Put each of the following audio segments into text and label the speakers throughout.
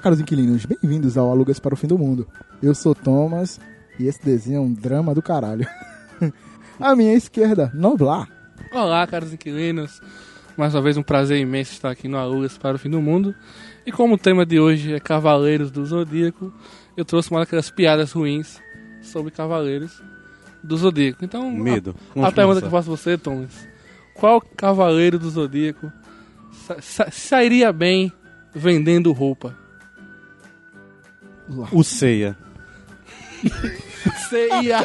Speaker 1: caros inquilinos, bem-vindos ao Alugas para o Fim do Mundo. Eu sou Thomas e esse desenho é um drama do caralho. à minha esquerda, Noblar.
Speaker 2: Olá, caros inquilinos. Mais uma vez um prazer imenso estar aqui no Alugas para o Fim do Mundo. E como o tema de hoje é Cavaleiros do Zodíaco, eu trouxe uma daquelas piadas ruins sobre Cavaleiros do Zodíaco. Então,
Speaker 3: Medo.
Speaker 2: a, a pergunta
Speaker 3: Vamos começar.
Speaker 2: que eu faço a você, Thomas, qual Cavaleiro do Zodíaco sa- sa- sairia bem vendendo roupa?
Speaker 3: é O Ceia.
Speaker 2: Seria...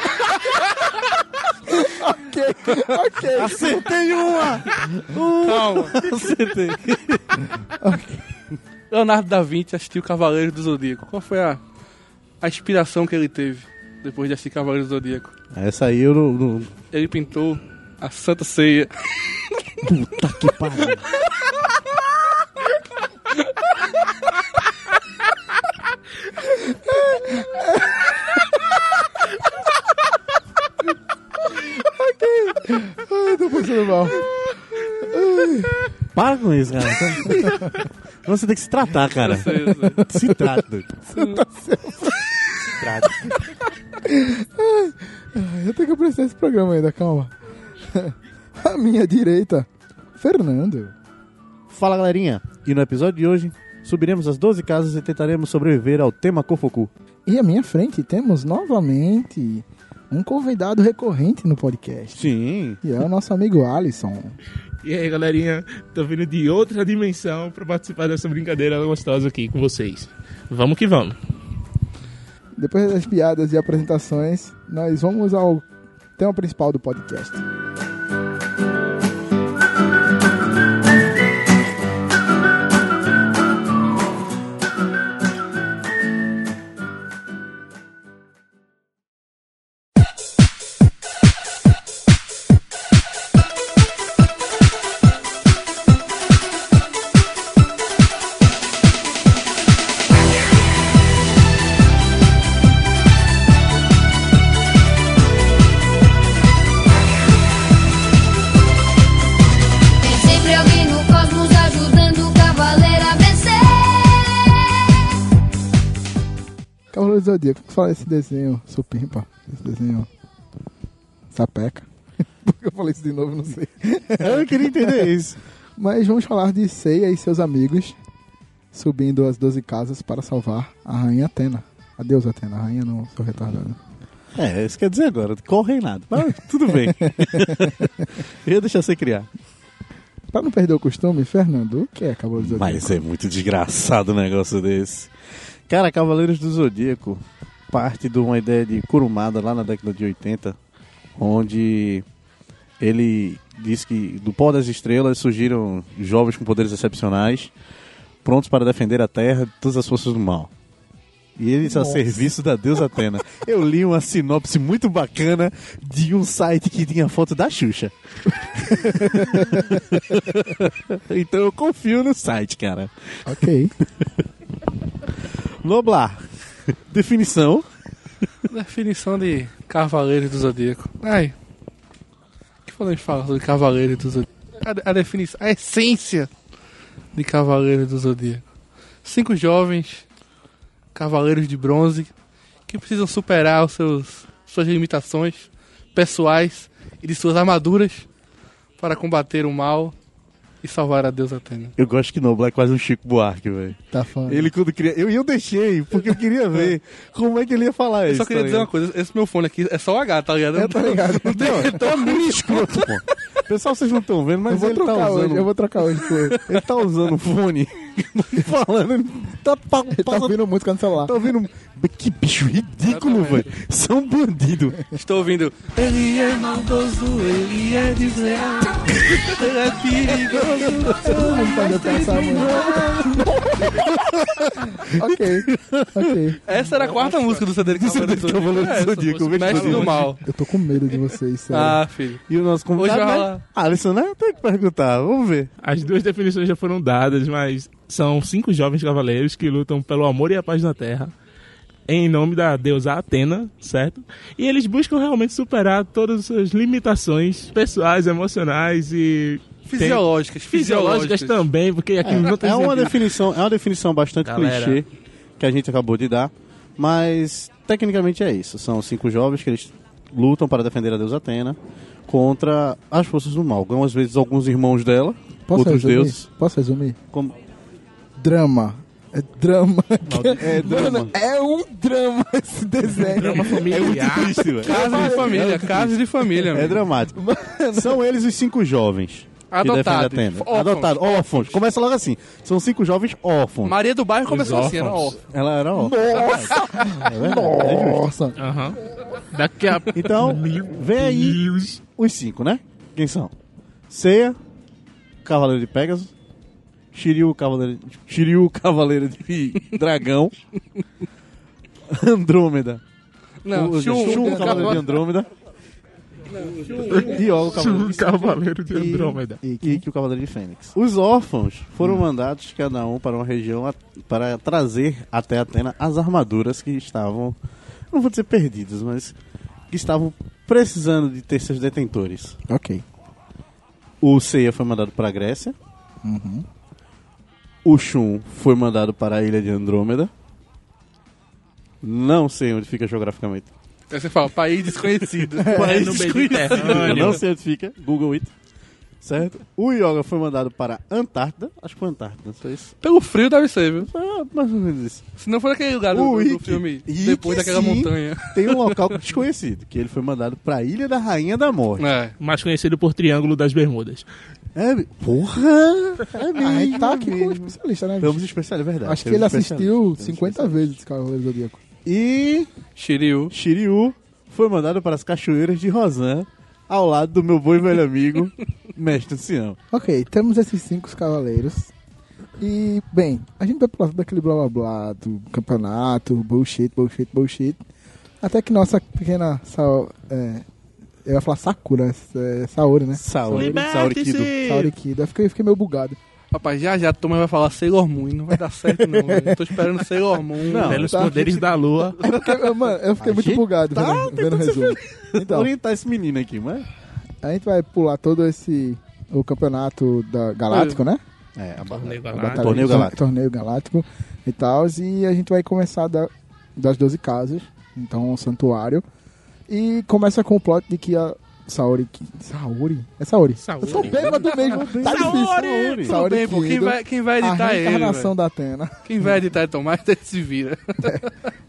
Speaker 1: Ok, ok. Uh.
Speaker 3: Acertei uma!
Speaker 2: Calma.
Speaker 3: Acertei.
Speaker 2: Leonardo da Vinci assistiu Cavaleiros do Zodíaco. Qual foi a, a inspiração que ele teve depois de assistir Cavaleiros do Zodíaco?
Speaker 3: Essa aí eu não... não-
Speaker 2: Ele pintou a Santa Ceia.
Speaker 1: Puta que pariu. ok. Ai, tô passando mal.
Speaker 3: Para com isso, cara. Então, Você tem que se tratar, cara.
Speaker 2: Sei, eu sei.
Speaker 3: Se trata, doido. Se trata.
Speaker 1: Eu tenho que apreciar esse programa ainda, calma. à minha direita, Fernando.
Speaker 3: Fala, galerinha. E no episódio de hoje, subiremos as 12 casas e tentaremos sobreviver ao tema Kofoku.
Speaker 1: E à minha frente temos novamente um convidado recorrente no podcast.
Speaker 3: Sim.
Speaker 1: E é o nosso amigo Alisson.
Speaker 4: E aí, galerinha, tô vindo de outra dimensão pra participar dessa brincadeira gostosa aqui com vocês. Vamos que vamos.
Speaker 1: Depois das piadas e apresentações, nós vamos ao tema principal do podcast.
Speaker 5: Tem sempre alguém no cosmos ajudando o cavaleiro a vencer.
Speaker 1: Cavaleiro do Zodíaco, como fala esse desenho? Supimpa, esse desenho. Sapeca. Porque eu falei isso de novo, não sei.
Speaker 3: Eu queria entender isso.
Speaker 1: Mas vamos falar de Seiya e seus amigos subindo as 12 casas para salvar a rainha Atena. Adeus, Atena. A rainha não, sou retardado.
Speaker 3: É, isso quer dizer agora. Corre nada. Mas tudo bem. eu ia deixar você criar.
Speaker 1: Para não perder o costume, Fernando, o que é Cavaleiro do Zodíaco?
Speaker 3: Mas é muito desgraçado um negócio desse. Cara, Cavaleiros do Zodíaco parte de uma ideia de Kurumada lá na década de 80, onde ele diz que do pó das estrelas surgiram jovens com poderes excepcionais, prontos para defender a Terra de todas as forças do mal. E eles a serviço da deusa Atena. Eu li uma sinopse muito bacana de um site que tinha foto da Xuxa. Então eu confio no site, cara.
Speaker 1: Ok.
Speaker 3: Noblar. Definição.
Speaker 2: Definição de Cavaleiros do Zodíaco. Ai. O que podemos falar sobre Cavaleiros do Zodíaco? A, a definição, a essência de Cavaleiro do Zodíaco. Cinco jovens cavaleiros de bronze que precisam superar os seus, suas limitações pessoais e de suas armaduras para combater o mal e salvar a deusa Atena.
Speaker 3: Eu gosto que Noblar é quase um Chico Buarque, velho.
Speaker 1: Tá falando.
Speaker 3: Ele quando cria. Eu, eu deixei, porque eu queria ver como é que ele ia falar
Speaker 2: Eu
Speaker 3: isso.
Speaker 2: só queria
Speaker 3: tá
Speaker 2: dizer uma
Speaker 3: ligado?
Speaker 2: coisa, esse meu fone aqui é só o H, tá ligado?
Speaker 1: Eu tô ligado.
Speaker 2: Não tem,
Speaker 3: Tá muito escroto, pô. Pessoal, vocês não estão vendo,
Speaker 1: Eu
Speaker 3: mas
Speaker 1: vou
Speaker 3: ele tá,
Speaker 1: trocar hoje, eu
Speaker 3: usando,
Speaker 1: vou trocar hoje com ele.
Speaker 3: ele tá usando o fone. falando. ele Tá, pa,
Speaker 1: Ele tá
Speaker 3: passa-
Speaker 1: ouvindo música no celular.
Speaker 3: tá ouvindo. Que bicho ridículo, velho. São bandido.
Speaker 2: Estou ouvindo. Ele é maldoso, ele é desleal. Ele é perigoso.
Speaker 1: Todo mundo tá dentro dessa música. ok, ok.
Speaker 2: Essa era a quarta música do CD de Cavaleiros do
Speaker 3: Cavaleiros do Zodíaco,
Speaker 2: Zodíaco.
Speaker 3: eu vejo
Speaker 2: Mestre
Speaker 3: tudo.
Speaker 2: do mal.
Speaker 1: Eu tô com medo de vocês, sério.
Speaker 2: Ah, filho.
Speaker 3: E o nosso convidado.
Speaker 2: Hoje vai
Speaker 3: Né?
Speaker 2: rolar.
Speaker 3: Alisson, né? Tem que perguntar. Vamos ver.
Speaker 4: As duas definições já foram dadas, mas são cinco jovens cavaleiros que lutam pelo amor e a paz na Terra, em nome da deusa Atena, certo? E eles buscam realmente superar todas as suas limitações pessoais, emocionais e. tem-
Speaker 2: Fisiológicas.
Speaker 4: Fisiológicas também, porque aqui não tem
Speaker 3: É uma
Speaker 4: sentido.
Speaker 3: definição, é uma definição bastante
Speaker 4: Galera.
Speaker 3: clichê. que a gente acabou de dar. Mas tecnicamente é isso. São cinco jovens que eles lutam para defender a deusa Atena contra as forças do mal. Algumas vezes alguns irmãos dela,
Speaker 1: Posso
Speaker 3: outros
Speaker 1: resumir?
Speaker 3: deuses.
Speaker 1: Posso resumir?
Speaker 3: Como...
Speaker 1: Drama. É drama.
Speaker 3: É drama.
Speaker 1: Mano, é um drama esse desenho.
Speaker 4: Drama
Speaker 3: é um
Speaker 4: familiar.
Speaker 3: Triste, velho.
Speaker 2: Casa de família, casa de família.
Speaker 3: É
Speaker 2: amigo.
Speaker 3: dramático. São eles os cinco jovens.
Speaker 2: Adotados.
Speaker 3: Que defendem a Atena.
Speaker 2: Órfãos.
Speaker 3: Adotados. Órfãos. Começa logo assim. São cinco jovens órfãos.
Speaker 2: Maria do Bairro começou
Speaker 4: Os
Speaker 2: assim, era
Speaker 4: órfãos.
Speaker 2: órfã.
Speaker 3: Ela era órfã.
Speaker 1: Nossa,
Speaker 3: É verdade, é justo.
Speaker 1: nossa.
Speaker 4: Aham. Daqui a
Speaker 3: Então, vem aí
Speaker 4: Deus.
Speaker 3: os cinco, né? Quem são? Ceia, Cavaleiro de Pegasus, Shiryu, Cavaleiro, Shiryu, Cavaleiro de Dragão, Andrômeda,
Speaker 2: Não,
Speaker 3: o,
Speaker 2: Shun, Shun,
Speaker 3: Shun, Cavaleiro de
Speaker 2: Cavaleiro-
Speaker 3: Andrômeda, Diogo, Cavaleiro de
Speaker 4: Cavaleiro de
Speaker 3: E-
Speaker 4: Andrômeda.
Speaker 3: E
Speaker 1: Uhum.
Speaker 3: que, o Cavaleiro de Fênix. Os órfãos foram mandados, cada um, para uma região a- para trazer até Atena as armaduras que estavam, não vou dizer perdidas, mas que estavam precisando de ter seus detentores.
Speaker 1: Ok.
Speaker 3: O Seiya foi mandado para a Grécia.
Speaker 1: Uhum.
Speaker 3: O Shun foi mandado para a ilha de Andrômeda. Não sei onde fica geograficamente.
Speaker 2: Aí você fala, país desconhecido.
Speaker 4: É
Speaker 3: País
Speaker 4: no
Speaker 3: Eu
Speaker 4: Mediterrâneo.
Speaker 3: não sei onde fica. Google it. Certo? O Yoga foi mandado para a Antártida. Acho que foi Antártida, não sei se.
Speaker 2: Pelo frio deve ser, viu?
Speaker 3: Ah, mais ou menos isso.
Speaker 2: Se não for aquele lugar do,
Speaker 3: O
Speaker 2: do- do
Speaker 3: Ikki.
Speaker 2: filme,
Speaker 3: Ikki,
Speaker 2: depois daquela
Speaker 3: sim.
Speaker 2: montanha.
Speaker 3: Tem um local desconhecido, que ele foi mandado para a Ilha da Rainha da Morte.
Speaker 2: É.
Speaker 4: Mais conhecido por Triângulo das Bermudas.
Speaker 3: É, mi- porra! É mesmo,
Speaker 1: Aí tá
Speaker 3: é
Speaker 1: aqui com o
Speaker 3: mesmo.
Speaker 1: especialista, né?
Speaker 3: Estamos especiais, é verdade.
Speaker 1: Acho que ele
Speaker 3: Temos especialista,
Speaker 1: assistiu
Speaker 3: temos
Speaker 1: 50 vezes esse Cavaleiro do Zodíaco.
Speaker 3: especialista. E
Speaker 2: Shiryu.
Speaker 3: Shiryu foi mandado para as cachoeiras de Rosan, ao lado do meu bom e velho amigo, Mestre Ancião.
Speaker 1: Ok, temos esses cinco cavaleiros. E, bem, a gente vai pular todo aquele blá blá blá do campeonato, bullshit, bullshit, bullshit. Até que nossa pequena. Sa- é, eu ia falar Sakura, é, Saori, né?
Speaker 3: Saori, Saori Kido.
Speaker 1: Saori
Speaker 4: Liberte-se!
Speaker 1: Kida. Eu Fiquei, eu fiquei meio bugado.
Speaker 2: Rapaz, já já a turma vai falar Sailor Moon. Não vai dar certo, não. velho. Eu tô esperando Sailor Moon.
Speaker 3: Não,
Speaker 4: Pelos
Speaker 1: tá.
Speaker 4: poderes da lua.
Speaker 1: Eu fiquei- eu- mano, eu fiquei
Speaker 3: A
Speaker 1: muito
Speaker 3: gente
Speaker 1: bugado
Speaker 3: tá
Speaker 1: vendo, vendo o
Speaker 3: tentando ser
Speaker 1: resumo. Então,
Speaker 3: Orientar esse menino aqui, mas...
Speaker 1: a gente vai pular todo esse. O campeonato da Galáctico, né?
Speaker 3: É, a barra.
Speaker 4: Torneio
Speaker 1: A
Speaker 4: Galáctico.
Speaker 1: batalha
Speaker 3: Torneio
Speaker 1: de-
Speaker 3: Galáctico.
Speaker 1: Torneio Galáctico e tal. E a gente vai começar da- das 12 casas. Então, o santuário. E começa com o plot de que a Saori. que- Saori? É Saori.
Speaker 4: Saori.
Speaker 1: Eu sou bêbado mesmo. Tá
Speaker 4: Saori!
Speaker 1: difícil.
Speaker 2: Tudo bem, pô. Quem
Speaker 1: Kido,
Speaker 2: vai, quem vai editar
Speaker 1: a
Speaker 2: é ele,
Speaker 1: reencarnação
Speaker 2: velho.
Speaker 1: da Atena.
Speaker 2: Quem vai editar é Tomás, daí se vira.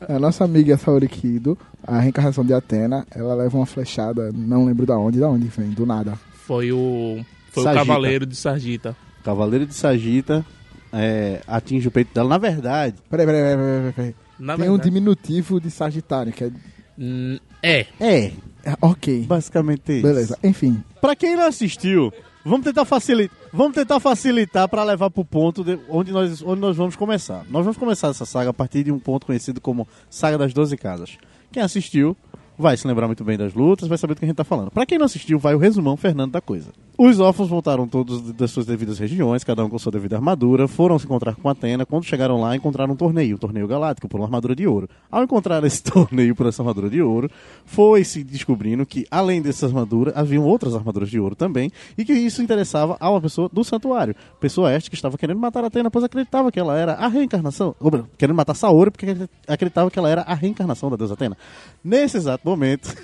Speaker 1: A nossa amiga Saori Kido, a reencarnação de Atena, ela leva uma flechada, não lembro da onde, da onde vem, do nada.
Speaker 4: Foi o. Foi
Speaker 3: Sagita.
Speaker 4: o Cavaleiro de Sargita.
Speaker 3: Cavaleiro de Sagita é, atinge o peito dela. Na verdade,
Speaker 1: Peraí, peraí, peraí, peraí, peraí.
Speaker 2: Tá
Speaker 4: Na
Speaker 1: Tem um
Speaker 2: né?
Speaker 4: verdade-
Speaker 1: diminutivo de Sagitário, que é.
Speaker 4: Hum, É.
Speaker 3: é
Speaker 1: é, Ok.
Speaker 3: basicamente isso.
Speaker 1: Beleza, enfim.
Speaker 3: Pra quem não assistiu, vamos tentar facilitar, vamos tentar facilitar para levar pro ponto de- onde nós onde nós vamos começar. Nós vamos começar essa saga a partir de um ponto conhecido como Saga das 12 Casas. Quem assistiu vai se lembrar muito bem das lutas, vai saber do que a gente tá falando. Pra quem não assistiu, vai o resumão Fernando da coisa. Os órfãos voltaram todos de- das suas devidas regiões, cada um com sua devida armadura, foram se encontrar com Atena. Quando chegaram lá, encontraram um torneio, um torneio galáctico, por uma armadura de ouro. Ao encontrar esse torneio por essa armadura de ouro, foi se descobrindo que, além dessa armadura, haviam outras armaduras de ouro também, e que isso interessava a uma pessoa do santuário. Pessoa esta que estava querendo matar Atena, pois acreditava que ela era a reencarnação. Ou, melhor, querendo matar Saori, porque acre- acreditava que ela era a reencarnação da deusa Atena. Nesse exato momento,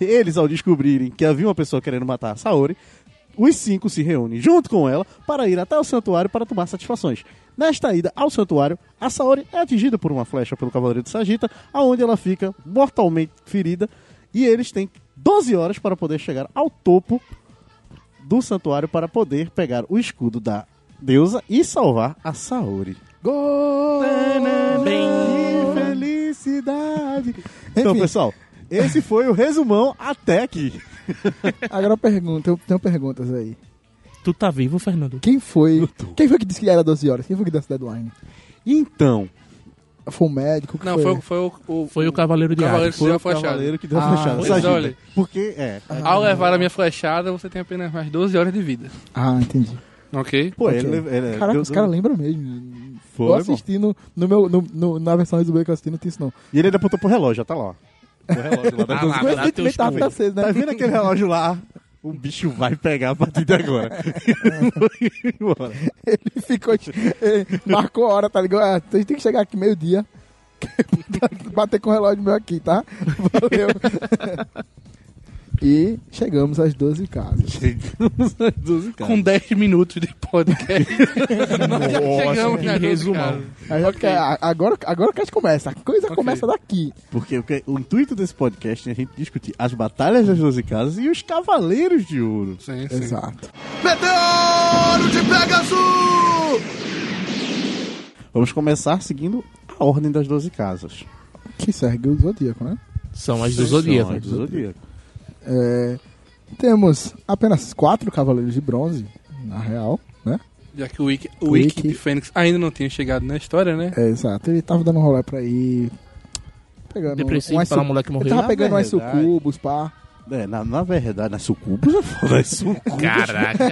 Speaker 3: eles, ao descobrirem que havia uma pessoa querendo matar a Saori, os cinco se reúnem junto com ela para ir até o santuário para tomar satisfações. Nesta ida ao santuário, a Saori é atingida por uma flecha pelo Cavaleiro de Sagita, aonde ela fica mortalmente ferida, e eles têm 12 horas para poder chegar ao topo do santuário para poder pegar o escudo da deusa e salvar a Saori.
Speaker 1: Gol!
Speaker 3: Que felicidade! Então,
Speaker 1: Enfim.
Speaker 3: pessoal, esse foi o resumão até aqui.
Speaker 1: Agora eu pergunto, eu tenho perguntas aí.
Speaker 4: Tu tá vivo, Fernando?
Speaker 1: Quem foi. Quem foi que disse que era 12 horas? Quem foi que deu essa deadline?
Speaker 3: Então,
Speaker 1: Foi o médico? Que
Speaker 2: Não, foi, foi o, o,
Speaker 4: Foi o Cavaleiro de
Speaker 2: Cavaleiro
Speaker 4: Ar.
Speaker 2: de
Speaker 3: foi
Speaker 2: Já
Speaker 3: o
Speaker 2: foi achado.
Speaker 3: cavaleiro que deu
Speaker 1: Ah,
Speaker 3: a flechada.
Speaker 1: pois
Speaker 3: Sagita.
Speaker 2: olha.
Speaker 3: Porque, é...
Speaker 2: Ao levar a minha flechada, você tem apenas mais 12 horas de vida.
Speaker 1: Ah, entendi.
Speaker 2: Ok?
Speaker 3: Pô,
Speaker 1: Ok.
Speaker 3: ele,
Speaker 2: É,
Speaker 3: ele-
Speaker 1: Caraca,
Speaker 3: deu-
Speaker 1: os assim? caras lembram mesmo.
Speaker 3: Foi,
Speaker 1: eu
Speaker 3: bom.
Speaker 1: assisti no, no meu, no, no- na versão resumida que eu assisti, não tinha isso não.
Speaker 3: E ele ainda apontou pro relógio, já tá lá. ó. O relógio lá da
Speaker 4: Ah, lá, lá,
Speaker 1: Coincidentemente
Speaker 4: teus
Speaker 1: tava
Speaker 4: cabelos.
Speaker 1: aceso, né?
Speaker 3: Tá vendo aquele relógio lá? O bicho vai pegar a partir de agora. Foi embora.
Speaker 1: Ele ficou. ele marcou a hora, tá ligado? Ah, Vocês têm que chegar aqui meio-dia. Bater com o relógio meu aqui, tá? Valeu. e chegamos às 12 casas.
Speaker 3: Chegamos às 12
Speaker 2: Com 10 minutos de podcast. Nós já
Speaker 4: Nossa,
Speaker 2: chegamos
Speaker 4: que
Speaker 2: na doze
Speaker 4: resumão.
Speaker 2: casas.
Speaker 1: Aí já fica- a- agora, agora o cast começa. A coisa
Speaker 2: Ok.
Speaker 1: começa daqui.
Speaker 3: Porque, porque o intuito desse podcast é a gente discutir as batalhas das 12 casas e os cavaleiros de ouro.
Speaker 2: Sim, sim.
Speaker 1: Exato.
Speaker 3: Vamos começar seguindo a ordem das 12 casas.
Speaker 1: Que segue o Zodíaco, né?
Speaker 4: São as do Zodíaco.
Speaker 3: São as do Zodíaco.
Speaker 1: É, temos apenas quatro cavaleiros de bronze, na real, né?
Speaker 2: Já que o Wiki, o
Speaker 1: Wiki.
Speaker 2: Wiki de Fênix ainda não tinha chegado na história, né?
Speaker 1: É, exato. Ele tava dando um rolê pra ir. Pegando
Speaker 4: Depressivo
Speaker 1: umas
Speaker 4: pela
Speaker 1: su-
Speaker 4: mulher que
Speaker 1: Ele
Speaker 4: morreu.
Speaker 1: tava pegando mais
Speaker 3: Ah, é verdade.
Speaker 1: sucubos, pá.
Speaker 3: É, na, na verdade, na Sucubus é foda. é Sucubus.
Speaker 4: Caraca.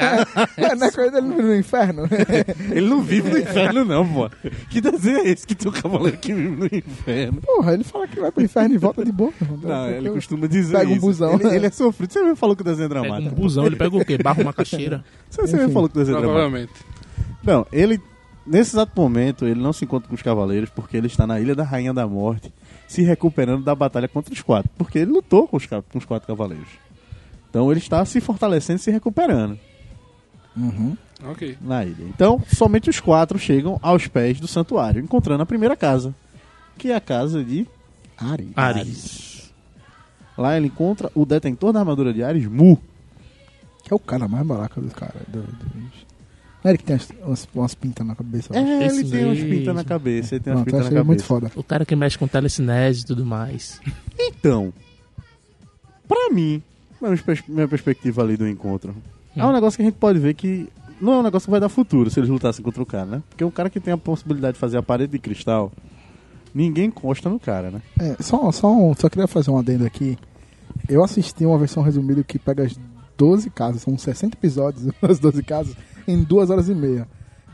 Speaker 1: Não é coisa dele no inferno. né?
Speaker 3: Ele não vive no inferno, não, pô. Que desenho é esse que tem um cavaleiro que vive no inferno?
Speaker 1: Porra, ele fala que vai pro inferno e volta de boa. irmão.
Speaker 3: Não, ele
Speaker 1: Tranquilo.
Speaker 3: costuma dizer
Speaker 1: Pega um
Speaker 3: isso.
Speaker 1: busão.
Speaker 3: Ele, ele é sofrido. Você mesmo falou que o desenho é
Speaker 4: Pega um
Speaker 3: dramático.
Speaker 4: busão, ele pega o quê? Barra uma caixeira.
Speaker 3: Você mesmo
Speaker 1: Enfim.
Speaker 3: falou que o desenho é dramático.
Speaker 2: Provavelmente.
Speaker 3: Não, ele. Nesse exato momento, ele não se encontra com os cavaleiros porque ele está na Ilha da Rainha da Morte, se recuperando da batalha contra os quatro. Porque ele lutou com os, ca- com os quatro cavaleiros. Então ele está se fortalecendo e se recuperando
Speaker 1: Uhum.
Speaker 2: Ok.
Speaker 3: na ilha. Então, somente os quatro chegam aos pés do santuário, encontrando a primeira casa, que é a casa de
Speaker 1: Ari.
Speaker 4: Ares.
Speaker 3: Lá ele encontra o detentor da armadura de Ares, Mu.
Speaker 1: Que é o cara mais baraca dos caras. Do, do- Não é ele que tem umas, umas, umas pintas na cabeça. eu acho?
Speaker 3: É, ele
Speaker 4: Esse
Speaker 3: tem umas
Speaker 4: mesmo.
Speaker 3: pintas na cabeça, ele tem umas
Speaker 1: Pronto, eu
Speaker 3: pintas na
Speaker 1: achei
Speaker 3: cabeça.
Speaker 1: muito foda.
Speaker 4: O cara que mexe com telecinese e tudo mais.
Speaker 3: Então, pra mim, na minha pers- minha perspectiva ali do encontro, é um
Speaker 4: Hum.
Speaker 3: negócio que a gente pode ver que não é um negócio que vai dar futuro se eles lutassem contra o cara, né? Porque um cara que tem a possibilidade de fazer a parede de cristal, ninguém encosta no cara, né?
Speaker 1: É, só, só, um- só queria fazer um adendo aqui. Eu assisti uma versão resumida que pega as 12 casas, são 60 episódios das 12 casas, em 2 horas e meia.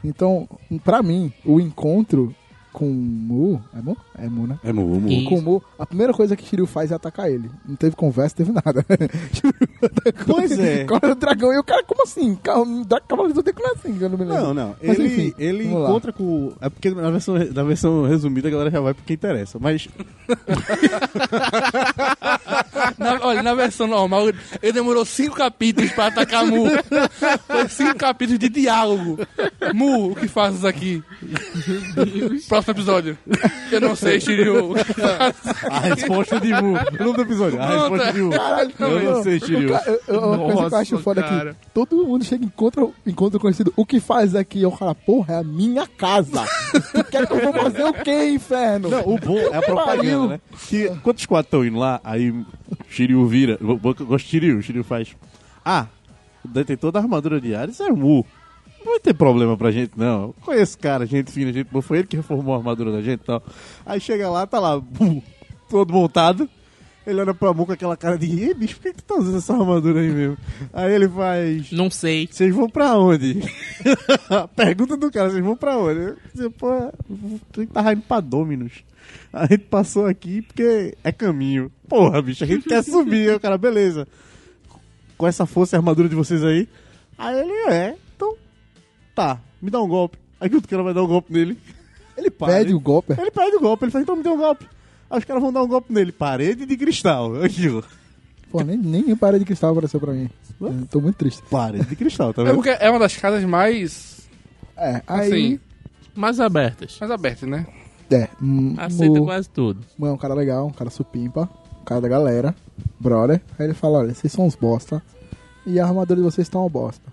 Speaker 1: Então, pra mim, o encontro com o Mu. É Mu? É Mu, né?
Speaker 3: É Mu,
Speaker 4: Mu. Isso.
Speaker 1: Com o Mu, a primeira coisa que Shiryu faz é atacar ele. Não teve conversa, teve nada. Shiryu atacou-
Speaker 3: Pois é.
Speaker 1: Corre o dragão e o cara, como assim? Ca- Cavaleiro do Zodíaco não é assim, eu não me lembro.
Speaker 3: Não, não.
Speaker 1: Mas
Speaker 3: ele
Speaker 1: enfim,
Speaker 3: ele
Speaker 1: vamos lá.
Speaker 3: encontra com. É porque na versão, na versão resumida a galera já vai porque interessa. Mas
Speaker 2: Na- olha, na versão normal, ele demorou cinco capítulos pra atacar Mu. Foi cinco capítulos de diálogo. Mu, o que fazes aqui? Próximo episódio. Eu não sei, Shiryu. O que fazes?
Speaker 3: a resposta de Mu. O nome do episódio. A
Speaker 2: Pronto,
Speaker 3: resposta de Mu.
Speaker 1: Caralho,
Speaker 3: Eu não sei,
Speaker 1: Eu,
Speaker 3: Shiryu.
Speaker 1: eu, eu, uma coisa que eu acho
Speaker 4: Nossa,
Speaker 1: foda
Speaker 4: cara.
Speaker 1: aqui. Todo mundo chega e encontra, encontra o conhecido. O que faz aqui? Eu falo, porra, é a minha casa. tu quer que eu vou fazer o quê, inferno?
Speaker 3: Não, o bom é a propaganda,
Speaker 1: Pariu.
Speaker 3: né? Que quando os quatro estão indo lá, aí Shiryu vira. eu Gosto de Shiryu, o Shiryu faz. Ah, o detetor da armadura de Ares é Mu. Não vai ter problema pra gente, não. Eu Conheço cara, gente fina, gente boa. Foi ele que reformou a armadura da gente e tal. Aí chega lá, tá lá, Mu, todo montado. Ele olha pra Mu com aquela cara de, ei, bicho, por que que tu tá usando essa armadura aí mesmo? Aí ele faz.
Speaker 4: Não sei.
Speaker 3: Vocês vão pra onde? A Pergunta do cara, vocês vão pra onde? Eu disse, pô, a gente tava indo pra Dominus. A gente passou aqui porque é caminho. Porra, bicho, a gente quer subir. Aí o cara, beleza. Com essa força e armadura de vocês aí. Aí ele, é, então, tá, me dá um golpe. Aí que o cara vai dar um golpe nele. Ele para.
Speaker 1: Pede o golpe. é-
Speaker 3: Ele perde o golpe, ele fala, então me dê um golpe. Aí os caras vão dar um golpe nele. Parede de cristal. Aqui, ó.
Speaker 1: Pô, nem, nem parede de cristal apareceu pra mim. Eu tô muito triste.
Speaker 3: Parede de cristal, tá
Speaker 2: É
Speaker 3: vendo?
Speaker 2: porque é uma das casas mais,
Speaker 1: É, aí.
Speaker 2: assim,
Speaker 4: Mais abertas.
Speaker 2: mais abertas, né?
Speaker 1: É, hum,
Speaker 4: Aceita
Speaker 1: o-
Speaker 4: quase tudo.
Speaker 1: Mano, é um cara legal, um cara supimpa, um cara da galera, brother. Aí ele fala, olha, vocês são uns bosta e a armadura de vocês tá uma bosta.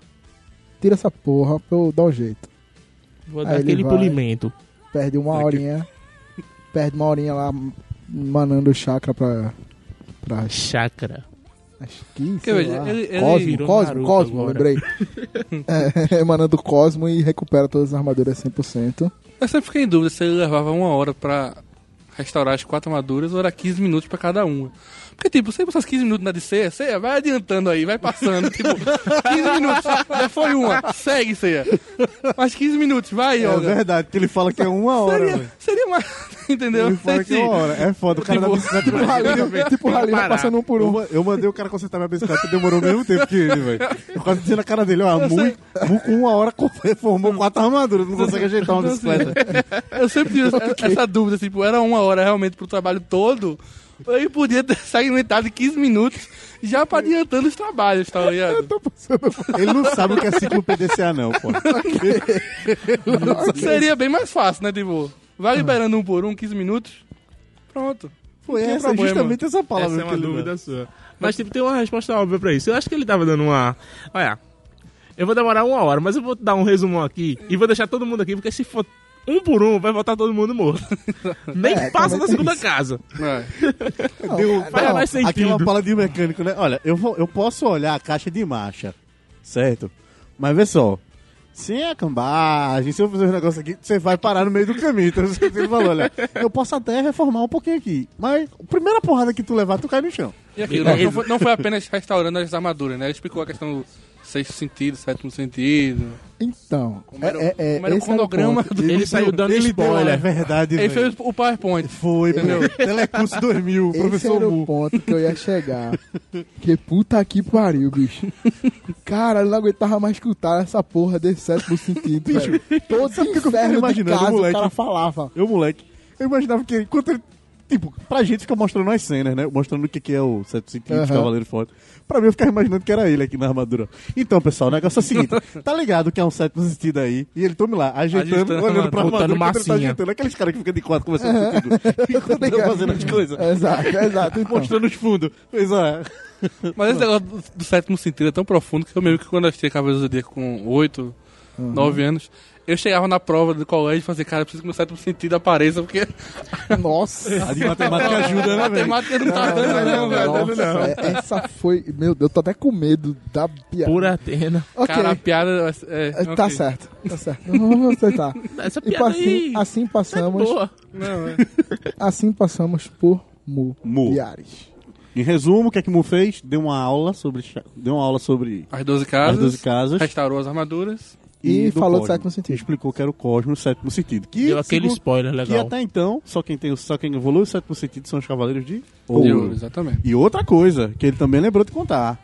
Speaker 1: Tira essa porra pra eu dar um jeito.
Speaker 4: Vou
Speaker 1: Aí
Speaker 4: dar
Speaker 1: ele
Speaker 4: aquele
Speaker 1: vai.
Speaker 4: polimento.
Speaker 1: Perde uma
Speaker 3: Aqui.
Speaker 1: horinha, perde uma horinha lá manando o chakra pra... pra
Speaker 4: Chácara.
Speaker 1: acho que,
Speaker 2: Quer
Speaker 1: sei
Speaker 2: ver,
Speaker 1: lá,
Speaker 2: ele- ele
Speaker 1: Cosmo,
Speaker 4: virou
Speaker 1: Cosmo,
Speaker 4: Naruto
Speaker 1: Cosmo,
Speaker 4: agora.
Speaker 1: lembrei. é, manando o Cosmo e recupera todas as armaduras 100%.
Speaker 2: Eu sempre fiquei em dúvida se ele levava uma hora pra restaurar as quatro armaduras ou era 15 minutos pra cada uma. Porque, tipo, sempre essas 15 minutos na de ceia, ceia, vai adiantando aí, vai passando. tipo, 15 minutos, já foi uma, segue, ceia. Mais 15 minutos, vai,
Speaker 3: É
Speaker 2: Yoga.
Speaker 3: verdade, que ele fala que é uma hora, velho.
Speaker 2: seria, seria mais, entendeu?
Speaker 3: Ele fala que é uma hora. É foda, o cara da
Speaker 2: Tipo-
Speaker 3: bicicleta
Speaker 1: Tipo, o Halil, tipo, o Halil vai
Speaker 4: Parar.
Speaker 1: passando um por
Speaker 3: Eu,
Speaker 1: um.
Speaker 3: ma- eu mandei o cara consertar minha bicicleta, demorou o mesmo tempo que ele, velho. Eu quase dizia na cara dele, ó, a Mui, Mu com uma hora co- formou quatro armaduras, não consegue ajeitar uma
Speaker 2: Então,
Speaker 3: bicicleta.
Speaker 2: assim, eu sempre tive essa- essa dúvida, tipo, era uma hora realmente pro trabalho todo, eu podia ter segmentado em 15 minutos já pra adiantando os trabalhos, tá ligado?
Speaker 3: Ele não sabe o que é ciclo PDCA, não, pô.
Speaker 2: Seria bem mais fácil, né, tipo, vai liberando um por um, 15 minutos, pronto.
Speaker 3: Foi
Speaker 2: Não tem
Speaker 1: é
Speaker 3: essa,
Speaker 2: problema.
Speaker 3: justamente essa palavra
Speaker 4: Essa é
Speaker 3: que
Speaker 4: uma
Speaker 3: ele
Speaker 4: dúvida sua. Mas, tipo, tem uma resposta óbvia pra isso. Eu acho que ele tava dando uma. Olha, eu vou demorar uma hora, mas eu vou dar um resumão aqui e vou deixar todo mundo aqui, porque se for um por um, vai voltar todo mundo morto. Nem
Speaker 1: É,
Speaker 4: passa
Speaker 1: também
Speaker 4: da
Speaker 1: tem
Speaker 4: segunda
Speaker 1: isso.
Speaker 4: casa.
Speaker 2: É.
Speaker 3: dá. Deu,
Speaker 4: Faz
Speaker 3: não,
Speaker 4: mais sentido.
Speaker 3: Aquela fala de mecânico, né? Olha, eu, vou- eu posso olhar a caixa de marcha, certo? Mas vê só, sem a cambagem, se eu fizer um negócio aqui, você vai parar no meio do caminho. Então você falou, olha, eu posso até reformar um pouquinho aqui, mas a primeira porrada que tu levar, tu cai no chão.
Speaker 2: E aquilo, não, não foi, não foi apenas restaurando as armaduras, né, ele explicou a questão do sexto sentido, sétimo sentido,
Speaker 1: Então,
Speaker 2: como era, o-
Speaker 1: é, é, é,
Speaker 2: como era o
Speaker 1: esse era o
Speaker 2: cronograma
Speaker 1: ponto.
Speaker 2: do...
Speaker 4: Ele saiu dando
Speaker 3: ele
Speaker 4: spoiler.
Speaker 3: Deu, olha, é verdade,
Speaker 2: Ele
Speaker 3: velho.
Speaker 2: fez o PowerPoint.
Speaker 3: Foi, meu. Telecurso 2000,
Speaker 1: Esse
Speaker 3: professor
Speaker 1: era o
Speaker 3: Mu.
Speaker 1: ponto que eu ia chegar. Que puta que pariu, bicho. Cara, eu não aguentava mais escutar essa porra desse sétimo sentido, bicho. Todo
Speaker 3: sabe o que eu fico
Speaker 1: inferno de
Speaker 3: imaginando,
Speaker 1: casa o
Speaker 3: moleque?
Speaker 1: cara falava.
Speaker 3: Eu, moleque, eu imaginava que enquanto ele. Tipo, pra gente fica mostrando as cenas, né? Mostrando o que, que é o Sete Sentidos,
Speaker 1: Aham.
Speaker 3: Cavaleiro Forte. Pra mim, eu ficava imaginando que era ele aqui na armadura. Então, pessoal, o negócio é o seguinte: tá ligado que é um sétimo sentido aí? E ele tome lá, ajeitando,
Speaker 4: Ajeitando,
Speaker 3: olhando pra armadura, enquanto
Speaker 4: botando
Speaker 3: ele tá
Speaker 4: massinha.
Speaker 3: ajeitando. Aqueles caras que ficam de quatro conversando com tudo. Enquanto tá fazendo as coisas.
Speaker 1: Exato, exato. Então.
Speaker 3: Mostrando os fundos. Pois é.
Speaker 2: Mas esse negócio do, do sétimo sentido é tão profundo que eu meio que quando eu assisti Cavaleiros do Zodíaco com 8, 9 anos, eu chegava na prova do colégio e fazia, cara, eu preciso que meu sétimo sentido apareça, porque
Speaker 1: Nossa.
Speaker 3: A de matemática ajuda,
Speaker 2: a
Speaker 3: né, velho?
Speaker 2: matemática não tá dando, não, velho.
Speaker 1: Nossa, é- essa foi. Meu Deus, tô até com medo da piada.
Speaker 4: Por Atena.
Speaker 1: Ok,
Speaker 2: Cara, a piada. É,
Speaker 1: tá
Speaker 2: ok.
Speaker 1: certo, tá certo. Vamos aceitar.
Speaker 4: Essa
Speaker 1: E
Speaker 4: piada aí.
Speaker 1: assim, assim passamos,
Speaker 4: Boa.
Speaker 2: Não, é.
Speaker 1: assim passamos por Mu.
Speaker 3: Mu.
Speaker 1: Piares.
Speaker 3: Em resumo, o que é que Mu fez? Deu uma aula sobre. cha- Deu uma aula sobre.
Speaker 2: As 12 casas.
Speaker 3: As 12 casas.
Speaker 2: Restaurou as armaduras.
Speaker 1: E
Speaker 3: do
Speaker 1: falou do
Speaker 3: cosmo.
Speaker 1: sétimo sentido.
Speaker 3: Explicou que era o cosmos, o sétimo sentido. Que,
Speaker 4: Deu aquele
Speaker 3: segundo-
Speaker 4: spoiler
Speaker 3: que
Speaker 4: legal.
Speaker 3: até então, só quem, tem, o- só quem evolui o sétimo sentido são os cavaleiros de
Speaker 2: De
Speaker 3: ouro.
Speaker 2: ouro, exatamente.
Speaker 3: E outra coisa, que ele também lembrou de contar.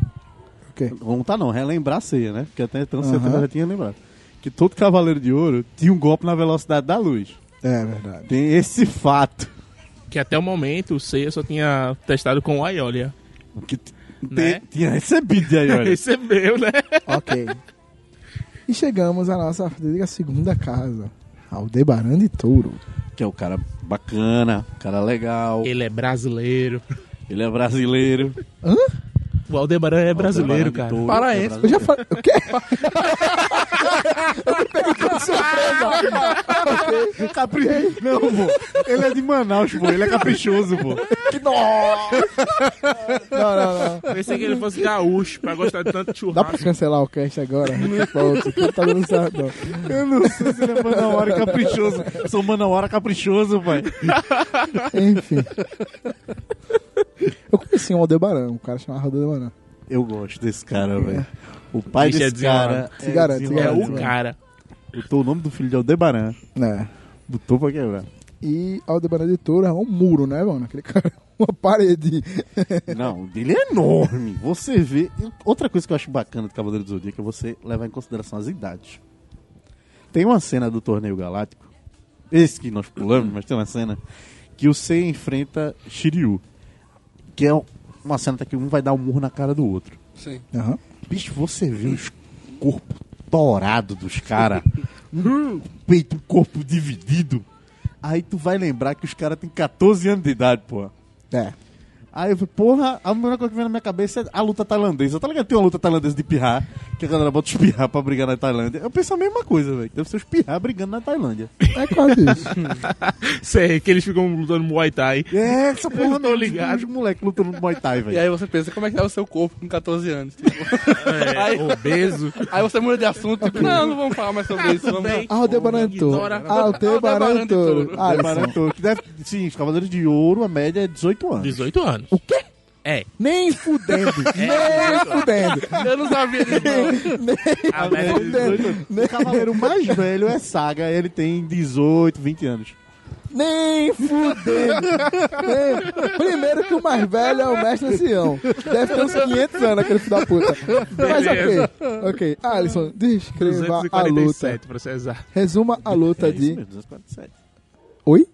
Speaker 1: Ok.
Speaker 3: Contar não, relembrar a ceia, né? Porque até então
Speaker 1: Aham.
Speaker 3: você já tinha lembrado. Que todo cavaleiro de ouro tinha um golpe na velocidade da luz.
Speaker 1: É verdade.
Speaker 3: Tem esse fato.
Speaker 4: Que até o momento o Seiya só tinha testado com o Aiolia.
Speaker 3: Que t-
Speaker 4: Né?
Speaker 3: te- tinha recebido de aí, olha.
Speaker 4: Recebeu, né?
Speaker 1: Ok. E chegamos à nossa à segunda casa. Aldebaran de Touro.
Speaker 3: que é o cara bacana, o cara legal,
Speaker 4: Ele é brasileiro.
Speaker 3: ele é brasileiro.
Speaker 4: O Aldebaran é brasileiro,
Speaker 3: Aldebaran de
Speaker 4: cara.
Speaker 3: Touro,
Speaker 2: Paraense.
Speaker 3: é
Speaker 1: Eu
Speaker 3: brasileiro.
Speaker 1: já falei. O quê?
Speaker 3: Capri... Não, pô. Ele é de Manaus, pô. Ele é caprichoso, pô.
Speaker 1: Não, não, não.
Speaker 4: Pensei que ele fosse gaúcho pra gostar de tanto
Speaker 1: Dá pra
Speaker 4: churrasco.
Speaker 1: cancelar o cast agora? Pronto, não tá dando certo. não.
Speaker 3: Eu não sei se ele é manauara e caprichoso. Eu sou manauara caprichoso, pai.
Speaker 1: Enfim. Eu conheci um Aldebaran, um cara chamado Aldebaran.
Speaker 3: Eu gosto desse cara, velho. O pai
Speaker 4: Bicho é
Speaker 3: desse cara.
Speaker 1: Se garante, se
Speaker 4: É
Speaker 3: desenrolado.
Speaker 1: garante,
Speaker 4: o cara.
Speaker 3: Botou o nome do filho de Aldebaran.
Speaker 1: É.
Speaker 3: Botou pra quebrar.
Speaker 1: E Aldebaran de Touro é um muro, né, mano? Aquele cara, uma parede.
Speaker 3: Não, ele é enorme. Você vê. Outra coisa que eu acho bacana do Cavaleiro do Zodíaco é você levar em consideração as idades. Tem uma cena do Torneio Galáctico. Esse que nós pulamos, mas tem uma cena. Que o Seiya enfrenta Shiryu. Que é uma cena até que um vai dar um murro na cara do outro.
Speaker 2: Sim.
Speaker 1: Aham.
Speaker 3: Bicho, você vê os corpos dourados dos caras. um peito, um corpo dividido. Aí tu vai lembrar que os caras têm 14 anos de idade, porra.
Speaker 1: É.
Speaker 3: Aí eu falei, porra, a primeira coisa que vem na minha cabeça é a luta tailandesa. Tá ligado? que Tem uma luta tailandesa de pirrar, que a galera bota os pirrar pra brigar na Tailândia. Eu penso a mesma coisa, velho. Deve ser os pirrar brigando na Tailândia.
Speaker 1: É quase isso.
Speaker 4: Sei que eles ficam lutando Muay Thai.
Speaker 3: É, essa porra
Speaker 4: tô
Speaker 3: mesmo,
Speaker 4: ligado.
Speaker 3: Os moleques lutando no Muay Thai,
Speaker 2: E
Speaker 3: velho.
Speaker 2: aí você pensa, como é que tá o seu corpo com 14 anos? Tipo,
Speaker 4: É,
Speaker 2: Ai.
Speaker 4: obeso.
Speaker 2: aí você muda de assunto, tipo, não, não vamos falar mais sobre isso. Vamos
Speaker 4: Bem,
Speaker 1: Aldebaran de Touro.
Speaker 4: Ignora.
Speaker 1: Aldebaran de Touro.
Speaker 2: Aldebaran de Touro.
Speaker 1: Alisson.
Speaker 3: Preparando- que deve- Sim, os Cavaleiros de Ouro, a média é 18 anos.
Speaker 4: 18 anos.
Speaker 1: O quê?
Speaker 4: É.
Speaker 1: Nem fudendo. nem fudendo.
Speaker 2: Eu não sabia disso, não.
Speaker 4: A
Speaker 3: Ah, né?
Speaker 4: média
Speaker 3: É,
Speaker 4: de 18
Speaker 3: Tá O cavaleiro mais velho é Saga, ele tem 18, 20 anos.
Speaker 1: Nem fudendo. Nem- Primeiro que o mais velho é o mestre ancião. Deve ter uns 500 anos aquele filho da puta. Mas
Speaker 4: Beleza.
Speaker 1: ok. Ok. Alisson, descreva a luta.
Speaker 4: 247, pra ser exato.
Speaker 1: Resuma a luta
Speaker 3: é isso
Speaker 1: de.
Speaker 3: mesmo, 247.
Speaker 1: Oi?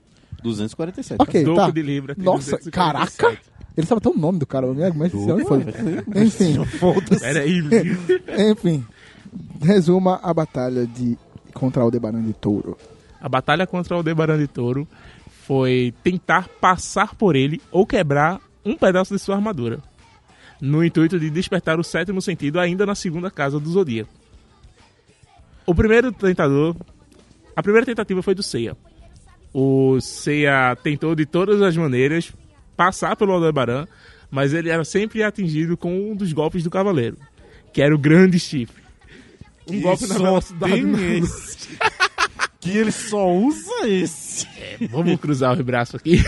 Speaker 3: 247.
Speaker 1: Ok,
Speaker 4: Doco
Speaker 1: tá.
Speaker 4: É de Libra. tem
Speaker 1: Nossa,
Speaker 4: 247.
Speaker 1: caraca! Ele sabe até o nome do cara, o mestre ancião. foi. é Enfim.
Speaker 4: Peraí,
Speaker 1: Enfim, resuma a batalha de contra Aldebaran de Touro.
Speaker 4: A batalha contra o Aldebaran de Touro foi tentar passar por ele ou quebrar um pedaço de sua armadura, no intuito de despertar o sétimo sentido ainda na segunda casa do Zodíaco. O primeiro tentador... A primeira tentativa foi do Seiya. O Seiya tentou de todas as maneiras passar pelo Aldebaran, mas ele era sempre atingido com um dos golpes do Cavaleiro, que era o Grande Chifre. Um golpe na velocidade do-
Speaker 3: que ele só usa esse.
Speaker 4: Vamos cruzar o braço aqui.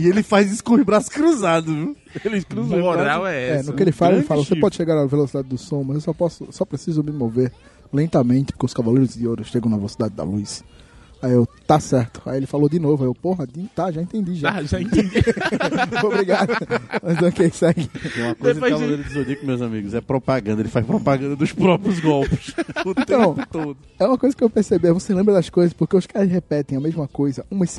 Speaker 3: E ele faz isso com os braços cruzados, viu? Ele cruza os braços.
Speaker 4: moral é
Speaker 1: É,
Speaker 4: essa.
Speaker 1: no que ele fala, ele
Speaker 3: grande
Speaker 1: fala: você
Speaker 3: chifre.
Speaker 1: pode chegar à velocidade do som, mas eu só, posso, só preciso me mover lentamente, porque os Cavaleiros de Ouro chegam na velocidade da luz. Aí eu, tá certo. Aí ele falou de novo, aí eu, porra, tá, já entendi já.
Speaker 4: Tá, já entendi.
Speaker 1: Obrigado. Mas ok, segue.
Speaker 3: Tem uma coisa do
Speaker 4: Depois de-
Speaker 3: Cavaleiro do Zodíaco, meus amigos, é propaganda. Ele faz propaganda dos próprios golpes. O
Speaker 1: Então,
Speaker 3: tempo todo.
Speaker 1: É uma coisa que eu percebi, é você lembra das coisas, porque os caras repetem a mesma coisa umas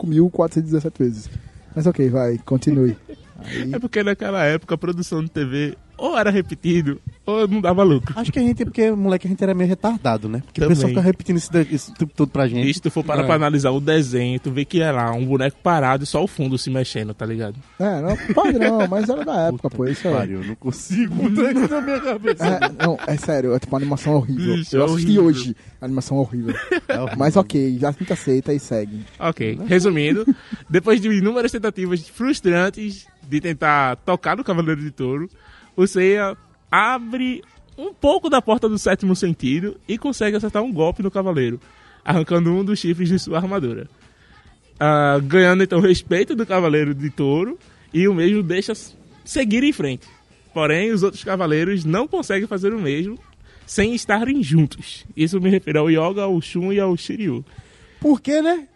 Speaker 1: 55.417 vezes. Mas ok, vai, continue. Aí,
Speaker 4: É porque naquela época a produção de TV ou era repetido ou não dava lucro.
Speaker 3: Acho que a gente, porque moleque, a gente era meio retardado, né? Porque
Speaker 4: Também.
Speaker 3: o pessoal fica repetindo isso, da- isso o tempo todo pra gente.
Speaker 4: E se tu for parar
Speaker 2: É.
Speaker 4: pra analisar o desenho, tu vê que é lá um boneco parado e só o fundo se mexendo, tá ligado?
Speaker 1: é, não, pode não, mas era da época, pô, isso é.
Speaker 3: Pariu, eu não consigo né? mudar isso na minha cabeça.
Speaker 1: É, não, é sério, é tipo uma animação horrível.
Speaker 4: Isso,
Speaker 1: eu
Speaker 4: é
Speaker 1: assisti
Speaker 4: horrível.
Speaker 1: hoje a animação horrível. Mas ok, já a gente aceita e segue.
Speaker 4: Ok, resumindo, depois de inúmeras tentativas frustrantes de tentar tocar no Cavaleiro de Touro, o Seiya abre um pouco da porta do sétimo sentido e consegue acertar um golpe no Cavaleiro, arrancando um dos chifres de sua armadura. Ah, ganhando então o respeito do Cavaleiro de Touro e o mesmo deixa s- seguir em frente. Porém, os outros cavaleiros não conseguem fazer o mesmo sem estarem juntos. Isso me refere ao Yoga, ao Shun e ao Shiryu.
Speaker 3: Por quê, né?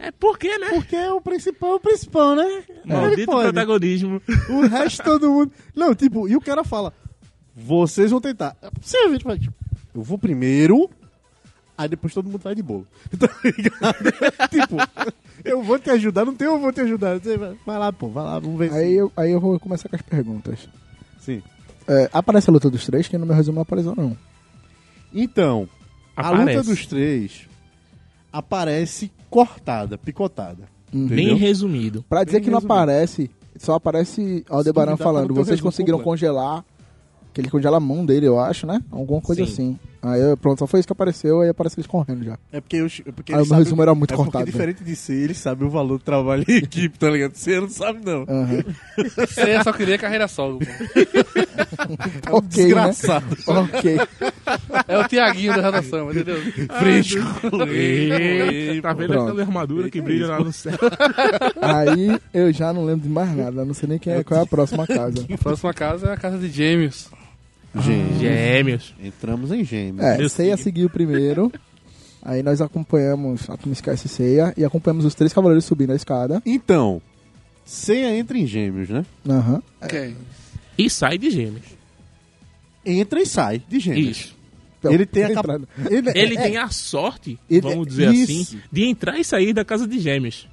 Speaker 4: É porque, né?
Speaker 3: Porque o principal é o principal, né? Ele
Speaker 4: Maldito
Speaker 3: pode.
Speaker 4: protagonismo.
Speaker 3: O resto todo mundo. Não, tipo, e o cara fala: Vocês vão tentar. Sim, a gente vai. tipo, Eu vou primeiro, aí depois todo mundo vai de bolo. Tá ligado? tipo, eu vou te ajudar, não tem eu vou te ajudar. Você vai, vai lá, pô, vai lá, vamos ver.
Speaker 1: Aí eu, aí eu vou começar com as perguntas.
Speaker 3: Sim.
Speaker 1: É, aparece a luta dos três, que no meu resumo não apareceu, não.
Speaker 3: Então, a luta
Speaker 4: Aparece.
Speaker 3: dos três aparece cortada, picotada.
Speaker 1: Uhum.
Speaker 4: Bem resumido.
Speaker 1: Pra dizer
Speaker 3: Bem
Speaker 1: que não
Speaker 3: resumido.
Speaker 1: aparece, só aparece Aldebaran
Speaker 3: duvidar,
Speaker 1: falando,
Speaker 3: pelo teu
Speaker 1: vocês
Speaker 3: resumo
Speaker 1: conseguiram
Speaker 3: completo."
Speaker 1: congelar, que ele congela a mão dele, eu acho, né? Alguma coisa
Speaker 4: Sim.
Speaker 1: assim. Aí eu- pronto, só foi isso que apareceu, aí aparece eles correndo já.
Speaker 3: É porque, eu, é porque
Speaker 1: Ah, o
Speaker 3: eles
Speaker 1: meu
Speaker 3: sabem-
Speaker 1: resumo era muito
Speaker 3: é
Speaker 1: cortado,
Speaker 3: Porque, diferente de si, eles sabem o valor do trabalho em equipe, tá ligado? Você não sabe, não.
Speaker 1: Aham.
Speaker 2: Você só queria carreira solo. pô.
Speaker 1: É um ok, né?
Speaker 3: Desgraçado.
Speaker 1: Ok.
Speaker 2: É o Tiaguinho da redação, entendeu?
Speaker 3: Fresco.
Speaker 4: Eita, tá vendo
Speaker 1: Pronto.
Speaker 4: aquela armadura
Speaker 3: É
Speaker 4: que brilha lá no céu?
Speaker 1: Aí eu já não lembro de mais nada, não sei nem quem é, qual é a próxima casa.
Speaker 2: A próxima casa é a casa de Gêmeos.
Speaker 3: Gente,
Speaker 4: Gêmeos.
Speaker 3: entramos em gêmeos.
Speaker 1: É,
Speaker 4: Meu
Speaker 1: Seiya seguiu o primeiro. Aí nós acompanhamos Atomic Sky e Seiya e acompanhamos os três cavaleiros subindo a escada.
Speaker 3: Então, Seiya entra em gêmeos, né?
Speaker 1: Aham.
Speaker 2: Quem?
Speaker 4: E sai de gêmeos.
Speaker 3: Entra e sai de gêmeos.
Speaker 4: Isso.
Speaker 1: Então,
Speaker 3: Ele tem a cap-
Speaker 1: entrando.
Speaker 3: Ele,
Speaker 4: Ele
Speaker 3: é-
Speaker 4: tem a sorte,
Speaker 1: Ele-
Speaker 4: vamos dizer
Speaker 1: isso.
Speaker 4: assim, de entrar e sair da casa de gêmeos.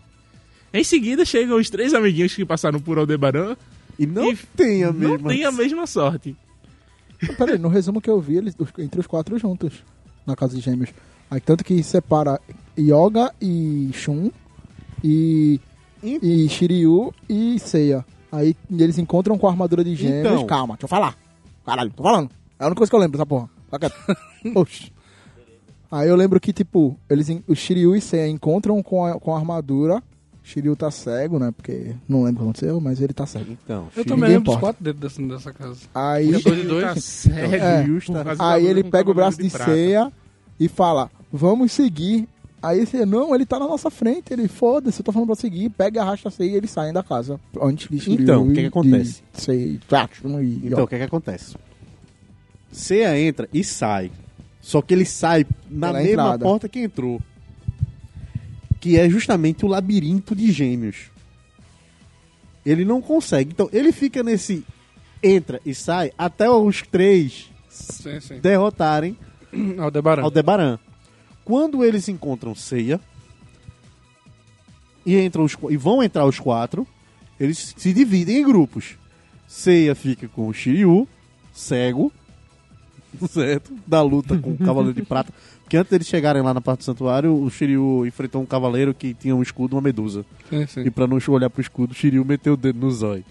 Speaker 4: Em seguida chegam os três amiguinhos que passaram por Aldebaran
Speaker 3: E não assim.
Speaker 4: e
Speaker 3: tem a
Speaker 4: não
Speaker 3: mesma.
Speaker 4: tem a mesma sorte.
Speaker 1: Peraí, no resumo que eu vi, eles os- entre os quatro juntos na casa de gêmeos. Aí, tanto que separa Yoga e Shun e, e Shiryu e Seiya. Aí eles encontram com a armadura de gêmeos.
Speaker 3: Então.
Speaker 1: Calma, deixa eu falar. Caralho, tô falando. É a única coisa que eu lembro dessa porra. Fica quieto. Oxi. Aí eu lembro que, tipo, eles, en- o Shiryu e Seiya encontram com a, com a armadura. Shiryu tá cego, né? Porque não lembro o que aconteceu, mas ele tá cego.
Speaker 3: Então,
Speaker 2: Eu
Speaker 3: Shiryu-
Speaker 2: também lembro dos
Speaker 1: importa.
Speaker 2: quatro dedos dessa, dessa casa.
Speaker 1: Aí.
Speaker 2: Eu tô de dois.
Speaker 4: Tá cego,
Speaker 1: É.
Speaker 4: por causa da
Speaker 1: Aí
Speaker 4: armadura
Speaker 1: ele
Speaker 4: com
Speaker 1: pega o braço
Speaker 4: cavaleiro
Speaker 1: de,
Speaker 4: prata.
Speaker 1: ceia e fala: Vamos seguir Aí você, não, ele tá na nossa frente, ele foda-se, eu tô falando pra seguir, pega, arrasta a ceia e eles saem da casa. Onde eles
Speaker 3: Então, o que que acontece?
Speaker 1: Sei, tchau, e,
Speaker 3: Então, o que é que acontece? Ceia entra e sai. Só que ele sai na
Speaker 1: Pela
Speaker 3: mesma
Speaker 1: entrada.
Speaker 3: porta que entrou. Que é justamente o labirinto de gêmeos. Ele não consegue. Então, ele fica nesse entra e sai até os três
Speaker 2: Sim, sim. Hum,
Speaker 3: derrotarem
Speaker 2: Aldebaran.
Speaker 3: Aldebaran. Quando eles encontram Ceia e, entram os qu- e vão entrar os quatro, eles se dividem em grupos. Ceia fica com o Shiryu, cego, certo? Da luta com o Cavaleiro de Prata. Porque antes deles chegarem lá na parte do santuário, o Shiryu enfrentou um cavaleiro que tinha um escudo e uma medusa.
Speaker 2: Sim, sim.
Speaker 3: E pra não olhar pro escudo, o Shiryu meteu o dedo no zóio.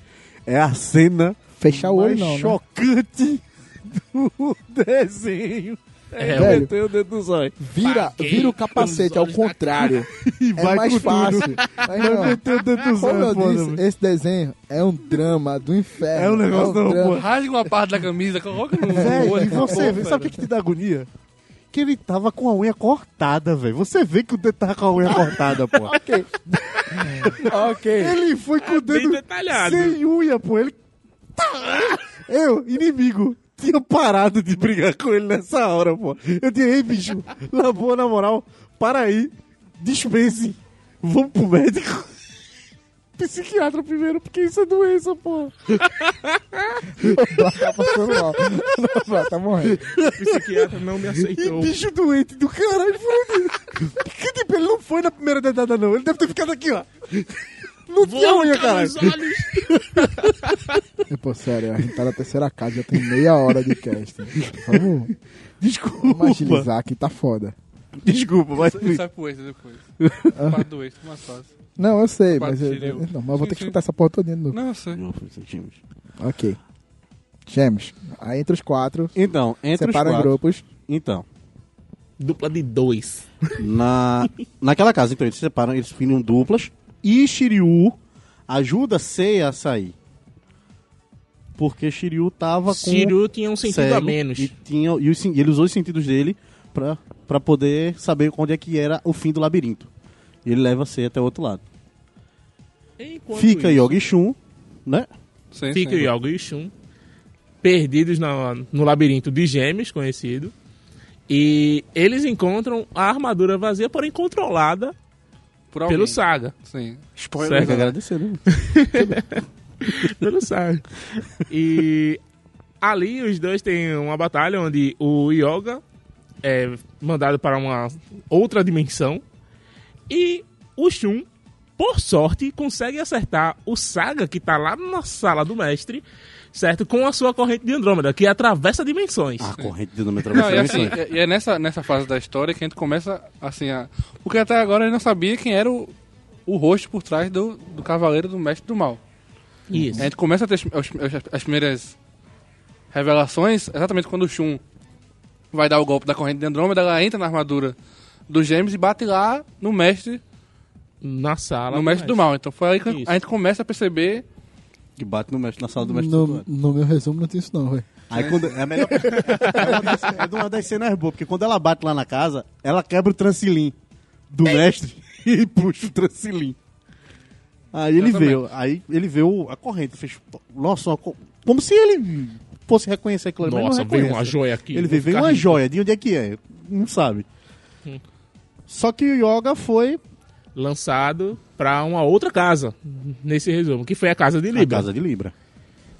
Speaker 3: É a cena
Speaker 1: Fechar o olho
Speaker 3: mais
Speaker 1: não, né?
Speaker 3: chocante do desenho. É,
Speaker 1: velho.
Speaker 3: meteu o dedo no zóio.
Speaker 1: Vira, vira o capacete, ao contrário.
Speaker 3: E
Speaker 1: É
Speaker 3: vai
Speaker 1: mais
Speaker 3: com
Speaker 1: fácil.
Speaker 3: tudo.
Speaker 1: Mas não,
Speaker 3: Meteu o dedo no
Speaker 1: como eu
Speaker 3: zóio, foda,
Speaker 1: disse,
Speaker 3: mano.
Speaker 1: esse desenho é um drama do inferno.
Speaker 3: É um negócio da
Speaker 1: drama.
Speaker 3: porra.
Speaker 2: Rasga uma parte da camisa, coloca no
Speaker 3: Velho,
Speaker 2: olho.
Speaker 3: É, e você vê, sabe o que, que te dá agonia? Que ele tava com a unha cortada, velho. Você vê que o dedo tava com a unha cortada, pô.
Speaker 1: Ok.
Speaker 3: Ele foi com o
Speaker 4: Bem
Speaker 3: dedo
Speaker 4: detalhado.
Speaker 3: sem unha, pô. Ele. Tá! Eu, inimigo, tinha parado de brigar com ele nessa hora, pô. Eu tinha, ei, bicho, na boa, na moral, para aí, dispense, vamos pro médico. Psiquiatra primeiro, porque isso é doença, pô.
Speaker 1: tá passando mal. Não, tá morrendo.
Speaker 4: O psiquiatra não me
Speaker 3: E
Speaker 4: aceitou.
Speaker 3: bicho doente do caralho, foi Porque, tipo, ele não foi na primeira dedada, não. Ele deve ter ficado aqui, ó. Não tinha unha, caralho.
Speaker 1: Pô, sério, a gente tá na terceira casa, já tem meia hora de cast. Vamos, vamos
Speaker 3: Desculpa.
Speaker 1: agilizar que tá foda.
Speaker 3: Desculpa, mas.
Speaker 2: Isso sai pro extra depois. Parte do extra, mais fácil.
Speaker 1: Não, eu sei,
Speaker 2: Quatro
Speaker 1: mas eu,
Speaker 2: seria eu.
Speaker 1: não, mas eu vou ter que
Speaker 2: Sim,
Speaker 1: escutar essa porra toda de novo.
Speaker 2: Não, eu sei.
Speaker 1: Ok. Gêmeos. Aí entre os quatro,
Speaker 3: Então, entre
Speaker 1: separam em grupos.
Speaker 3: Então,
Speaker 4: Dupla de dois.
Speaker 3: na, naquela casa, então, eles se separam, eles finiam duplas. E Shiryu ajuda Seiya a sair. Porque Shiryu tava com.
Speaker 4: Shiryu tinha um sentido a
Speaker 3: cego
Speaker 4: menos.
Speaker 3: E, tinha, e, os sen- e ele usou os sentidos dele pra, pra poder saber onde é que era o fim do labirinto. E ele leva Seiya até o outro lado.
Speaker 4: Enquanto
Speaker 3: Fica
Speaker 4: isso,
Speaker 3: Yogi Shun, né?
Speaker 2: Sim,
Speaker 4: Fica
Speaker 2: sim.
Speaker 4: Yoga e Shun. Perdidos na- no labirinto de gêmeos, conhecido. E eles encontram a armadura vazia, porém controlada
Speaker 2: Por alguém.
Speaker 4: pelo Saga.
Speaker 2: Sim.
Speaker 4: Spoiler.
Speaker 3: Tem que agradecer, né?
Speaker 4: Pelo Saga. E ali os dois têm uma batalha onde o Yoga é mandado para uma outra dimensão e o Shun, por sorte, consegue acertar o Saga que tá lá na sala do mestre, certo? Com a sua corrente de Andrômeda, que atravessa dimensões.
Speaker 3: A corrente de número
Speaker 2: Não, e,
Speaker 3: atravessando
Speaker 2: assim,
Speaker 3: isso aí.
Speaker 2: e- e é nessa, nessa fase da história que a gente começa assim a. Porque até agora ele não sabia quem era o, o rosto por trás do, do cavaleiro do mestre do mal.
Speaker 4: Isso.
Speaker 2: A gente começa a ter as, as- as- as primeiras revelações exatamente quando o Shun vai dar o golpe da corrente de Andrômeda, ela entra na armadura dos gêmeos e bate lá no mestre,
Speaker 4: Na sala.
Speaker 2: no mestre do mal. Então foi aí que
Speaker 4: Isso.
Speaker 2: a gente começa a perceber.
Speaker 3: Que bate no mestre, na sala do mestre
Speaker 1: No,
Speaker 3: tatuado.
Speaker 1: no meu resumo não tem isso não, velho.
Speaker 3: Aí quando. É a melhor. é, uma das, é uma das cenas boas, porque quando ela bate lá na casa, ela quebra o trancilim do mestre e puxa o trancilim. Aí ele
Speaker 2: Exatamente.
Speaker 3: veio, aí ele veu a corrente, fez. pô, Nossa, uma co- como se ele fosse reconhecer aquilo ali. mas
Speaker 4: Nossa,
Speaker 3: não
Speaker 4: veio
Speaker 3: reconhece.
Speaker 4: uma joia aqui.
Speaker 3: Ele
Speaker 4: vou
Speaker 3: veio, veio
Speaker 4: ficar
Speaker 3: uma
Speaker 4: rico.
Speaker 3: joia, de onde é que é? Não sabe. Só que o Yoga foi
Speaker 4: Lançado para uma outra casa, nesse resumo, que foi a casa de
Speaker 3: na
Speaker 4: Libra.
Speaker 3: casa de Libra.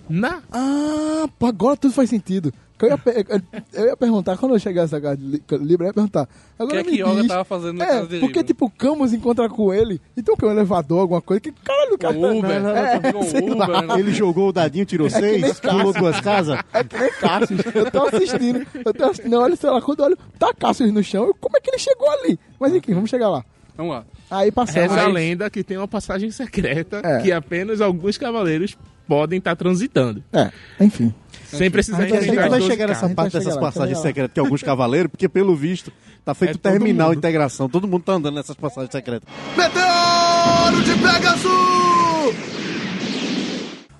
Speaker 4: Na
Speaker 1: Ah, pô, agora tudo faz sentido. Que Eu ia, pe- eu- eu ia perguntar, quando eu chegasse na casa de Li- Libra, eu ia perguntar. Agora
Speaker 2: O que é
Speaker 1: me
Speaker 2: que Yoga
Speaker 1: diz-
Speaker 2: tava fazendo na
Speaker 1: é,
Speaker 2: casa de
Speaker 1: Porque,
Speaker 2: Libra?
Speaker 1: tipo, o Camus encontra com ele, então que é um elevador, alguma coisa, que caralho, cara.
Speaker 2: Um Uber,
Speaker 1: não, não, é,
Speaker 2: pegou um
Speaker 1: sei
Speaker 2: Uber,
Speaker 1: lá.
Speaker 2: né?
Speaker 3: Ele jogou o dadinho, tirou seis, pulou duas casas.
Speaker 1: É que nem Cassius. Eu tô assistindo. Eu tô assistindo. Eu olho, sei lá, quando eu olho, tá Cassius no chão. eu, como é que ele chegou ali? Mas enfim, vamos chegar lá.
Speaker 2: Vamos lá.
Speaker 1: Aí passamos.
Speaker 4: Reza é a
Speaker 1: Aí-
Speaker 4: lenda que tem uma passagem secreta
Speaker 1: É.
Speaker 4: que apenas alguns cavaleiros podem estar transitando.
Speaker 1: É, enfim.
Speaker 4: Sem precisar
Speaker 1: A gente
Speaker 3: A gente
Speaker 4: enfrentar
Speaker 1: vai
Speaker 3: é vai
Speaker 4: doze
Speaker 3: chegar
Speaker 1: A
Speaker 3: nessa
Speaker 1: gente
Speaker 3: parte
Speaker 1: vai
Speaker 3: dessas
Speaker 1: chegar lá,
Speaker 3: passagens
Speaker 1: chega lá.
Speaker 3: secretas de alguns cavaleiros, porque pelo visto tá feito
Speaker 4: É todo
Speaker 3: terminal
Speaker 4: mundo.
Speaker 3: integração. Todo mundo tá andando nessas passagens secretas.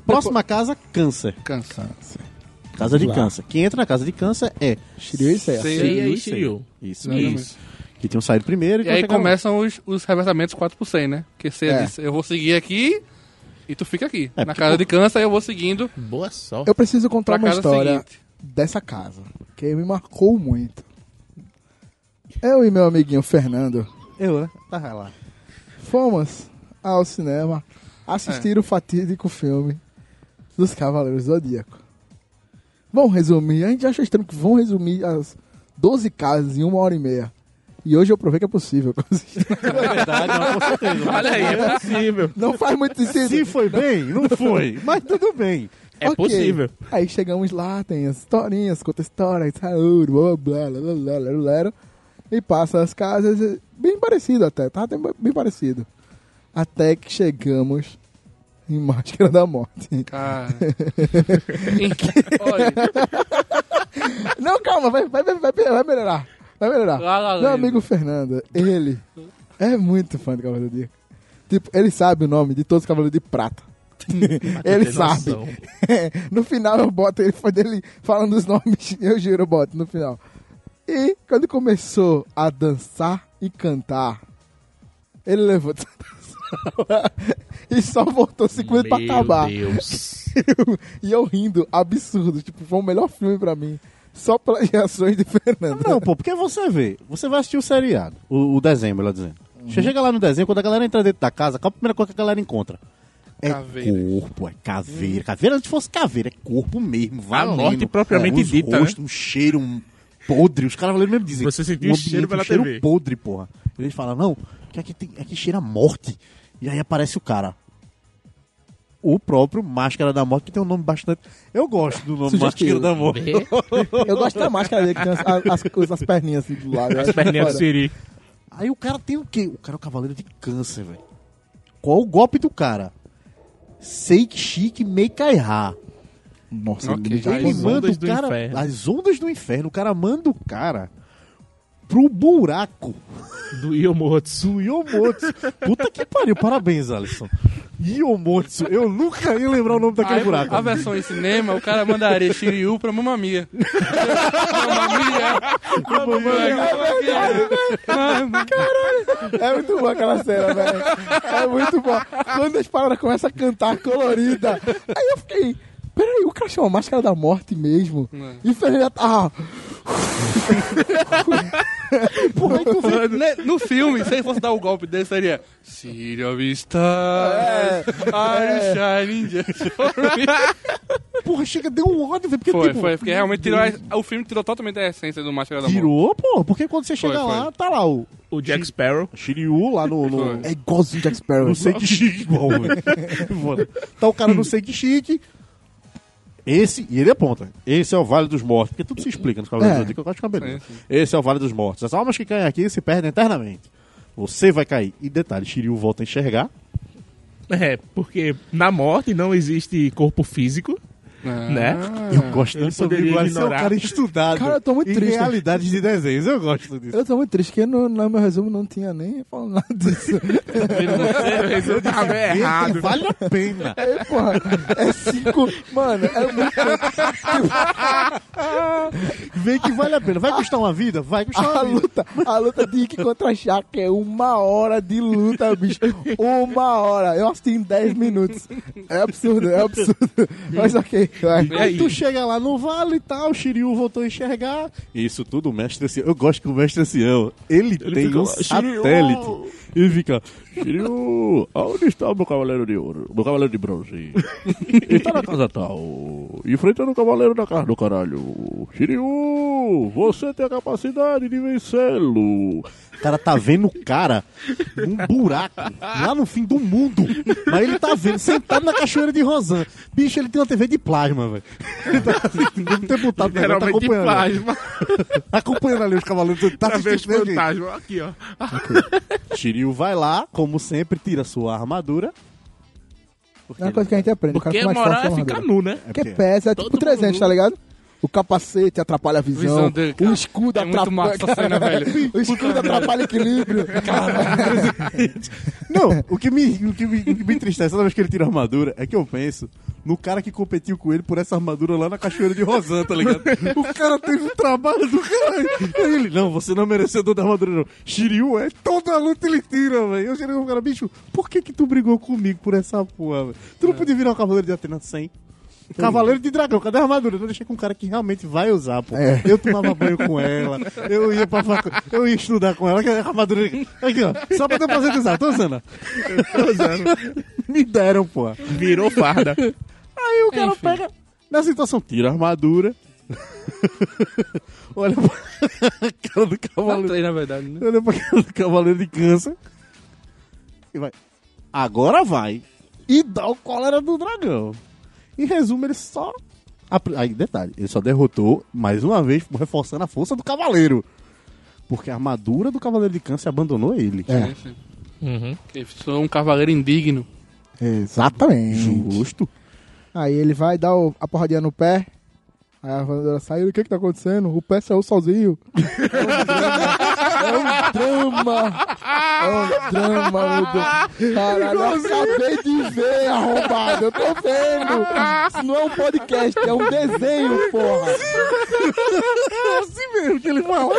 Speaker 3: Próxima casa, câncer.
Speaker 2: Cansa.
Speaker 3: Casa de
Speaker 1: Lá.
Speaker 3: câncer. Quem entra na casa de câncer é
Speaker 1: Shiryu e Seiya.
Speaker 2: Sei-
Speaker 4: Seiya e
Speaker 3: Seiya.
Speaker 4: Shiryu.
Speaker 3: Isso
Speaker 2: Exatamente.
Speaker 3: mesmo. que tinham saído primeiro.
Speaker 2: E
Speaker 3: que
Speaker 2: aí
Speaker 3: chegaram-
Speaker 2: começam os, os revezamentos 4 por 100, né? Que você
Speaker 1: É.
Speaker 2: diz, eu vou seguir aqui e tu fica aqui.
Speaker 3: É,
Speaker 2: Na
Speaker 3: porque,
Speaker 2: casa de câncer eu vou seguindo
Speaker 6: Boa sorte.
Speaker 1: Eu preciso contar
Speaker 2: pra
Speaker 1: uma
Speaker 2: casa é
Speaker 1: história
Speaker 2: seguinte.
Speaker 1: dessa casa, que me marcou muito. Eu e meu amiguinho Fernando
Speaker 3: Eu, né? Tava lá.
Speaker 1: fomos ao cinema
Speaker 3: É.
Speaker 1: assistir o fatídico filme dos Cavaleiros do Zodíaco. Vão resumir, a gente acha estranho que vão resumir as 12 casas em uma hora e meia. E hoje eu provei que é possível.
Speaker 3: É verdade, não, com certeza.
Speaker 4: Olha aí, é possível.
Speaker 1: Não faz muito
Speaker 3: Se
Speaker 1: sentido.
Speaker 3: foi bem, não foi. Mas tudo bem.
Speaker 4: É
Speaker 1: Ok.
Speaker 4: possível.
Speaker 1: Aí chegamos lá, tem as historinhas, conta história, saúde, blá blá blá blá blá blá blá, blá. E passa as casas, e- bem parecido até, tá até bem parecido. Até que chegamos em Máscara da Morte.
Speaker 2: Cara. Em que- Olha,
Speaker 1: Não, calma, vai, vai, vai, vai, vai melhorar. Vai melhorar.
Speaker 2: Lá, lá,
Speaker 1: Meu
Speaker 2: lá.
Speaker 1: amigo Fernando, ele é muito fã de Cavaleiro do Zodíaco. Tipo, ele sabe o nome de todos os Cavaleiros de Prata. ele sabe. no final eu boto ele, foi dele falando os nomes, eu juro, eu boto no final. E quando começou a dançar e cantar, ele levantou da sala e só voltou 50 pra acabar.
Speaker 6: Deus.
Speaker 1: E eu rindo, absurdo. Tipo, foi o melhor filme pra mim. Só pelas reações de Fernando.
Speaker 3: Não, pô, porque você vê, você vai assistir o seriado, o, o desenho, melhor dizendo. Você
Speaker 4: Uhum.
Speaker 3: chega lá no desenho, quando a galera entra dentro da casa, qual a primeira coisa que a galera encontra? É
Speaker 2: Caveira.
Speaker 3: corpo, é caveira. Caveira, antes fosse caveira, é corpo mesmo, valendo.
Speaker 4: Uhum. morte propriamente
Speaker 3: é,
Speaker 4: dita, né?
Speaker 3: rosto, Um cheiro um podre, os caras mesmo dizem.
Speaker 4: Você sentiu
Speaker 3: um
Speaker 4: o cheiro
Speaker 3: ambiente,
Speaker 4: pela
Speaker 3: um cheiro
Speaker 4: TV.
Speaker 3: podre, porra. Eles falam, não, que aqui, tem, aqui cheira a morte. E aí aparece o cara. O próprio Máscara da Morte, que tem um nome bastante... Eu gosto do nome
Speaker 1: Sugestivo.
Speaker 3: Máscara da Morte.
Speaker 1: Eu gosto da máscara dele, que tem as, as, as, as perninhas assim do lado.
Speaker 4: As perninhas do Siri.
Speaker 3: Aí o cara tem o quê? O cara é o cavaleiro de câncer, velho. Qual o golpe do cara? Seik Chique Meikaiha.
Speaker 1: Nossa,
Speaker 2: Ok.
Speaker 1: ele já
Speaker 2: Aí
Speaker 3: Ele
Speaker 4: As
Speaker 1: manda.
Speaker 3: manda
Speaker 4: ondas
Speaker 3: o
Speaker 4: do
Speaker 3: cara.
Speaker 4: inferno.
Speaker 3: As ondas do inferno. O cara manda o cara pro buraco
Speaker 4: Do Iomotsu.
Speaker 3: do Yomotsu. Puta que pariu. Parabéns, Alisson. Yomotsu. Eu nunca ia lembrar o nome daquele
Speaker 2: Aí,
Speaker 3: buraco.
Speaker 2: A versão em cinema, o cara mandaria Shiryu pra Mamamia. é Mamamia.
Speaker 1: É muito boa aquela cena, velho. É muito boa. Quando as palavras começam a cantar colorida. Aí eu fiquei. Peraí, o cara chama Máscara da Morte mesmo.
Speaker 4: É.
Speaker 2: Não.
Speaker 1: E o Fernando já tá.
Speaker 3: Porra,
Speaker 1: então,
Speaker 3: aí tu vê-
Speaker 2: Né, No filme, se ele fosse dar o golpe dele, seria Sirio Vista É. Are you shining just for me?"
Speaker 3: porra, chega, deu um ódio, velho. Porque,
Speaker 2: Foi,
Speaker 3: tipo,
Speaker 2: foi, porque realmente tirou a- o filme tirou totalmente a essência do Máscara da Morte.
Speaker 3: Tirou, porra. Porque quando você
Speaker 2: Foi,
Speaker 3: chega
Speaker 2: foi.
Speaker 3: lá, tá lá o
Speaker 4: O Jack Sparrow.
Speaker 3: Shiryu lá no- no,
Speaker 2: Foi.
Speaker 1: É igualzinho Jack Sparrow.
Speaker 3: No Seiki Chique igual, velho. Foda. Tá o cara no Seiki Chique. Esse, e ele aponta. Esse é o Vale dos Mortos. Porque tudo se explica nos
Speaker 1: É.
Speaker 3: Cavaleiros do Zodíaco. Eu gosto de cabelo.
Speaker 2: Sim, sim.
Speaker 3: Esse é o Vale dos Mortos. As almas que caem aqui se perdem eternamente. Você vai cair. E detalhe, Shiryu volta a enxergar.
Speaker 4: É, porque na morte não existe corpo físico,
Speaker 2: Ah.
Speaker 4: né?
Speaker 3: eu gosto
Speaker 4: ele
Speaker 3: disso. sobre
Speaker 4: poderia
Speaker 3: igual, esse é um
Speaker 4: ignorar.
Speaker 3: cara estudado.
Speaker 1: Cara, eu tô muito
Speaker 3: em
Speaker 1: triste.
Speaker 3: realidades de desenhos. Eu gosto disso.
Speaker 1: Eu tô muito triste, que no, no meu resumo não tinha nem falando nada disso.
Speaker 4: Tá
Speaker 3: Vê que
Speaker 4: errado.
Speaker 3: Vale a pena.
Speaker 1: Aí, porra, é cinco. Mano, é muito.
Speaker 3: Vê que vale a pena. Vai custar uma vida? Vai custar
Speaker 1: A
Speaker 3: uma vida.
Speaker 1: luta, a luta de Ikki contra Shaka é uma hora de luta, bicho. Uma hora. Eu assisti em 10 minutos. É absurdo, é absurdo. Mas ok, vai.
Speaker 4: E
Speaker 3: Aí
Speaker 4: aí?
Speaker 3: tu chega lá no vale e tal, o Shiryu voltou a enxergar. Isso tudo o mestre Ancião. Eu gosto que o mestre Ancião, ele, tem
Speaker 4: fica
Speaker 3: um
Speaker 4: lá, "Shiryu!"
Speaker 3: satélite. E fica, Shiryu, aonde está o meu cavaleiro de ouro? Meu cavaleiro de bronze. está tá na casa tal. Enfrentando o cavaleiro da carne do caralho. Shiryu, você tem a capacidade de vencê-lo. O cara tá vendo o cara num buraco, lá no fim do mundo. Mas ele tá vendo, sentado na cachoeira de Rosan. Bicho, ele tem uma TV de plasma, velho. Ele tá assim, deve ter botado, né? Ele tá
Speaker 4: Geralmente de
Speaker 3: acompanhando.
Speaker 4: plasma
Speaker 3: Tá acompanhando ali os cavaleiros. Tá
Speaker 4: pra ver os
Speaker 3: assistindo né, gente?
Speaker 4: fantasmas. Aqui, ó.
Speaker 3: Shiryu vai lá, como sempre, tira sua armadura. Porque
Speaker 1: É uma
Speaker 3: ele-
Speaker 1: É coisa que a gente aprende. o cara
Speaker 4: Porque
Speaker 1: fica mais forte
Speaker 4: morar
Speaker 1: que a
Speaker 4: é ficar
Speaker 1: armadura.
Speaker 4: nu, né?
Speaker 1: Porque pesa, é tipo
Speaker 4: Todo
Speaker 1: 300,
Speaker 4: mundo-
Speaker 1: tá ligado? O capacete atrapalha a visão.
Speaker 2: Visão dele, cara.
Speaker 1: o escudo
Speaker 2: É muito
Speaker 1: atrapalha.
Speaker 2: massa essa cena, velho.
Speaker 1: o escudo atrapalha o equilíbrio.
Speaker 3: Não, o que, me, o, que me, o que me entristece toda vez que ele tira a armadura é que eu penso no cara que competiu com ele por essa armadura lá na Cachoeira de Rosan, tá ligado? O cara teve um trabalho do caralho. Aí ele, não, você não é merecedor da armadura, não. Shiryu é toda luta ele tira, velho. Eu cheguei com o cara, bicho, por que que tu brigou comigo por essa porra, velho? Tu não podia virar um cavaleiro de Atena 100? Cavaleiro de dragão, cadê a armadura? Eu deixei com um cara que realmente vai usar, pô.
Speaker 1: É.
Speaker 3: Eu tomava banho com ela, eu ia pra facu... eu ia estudar com ela, que a armadura. Aqui, ó, só pra ter prazer de usar, tô usando. ó. Me deram, pô.
Speaker 4: Virou farda.
Speaker 3: Aí o cara pega, nessa situação, tira a armadura. Olha pra cara do
Speaker 2: Não
Speaker 3: cavaleiro.
Speaker 2: tem, na verdade, né?
Speaker 3: Olha pra cara do cavaleiro de câncer. E vai. Agora vai. E dá o cólera do dragão. Em resumo, ele só. apl- Aí, detalhe, ele só derrotou, mais uma vez, reforçando a força do cavaleiro. Porque a armadura do cavaleiro de câncer abandonou ele.
Speaker 1: É.
Speaker 2: Enfim. Eu sou um cavaleiro indigno.
Speaker 1: Exatamente.
Speaker 3: Justo.
Speaker 1: Aí ele vai dar o- a porradinha no pé. Aí a armadura saiu. O que que tá acontecendo? O pé saiu sozinho. É um drama. É um drama. É um drama, meu Deus. Caralho, eu acabei de ver, arrombado. Eu tô vendo. Isso não é um podcast, é um desenho, porra.
Speaker 3: assim mesmo que ele fala.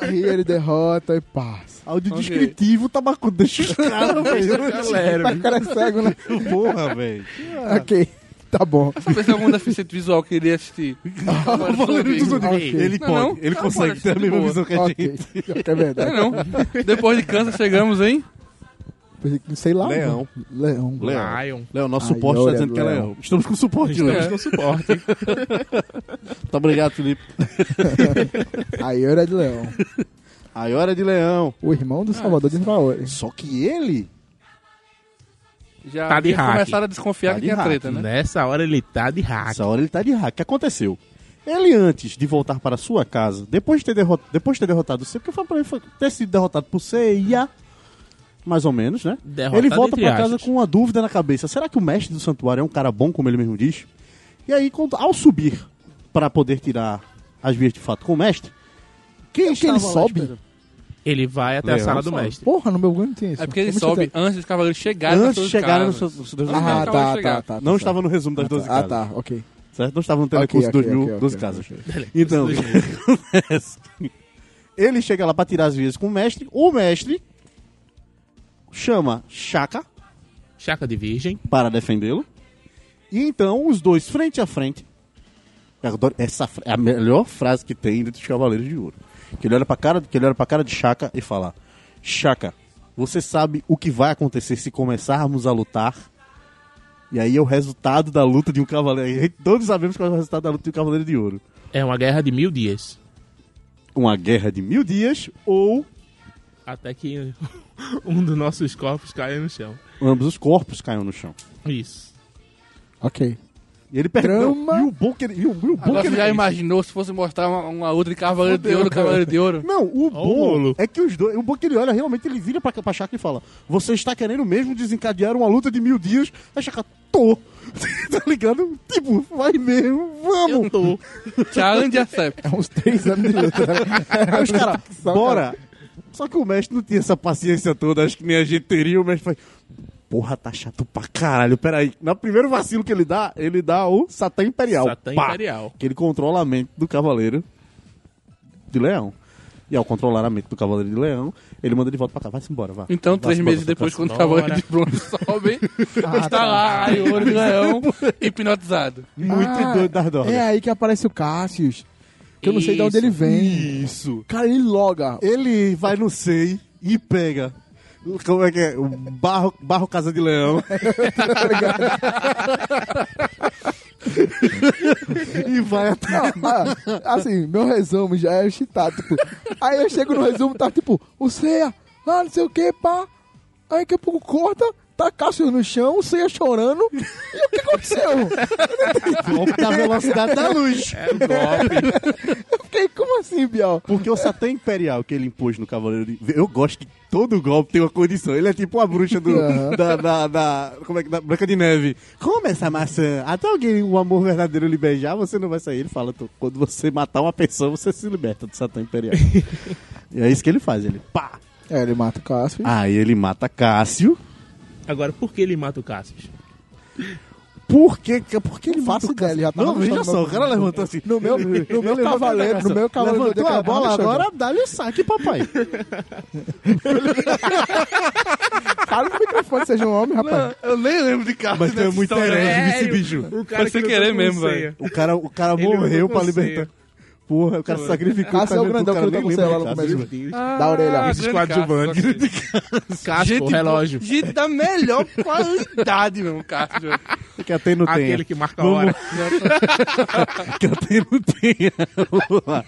Speaker 1: Aí ele derrota e passa.
Speaker 3: Áudio
Speaker 2: Ok.
Speaker 3: descritivo, tabaco, deixa os caras, velho.
Speaker 1: Mas O cara é cego, né?
Speaker 3: Porra, velho.
Speaker 1: Ok, tá bom.
Speaker 2: Talvez tenha algum deficiente visual que iria assistir. Cavaleiro do Zodíaco.
Speaker 1: Ok.
Speaker 3: Ele
Speaker 2: Não,
Speaker 3: pode,
Speaker 2: não.
Speaker 3: ele
Speaker 2: Não,
Speaker 3: consegue
Speaker 2: pode,
Speaker 3: ter a
Speaker 2: de
Speaker 3: mesma
Speaker 2: boa.
Speaker 3: visão que a gente.
Speaker 1: Ok, é verdade.
Speaker 2: É, não. Depois de Kansas chegamos, hein?
Speaker 1: Sei lá.
Speaker 3: Leão.
Speaker 1: mano. Leão.
Speaker 3: Leão.
Speaker 4: Lion.
Speaker 3: Léo, nosso
Speaker 1: Ai,
Speaker 3: suporte
Speaker 1: olha,
Speaker 3: tá dizendo que é
Speaker 1: Léo.
Speaker 3: Leão. Estamos com suporte, Léo.
Speaker 4: Estamos com suporte.
Speaker 3: Muito obrigado, Felipe.
Speaker 1: Aí eu era de leão.
Speaker 3: Aí hora é de Leão.
Speaker 1: O irmão
Speaker 2: Ah,
Speaker 1: do Salvador de Raul.
Speaker 3: Só que ele
Speaker 2: Já,
Speaker 4: Tá de
Speaker 2: já
Speaker 4: hack.
Speaker 2: começaram a desconfiar
Speaker 3: Tá
Speaker 2: que
Speaker 3: de
Speaker 2: tinha
Speaker 3: hack,
Speaker 2: treta, né?
Speaker 4: Nessa hora ele tá de hack.
Speaker 3: Essa hora ele tá de hack. O que aconteceu? Ele, antes de voltar para sua casa, depois de ter, derrot... depois de ter derrotado o C, porque foi pra ele foi ter sido derrotado por Seiya, mais ou menos, né?
Speaker 4: Derrotado
Speaker 3: ele volta
Speaker 4: entre
Speaker 3: para casa
Speaker 4: aspas.
Speaker 3: com uma dúvida na cabeça. Será que o mestre do santuário é um cara bom, como ele mesmo diz? E aí, quando- ao subir para poder tirar as vias de fato com o mestre, quem
Speaker 1: que ele
Speaker 3: estava lá
Speaker 1: sobe?
Speaker 3: esperando?
Speaker 4: Ele vai até
Speaker 3: Leão
Speaker 4: a sala do
Speaker 3: sobe.
Speaker 4: mestre.
Speaker 1: Porra, no meu ganho tem isso.
Speaker 2: É porque ele
Speaker 1: Como
Speaker 2: sobe
Speaker 1: você tá-
Speaker 2: antes dos cavaleiros chegarem
Speaker 3: Antes de
Speaker 2: de
Speaker 3: chegar no seu, seu Deus do Mar.
Speaker 1: Ah,
Speaker 2: Acabou
Speaker 1: tá,
Speaker 2: de
Speaker 1: tá,
Speaker 2: chegar.
Speaker 1: tá.
Speaker 3: Não estava no resumo das 12
Speaker 1: Ah,
Speaker 3: casas.
Speaker 1: tá, ok.
Speaker 3: Certo? Não estava no telecurso
Speaker 1: Ok, ok,
Speaker 3: 2000,
Speaker 1: ok, ok,
Speaker 3: 12
Speaker 1: ok.
Speaker 3: casas. Então, o que acontece? Ele chega lá pra tirar as vias com o mestre. O mestre chama Chaka
Speaker 4: Chaca de virgem.
Speaker 3: para defendê-lo. E então, os dois frente a frente. Eu adoro- Essa fra- é a melhor frase que tem dentro dos Cavaleiros de Ouro. Que ele olha pra cara, que ele olha pra cara de Chaka e fala: Chaka, você sabe o que vai acontecer se começarmos a lutar? E aí é o resultado da luta de um cavaleiro. E Todos sabemos qual é o resultado da luta de um cavaleiro de ouro.
Speaker 4: É uma guerra de mil dias.
Speaker 3: Uma guerra de mil dias ou
Speaker 4: Até que um dos nossos corpos caia no chão.
Speaker 3: ambos os corpos caiam no chão.
Speaker 4: Isso.
Speaker 1: Ok.
Speaker 3: E ele perdeu.
Speaker 1: Drama.
Speaker 3: E o bom que ele. E o, e o bom
Speaker 2: Agora você
Speaker 3: que é ele
Speaker 2: já
Speaker 3: fez.
Speaker 2: imaginou se fosse mostrar uma, uma outra de cavaleiro de ouro, cavaleiro de ouro?
Speaker 3: Não, o bom
Speaker 4: bolo.
Speaker 3: é que os dois. O bom que ele olha, realmente ele vira pra, pra Chaka e fala: Você está querendo mesmo desencadear uma luta de mil dias? Aí Chaka, tô. tá ligado? Tipo, vai mesmo, vamos.
Speaker 4: tô.
Speaker 2: Challenge accept.
Speaker 1: É uns três anos de luta.
Speaker 3: Aí os caras,
Speaker 1: Só,
Speaker 3: bora. Só que o mestre não tinha essa paciência toda, acho que nem a gente teria. O mestre faz. Porra, tá chato pra caralho. Peraí. No primeiro vacilo que ele dá, ele dá o Satã Imperial.
Speaker 4: Satã
Speaker 3: Pá.
Speaker 4: Imperial.
Speaker 3: Que ele controla a mente do Cavaleiro de Leão. E ao controlar a mente do Cavaleiro de Leão, ele manda ele volta pra cá. Vai-se embora, vá.
Speaker 2: Então, três
Speaker 3: Vá-se
Speaker 2: meses
Speaker 3: embora,
Speaker 2: depois,
Speaker 3: vá-se
Speaker 2: quando os
Speaker 4: Bora.
Speaker 2: cavaleiros de bronze sobem, está lá, aí o ouro de leão, hipnotizado.
Speaker 3: embora. Muito
Speaker 1: Ah,
Speaker 3: doido das drogas.
Speaker 1: É assim. aí que aparece o Cassius. Que eu não sei de onde ele vem.
Speaker 3: Isso.
Speaker 1: Cara, ele loga.
Speaker 3: Ele vai no SEI e pega. Como é que é? O barro, barro Casa de Leão.
Speaker 1: Tá
Speaker 3: e vai até.
Speaker 1: Ah, assim, meu resumo já é chitado. Tipo, aí eu chego no resumo, tá tipo, o Ceia, ah, não sei o que, pá. Aí daqui a pouco corta, tá Cássio no chão, o Ceia chorando. E o que aconteceu?
Speaker 2: É
Speaker 3: Golpe da velocidade da luz.
Speaker 1: Fiquei, como assim? assim, Bial?
Speaker 3: Porque o Satã Imperial que ele impôs no Cavaleiro de... Eu gosto que todo golpe tem uma condição. Ele é tipo a bruxa do,
Speaker 1: Aham.
Speaker 3: da, da, da- Como é que. Da Branca de Neve. Come essa maçã. Até alguém, o amor verdadeiro, lhe beijar, você não vai sair. Ele fala: "Tô- quando você matar uma pessoa, você se liberta do Satã Imperial. e é isso que ele faz. Ele pá!
Speaker 1: É, ele mata o Cássio.
Speaker 3: Aí ele mata Cássio.
Speaker 4: Agora, por que ele mata o Cassius?
Speaker 3: Por que, por que ele
Speaker 1: Não
Speaker 3: mata
Speaker 1: faço
Speaker 3: o
Speaker 1: ideia,
Speaker 3: Cássio?
Speaker 1: ele já tá tava
Speaker 3: não, veja
Speaker 1: gostando
Speaker 3: só,
Speaker 1: do-
Speaker 3: o cara levantou assim.
Speaker 1: No meu, no meu cavaleiro, no meu cavaleiro do
Speaker 3: Levantou
Speaker 1: Zodíaco,
Speaker 3: a bola
Speaker 1: Alexandre.
Speaker 3: agora, dá-lhe o saque, papai.
Speaker 1: Fala no microfone, seja um homem, rapaz.
Speaker 2: Eu nem lembro de Cássio.
Speaker 3: Mas tu é
Speaker 2: nessa
Speaker 3: muito
Speaker 2: história.
Speaker 3: herói.
Speaker 4: Sério?
Speaker 3: esse bicho.
Speaker 4: O cara
Speaker 2: Foi sem
Speaker 4: que lutou
Speaker 2: querer
Speaker 4: com
Speaker 2: mesmo,
Speaker 4: o Seiya.
Speaker 2: velho.
Speaker 3: O cara, o cara
Speaker 4: Ele
Speaker 3: morreu
Speaker 4: lutou com
Speaker 3: pra
Speaker 4: o
Speaker 3: libertar. Porra, o cara se sacrificou.
Speaker 1: Cássio
Speaker 3: pra
Speaker 1: é o
Speaker 3: libertar,
Speaker 1: grandão
Speaker 3: cara
Speaker 1: que lutou
Speaker 3: nem
Speaker 1: com o Seiya
Speaker 3: lembra
Speaker 1: lá no
Speaker 3: de Cássio.
Speaker 1: começo.
Speaker 2: Da
Speaker 4: Ah,
Speaker 1: Da orelha.
Speaker 4: Esses coadjuvantes. Cássio,
Speaker 2: Gente,
Speaker 4: relógio.
Speaker 2: Gente da melhor qualidade, mesmo, Cássio.
Speaker 3: Que até não tem.
Speaker 4: Aquele que marca a hora.
Speaker 3: Que até não tem. Vamos lá.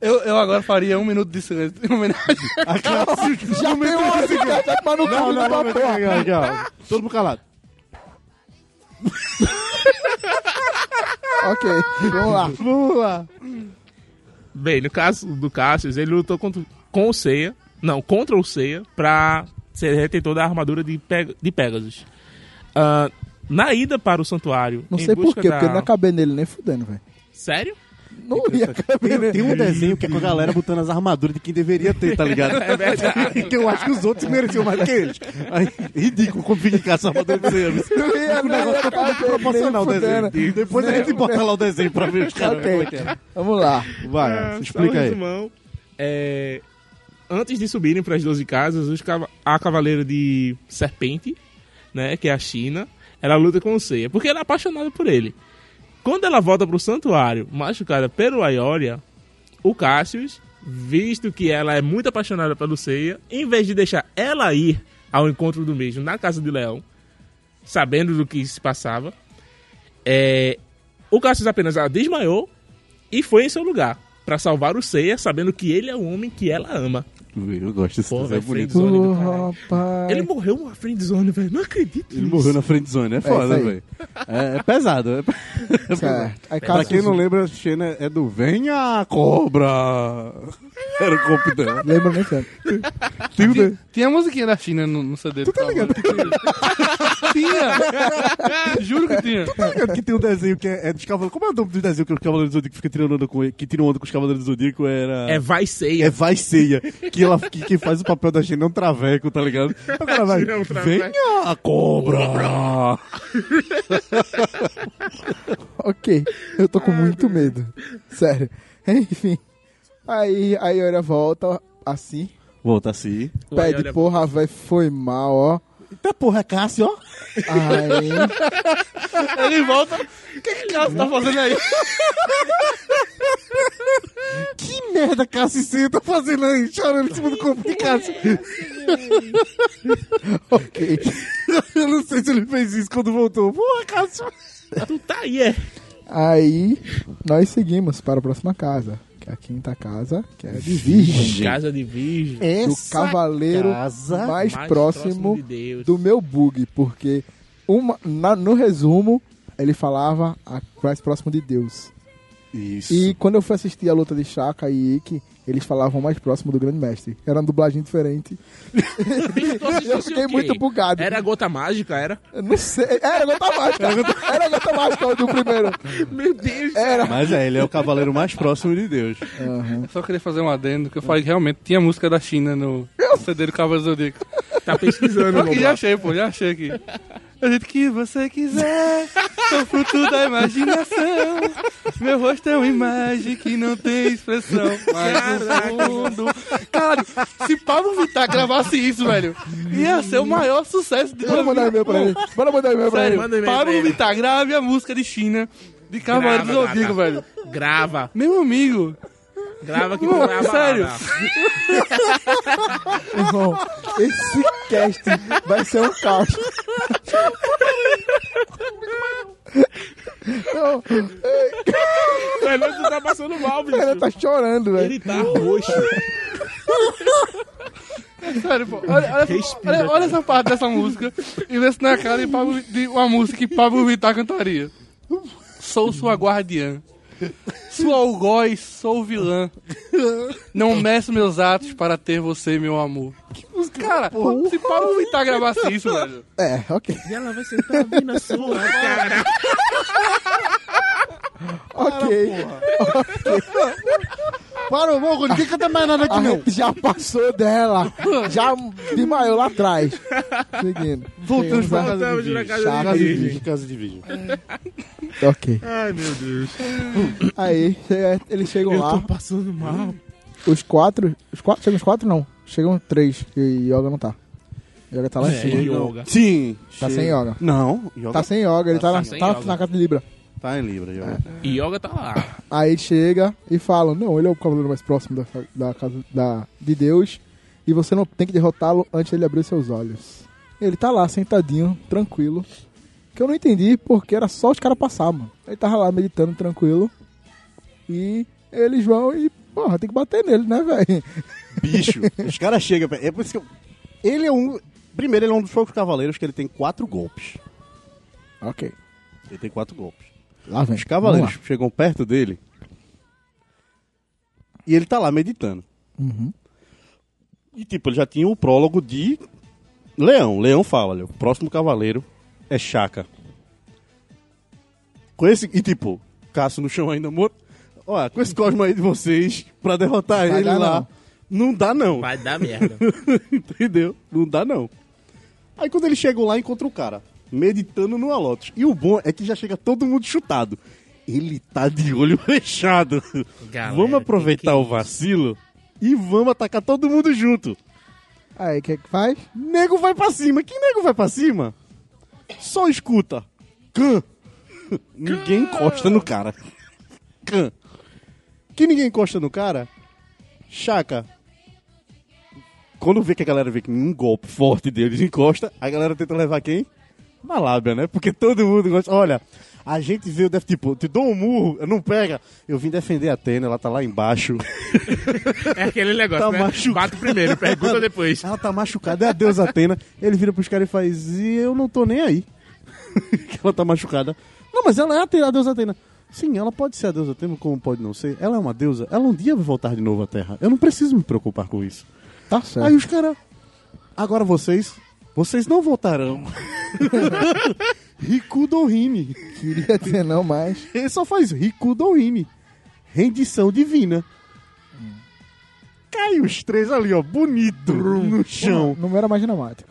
Speaker 2: Eu, eu agora faria um minuto de silêcio em homenagem.
Speaker 3: A Cássio.
Speaker 1: Já tem uma hora que tá tá no
Speaker 3: assim, Não,
Speaker 1: cu
Speaker 3: não,
Speaker 1: da
Speaker 3: não, não,
Speaker 1: porra.
Speaker 3: não, não, não. Todo mundo calado.
Speaker 1: Ok, vamos lá.
Speaker 3: Vamos lá.
Speaker 4: Bem, no caso do Cassius, ele lutou contra, com o Seiya, não, contra o Seiya, pra ser retentor da armadura de, Peg de Pegasus. Ah, na ida para o santuário,
Speaker 1: Não
Speaker 4: em
Speaker 1: sei por
Speaker 4: busca
Speaker 1: quê,
Speaker 4: da-
Speaker 1: porque eu não é acabei nele nem fudendo, velho.
Speaker 4: Sério?
Speaker 1: Não ia caber
Speaker 3: Tem,
Speaker 1: nele.
Speaker 3: tem um desenho que é com a galera botando as armaduras de quem deveria ter, tá ligado? É verdade. Então eu acho que os outros mereciam mais que eles. Aí, ridículo como fica em casa a armadura de Seiya.
Speaker 1: Não ia,
Speaker 3: O negócio tá
Speaker 1: caber
Speaker 3: todo proporcional um o
Speaker 1: nem
Speaker 3: desenho.
Speaker 1: fudendo.
Speaker 3: Depois a gente bota lá o desenho pra ver os caras. como é que é.
Speaker 1: Ok, vamos lá.
Speaker 3: Vai,
Speaker 4: Ah,
Speaker 3: se
Speaker 4: só um
Speaker 3: explica aí.
Speaker 4: resumão. É, antes de subirem para as 12 casas, os cava- a Cavaleiro de Serpente, né, que é a China, ela luta com o Seiya, porque ela é apaixonada por ele. Quando ela volta pro santuário, machucada pelo Aioria, o Cassius, visto que ela é muito apaixonada pelo Seiya, em vez de deixar ela ir ao encontro do mesmo na casa de Leão, sabendo do que se passava, é, o Cassius apenas a desmaiou e foi em seu lugar pra salvar o Seiya, sabendo que ele é o homem que ela ama.
Speaker 3: Eu gosto desse
Speaker 4: Pô,
Speaker 3: desenho, é
Speaker 4: velho,
Speaker 3: bonito.
Speaker 4: Friendzone do
Speaker 1: Ô,
Speaker 4: caralho.
Speaker 1: rapaz.
Speaker 4: Ele morreu uma friendzone, velho. Não acredito
Speaker 3: Ele
Speaker 4: nisso.
Speaker 3: morreu na frente zone, é foda,
Speaker 1: isso aí.
Speaker 3: velho. É, é pesado. É... pe- é pesado.
Speaker 1: Certo. Aí,
Speaker 3: Pra quem
Speaker 1: Cassius,
Speaker 3: não lembra, a Xena é do Venha Cobra. Era o corpo dela.
Speaker 1: lembra nem tanto.
Speaker 3: Tem o de-
Speaker 2: Tinha a musiquinha da China no, no CD. Tu tá ligado?
Speaker 4: Ah,
Speaker 2: Tinha. Juro que tinha.
Speaker 3: tá ligado que tem um desenho que é, é dos Cavaleiros. Como é o nome do desenho que os Cavaleiros do Zodíaco fica tirando onda com ele? Que tiram onda com os Cavaleiros do Zodíaco era.
Speaker 4: É vai Seiya.
Speaker 3: É vai ceia. Que, ela, que quem faz o papel da Xena é um traveco, tá ligado? Agora vai.
Speaker 4: Xena é um traveco.
Speaker 3: Venha Cobra.
Speaker 1: Ok, eu tô com muito medo. Sério. Enfim. Aí a Yora volta assim,
Speaker 3: Volta assim.
Speaker 4: O
Speaker 1: pede,
Speaker 4: Aioria-
Speaker 1: porra, velho, foi mal, ó.
Speaker 3: Eita porra, Cássio, ó.
Speaker 1: Aí,
Speaker 2: Ele volta. O que que Cássio tá fazendo aí?
Speaker 3: Que merda, Cássio, você tá fazendo aí? Chorando em cima do corpo de Cássio.
Speaker 1: ok.
Speaker 3: Eu não sei se ele fez isso quando voltou. Porra, Cássio.
Speaker 4: Tu tá aí, é.
Speaker 1: Aí nós seguimos para a próxima casa, que é a quinta casa, que é a de Virgem.
Speaker 4: Casa de virgem.
Speaker 1: do cavaleiro
Speaker 3: casa
Speaker 1: É mais,
Speaker 4: mais
Speaker 1: próximo,
Speaker 4: de Deus.
Speaker 1: do meu bug, porque uma, na- no resumo ele falava a- mais próximo de Deus.
Speaker 3: Isso.
Speaker 1: E quando eu fui assistir a luta de Shaka e Ikki, eles falavam mais próximo do Grande Mestre. Era uma dublagem diferente.
Speaker 4: Tu assistiu
Speaker 1: eu fiquei
Speaker 4: o quê?
Speaker 1: muito bugado.
Speaker 4: Era a gota mágica, era?
Speaker 1: Eu Não sei. É, Era a Gota Mágica. Era a Gota Mágica o do primeiro.
Speaker 4: Meu Deus.
Speaker 1: Era.
Speaker 3: Mas é, ele é o cavaleiro mais próximo de Deus.
Speaker 1: Aham.
Speaker 2: Eu só queria fazer um adendo, que eu falei que realmente tinha música da China no no CD do Cavaleiro do Zodíaco.
Speaker 1: É.
Speaker 4: Tá pesquisando,
Speaker 2: Aqui,
Speaker 4: Lombardo.
Speaker 2: já achei, pô, já achei aqui. Eu jeito que você quiser, sou fruto da imaginação. Meu rosto é uma imagem que não tem expressão. Mas o mundo. Caralho, se Pablo Vittar gravasse isso, velho, ia ser o maior sucesso de
Speaker 1: Bora mandar um e-mail pra ele. Bora mandar um e-mail pra
Speaker 2: Sério,
Speaker 1: ele.
Speaker 4: Manda um e-mail pra
Speaker 2: Pablo
Speaker 4: ele.
Speaker 2: Vittar, grave a música de China de Cavaleiro do
Speaker 4: Grava,
Speaker 2: Zodíaco,
Speaker 4: grava.
Speaker 2: velho.
Speaker 4: Grava.
Speaker 2: Meu amigo,
Speaker 4: Grava que tu
Speaker 2: Não,
Speaker 4: grava. lá,
Speaker 2: sério.
Speaker 4: lá.
Speaker 1: Irmão, esse cast vai ser um caos. Não,
Speaker 4: O Fernando tá passando mal, bicho.
Speaker 1: ele tá chorando, velho.
Speaker 4: Ele tá roxo.
Speaker 2: Sério, pô, olha, olha,
Speaker 4: Respira,
Speaker 2: olha- olha essa parte dessa música e vê se não é a cara de, Pablo, de uma música que Pablo Vittar cantaria. Sou sua guardiã. Sua algoz, sou vilã. Não meço meus atos para ter você, meu amor. Cara, se Paulo Vittar gravasse isso, velho.
Speaker 1: É, ok.
Speaker 4: E ela vai sentar bem na sua, cara.
Speaker 1: ok.
Speaker 6: Para, ô, Morro, ninguém canta mais nada
Speaker 3: Ah,
Speaker 6: aqui,
Speaker 1: A
Speaker 6: não.
Speaker 1: gente já passou dela. Já desmaiou lá atrás. Seguindo.
Speaker 6: Voltamos pra casa
Speaker 4: Voltamos
Speaker 6: de
Speaker 4: na
Speaker 6: vídeo.
Speaker 4: casa da
Speaker 1: Chato.
Speaker 6: Casa de
Speaker 4: Virgem.
Speaker 6: vídeo, casa de vídeo.
Speaker 1: Ok.
Speaker 4: Ai, meu Deus.
Speaker 1: Aí chega- eles chegam
Speaker 4: Eu
Speaker 1: lá,
Speaker 4: tô passando mal.
Speaker 1: os quatro. Os quatro? Chegam os quatro? Não. Chegam três. E Yoga não tá. Yoga tá lá em
Speaker 4: É,
Speaker 1: cima.
Speaker 4: yoga.
Speaker 3: Sim.
Speaker 1: Tá
Speaker 3: chega.
Speaker 1: sem yoga.
Speaker 3: Não, yoga
Speaker 1: Tá
Speaker 3: tá,
Speaker 1: sem yoga, ele tá,
Speaker 4: Tá
Speaker 1: na-
Speaker 4: sem
Speaker 1: tá
Speaker 4: yoga.
Speaker 1: na casa de Libra.
Speaker 3: em Libra, yoga.
Speaker 4: E Yoga tá lá.
Speaker 1: Aí chega e fala: Não, ele é o cavaleiro mais próximo da, da casa da, de Deus. E você não tem que derrotá-lo antes dele abrir seus olhos. Ele tá lá, sentadinho, tranquilo. Que eu não entendi porque era só os caras passar, mano. Ele tava lá meditando tranquilo. E eles vão e, porra, tem que bater nele, né, velho?
Speaker 3: Bicho, os caras chegam. pra- É por isso que eu... Ele é um. Primeiro, ele é um dos poucos cavaleiros que ele tem quatro golpes.
Speaker 1: Ok.
Speaker 3: Ele tem quatro golpes.
Speaker 1: Lá vem.
Speaker 3: Os cavaleiros chegam perto dele. E ele tá lá meditando.
Speaker 1: Uhum.
Speaker 3: E tipo, ele já tinha o prólogo de Leão. Leão fala, olha, o próximo cavaleiro é Chaka. Com esse. E tipo, Cássio no chão ainda morto. Olha, com esse Cosmo aí de vocês, pra derrotar
Speaker 1: Vai
Speaker 3: ele
Speaker 1: dar
Speaker 3: lá. Não dá não.
Speaker 4: Vai dar merda.
Speaker 3: Entendeu? Não dá não. Aí quando ele chegou lá, encontra o cara, meditando no Lotus. E o bom é que já chega todo mundo chutado. Ele tá de olho fechado.
Speaker 4: Galera,
Speaker 3: vamos aproveitar
Speaker 4: que que é
Speaker 3: o vacilo e vamos atacar todo mundo junto.
Speaker 1: Aí, o que é que faz?
Speaker 3: Nego vai pra cima. Que nego vai pra cima? Só escuta. Can. Ninguém encosta no cara. Can. Que ninguém encosta no cara? Chaca. Quando vê que a galera vê que um golpe forte deles encosta, a galera tenta levar quem? Malábia, né? Porque todo mundo gosta. Olha, a gente veio, deve, tipo, te dou um murro, não pega. Eu vim defender a Atena, ela tá lá embaixo.
Speaker 4: É aquele negócio,
Speaker 3: Tá
Speaker 4: né?
Speaker 3: machucado.
Speaker 4: Bato primeiro, pergunta depois.
Speaker 3: Ela tá machucada, é a deusa Atena. Ele vira pros caras e faz, e eu não tô nem aí. que ela tá machucada. Não, mas ela é a, Atena, a deusa Atena. Sim, ela pode ser a deusa Atena, como pode não ser. Ela é uma deusa, ela um dia vai voltar de novo à Terra. Eu não preciso me preocupar com isso.
Speaker 1: Tá certo.
Speaker 3: Aí os caras, agora vocês, vocês não voltarão. Riku Dohine.
Speaker 1: Queria dizer não, mas.
Speaker 3: Ele só faz Riku Dohine. Rendição divina. Cai os três ali, ó, bonito, no chão.
Speaker 1: Não era mais dramático.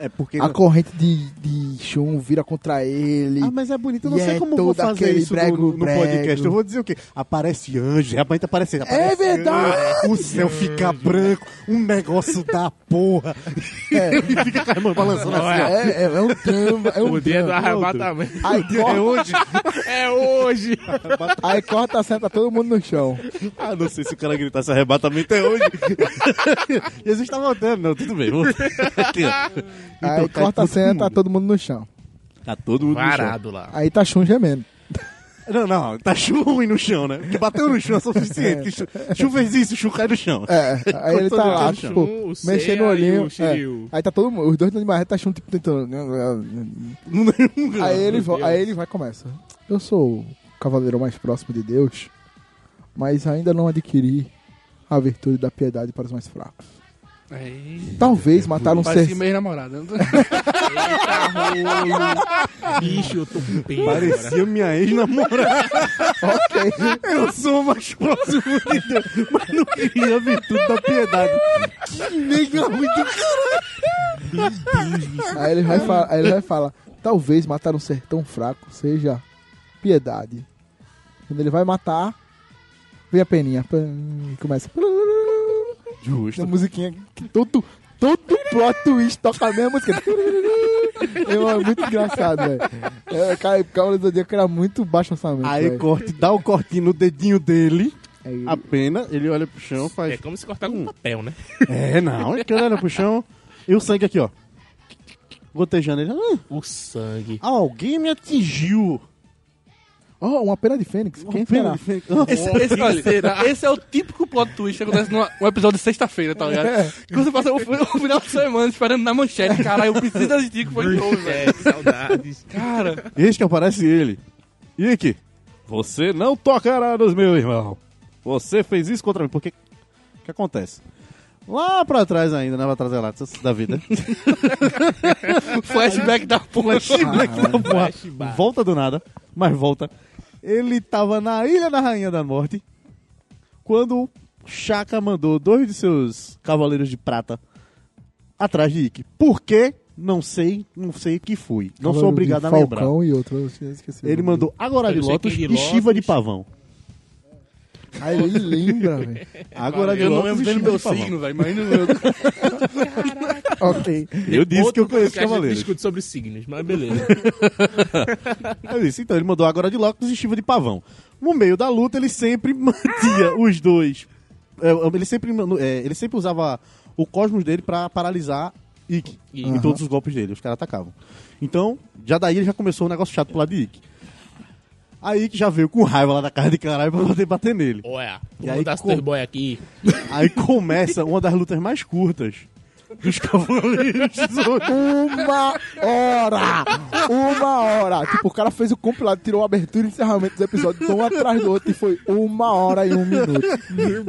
Speaker 3: É porque.
Speaker 1: A corrente de, de Shun vira contra ele.
Speaker 3: Ah, mas é bonito. Eu não
Speaker 1: E
Speaker 3: sei
Speaker 1: é
Speaker 3: como eu vou
Speaker 1: todo
Speaker 3: fazer
Speaker 1: aquele
Speaker 3: isso no-
Speaker 1: brego,
Speaker 3: no, no
Speaker 1: brego. É
Speaker 3: podcast. Eu vou dizer o quê? Aparece anjo, realmente aparece. aparece
Speaker 1: verdade!
Speaker 3: anjo, o céu fica branco, um negócio da porra. e fica com a irmã balançando assim, ó.
Speaker 1: É, é, é um drama. É um
Speaker 4: O dia do
Speaker 1: drama.
Speaker 4: arrebatamento.
Speaker 1: Aí,
Speaker 3: É
Speaker 1: corta,
Speaker 3: hoje?
Speaker 4: É hoje.
Speaker 1: aí corta, senta todo mundo no chão.
Speaker 3: Ah, não sei se o cara gritar esse arrebatamento é hoje. Jesus tá voltando. Não, tudo bem. vamos- Aqui, ó.
Speaker 1: Aí
Speaker 3: cai
Speaker 1: corta,
Speaker 3: Então, tá todo
Speaker 1: senta
Speaker 3: mundo.
Speaker 1: todo mundo no chão.
Speaker 3: Tá todo mundo no chão.
Speaker 4: Parado lá.
Speaker 1: Aí tá Shun gemendo.
Speaker 3: Não, não. Tá Chu ruim no chão, né? Porque bateu no chão é suficiente. que Chu, Chu fez isso, Chu cai no chão.
Speaker 1: É, aí ele tá lá,
Speaker 4: mundo no
Speaker 1: tipo,
Speaker 4: chão, o Seiya
Speaker 1: mexendo o
Speaker 4: e
Speaker 1: olhinho.
Speaker 4: o Shiryu.
Speaker 1: é. Aí tá todo mundo, os dois estão de marreta, tá Shun tipo tentando. né. Aí ele, vo- aí ele vai e começa. Eu sou o cavaleiro mais próximo de Deus, mas ainda não adquiri a virtude da piedade para os mais fracos.
Speaker 2: Aí,
Speaker 1: Talvez matar um ser.
Speaker 2: parecia minha namorada.
Speaker 4: Bicho, eu tô com pena.
Speaker 3: Parecia minha ex-namorada.
Speaker 1: Ok.
Speaker 3: Eu sou o mais próximo de Deus, mas não queria a virtude da piedade. Que é nega ruim do
Speaker 1: Aí ele vai falar, aí ele vai falar, talvez matar um ser tão fraco seja piedade. Quando ele vai matar, vem a peninha, pam, e começa
Speaker 3: Justo.
Speaker 1: uma musiquinha que todo todo plot twist toca a mesma música. Eu, é muito engraçado, velho. É, cara, o Cavaleiro do Zodíaco era muito baixo orçamento.
Speaker 3: Aí
Speaker 1: velho.
Speaker 3: corte, dá o cortinho no dedinho dele,
Speaker 1: Aí,
Speaker 3: a pena, ele olha pro chão,
Speaker 4: É
Speaker 3: faz.
Speaker 4: como se cortar com papel, né?
Speaker 3: É, não, é que ele olha pro chão, e o sangue aqui, ó. Gotejando ele. "Ah,
Speaker 4: O sangue.
Speaker 3: alguém me atingiu.
Speaker 1: ó, Oh, uma pena de Fênix. Quem será?
Speaker 2: Esse, esse, olha, esse é o típico plot twist que acontece numa- num episódio de sexta-feira, tá ligado? Que você passa o, o final de semana esperando na manchete, caralho, eu preciso assistir que foi de novo, velho.
Speaker 4: É, que saudades.
Speaker 2: Cara,
Speaker 3: Eis que aparece ele. E aqui? Você não tocará nos meu irmão. Você fez isso contra mim. Porque o que acontece? Lá pra trás ainda, né? Pra trás é lá, da vida.
Speaker 2: Flashback da porra.
Speaker 3: Então, porra, volta do nada, mas volta. Ele tava na Ilha da Rainha da Norte quando o Chaka mandou dois de seus cavaleiros de prata atrás de Ikki. Por quê? Não sei, não sei o que fui. Não sou
Speaker 1: Cavaleiro
Speaker 3: obrigado
Speaker 1: de
Speaker 3: a
Speaker 1: Falcão
Speaker 3: lembrar.
Speaker 1: e outro, eu esqueci. o
Speaker 3: Ele
Speaker 1: nome
Speaker 3: mandou Agora de
Speaker 4: Eu sei
Speaker 3: Lotus
Speaker 4: que é de
Speaker 3: e Shiva de
Speaker 4: Lotus.
Speaker 3: Pavão.
Speaker 1: dele. Aí ele lembra, velho.
Speaker 3: É, Agora de
Speaker 2: Eu não
Speaker 3: Lotus
Speaker 2: lembro
Speaker 3: e
Speaker 2: nem do
Speaker 3: Shiva
Speaker 2: meu
Speaker 3: de Pavão.
Speaker 2: signo, velho. Imagina o meu.
Speaker 1: Ok.
Speaker 3: Eu disse que é eu conheço
Speaker 4: a gente
Speaker 3: cavaleiros.
Speaker 4: discute sobre signos, mas beleza.
Speaker 3: Eu disse, então ele mandou agora de Locus e Shiva de Pavão. No meio da luta, ele sempre mantinha os dois. É, Ele sempre, manu- é, ele sempre usava o cosmos dele pra paralisar Ikki
Speaker 4: Ikki.
Speaker 3: em todos os golpes dele. Os caras atacavam. Então, já daí ele já começou um negócio chato pro lado de Ikki. Aí Ikki já veio com raiva lá da cara de caralho pra poder bater nele.
Speaker 4: Olha,
Speaker 3: E
Speaker 4: vou
Speaker 3: aí,
Speaker 4: mandar esse
Speaker 3: como?
Speaker 4: teu boy aqui.
Speaker 3: Aí começa uma das lutas mais curtas dos Cavaleiros do Zodíaco.
Speaker 1: Uma hora! Uma hora! Tipo, o cara fez o compilado, tirou a abertura e encerramento dos episódios, um atrás do outro, e foi uma hora e um minuto.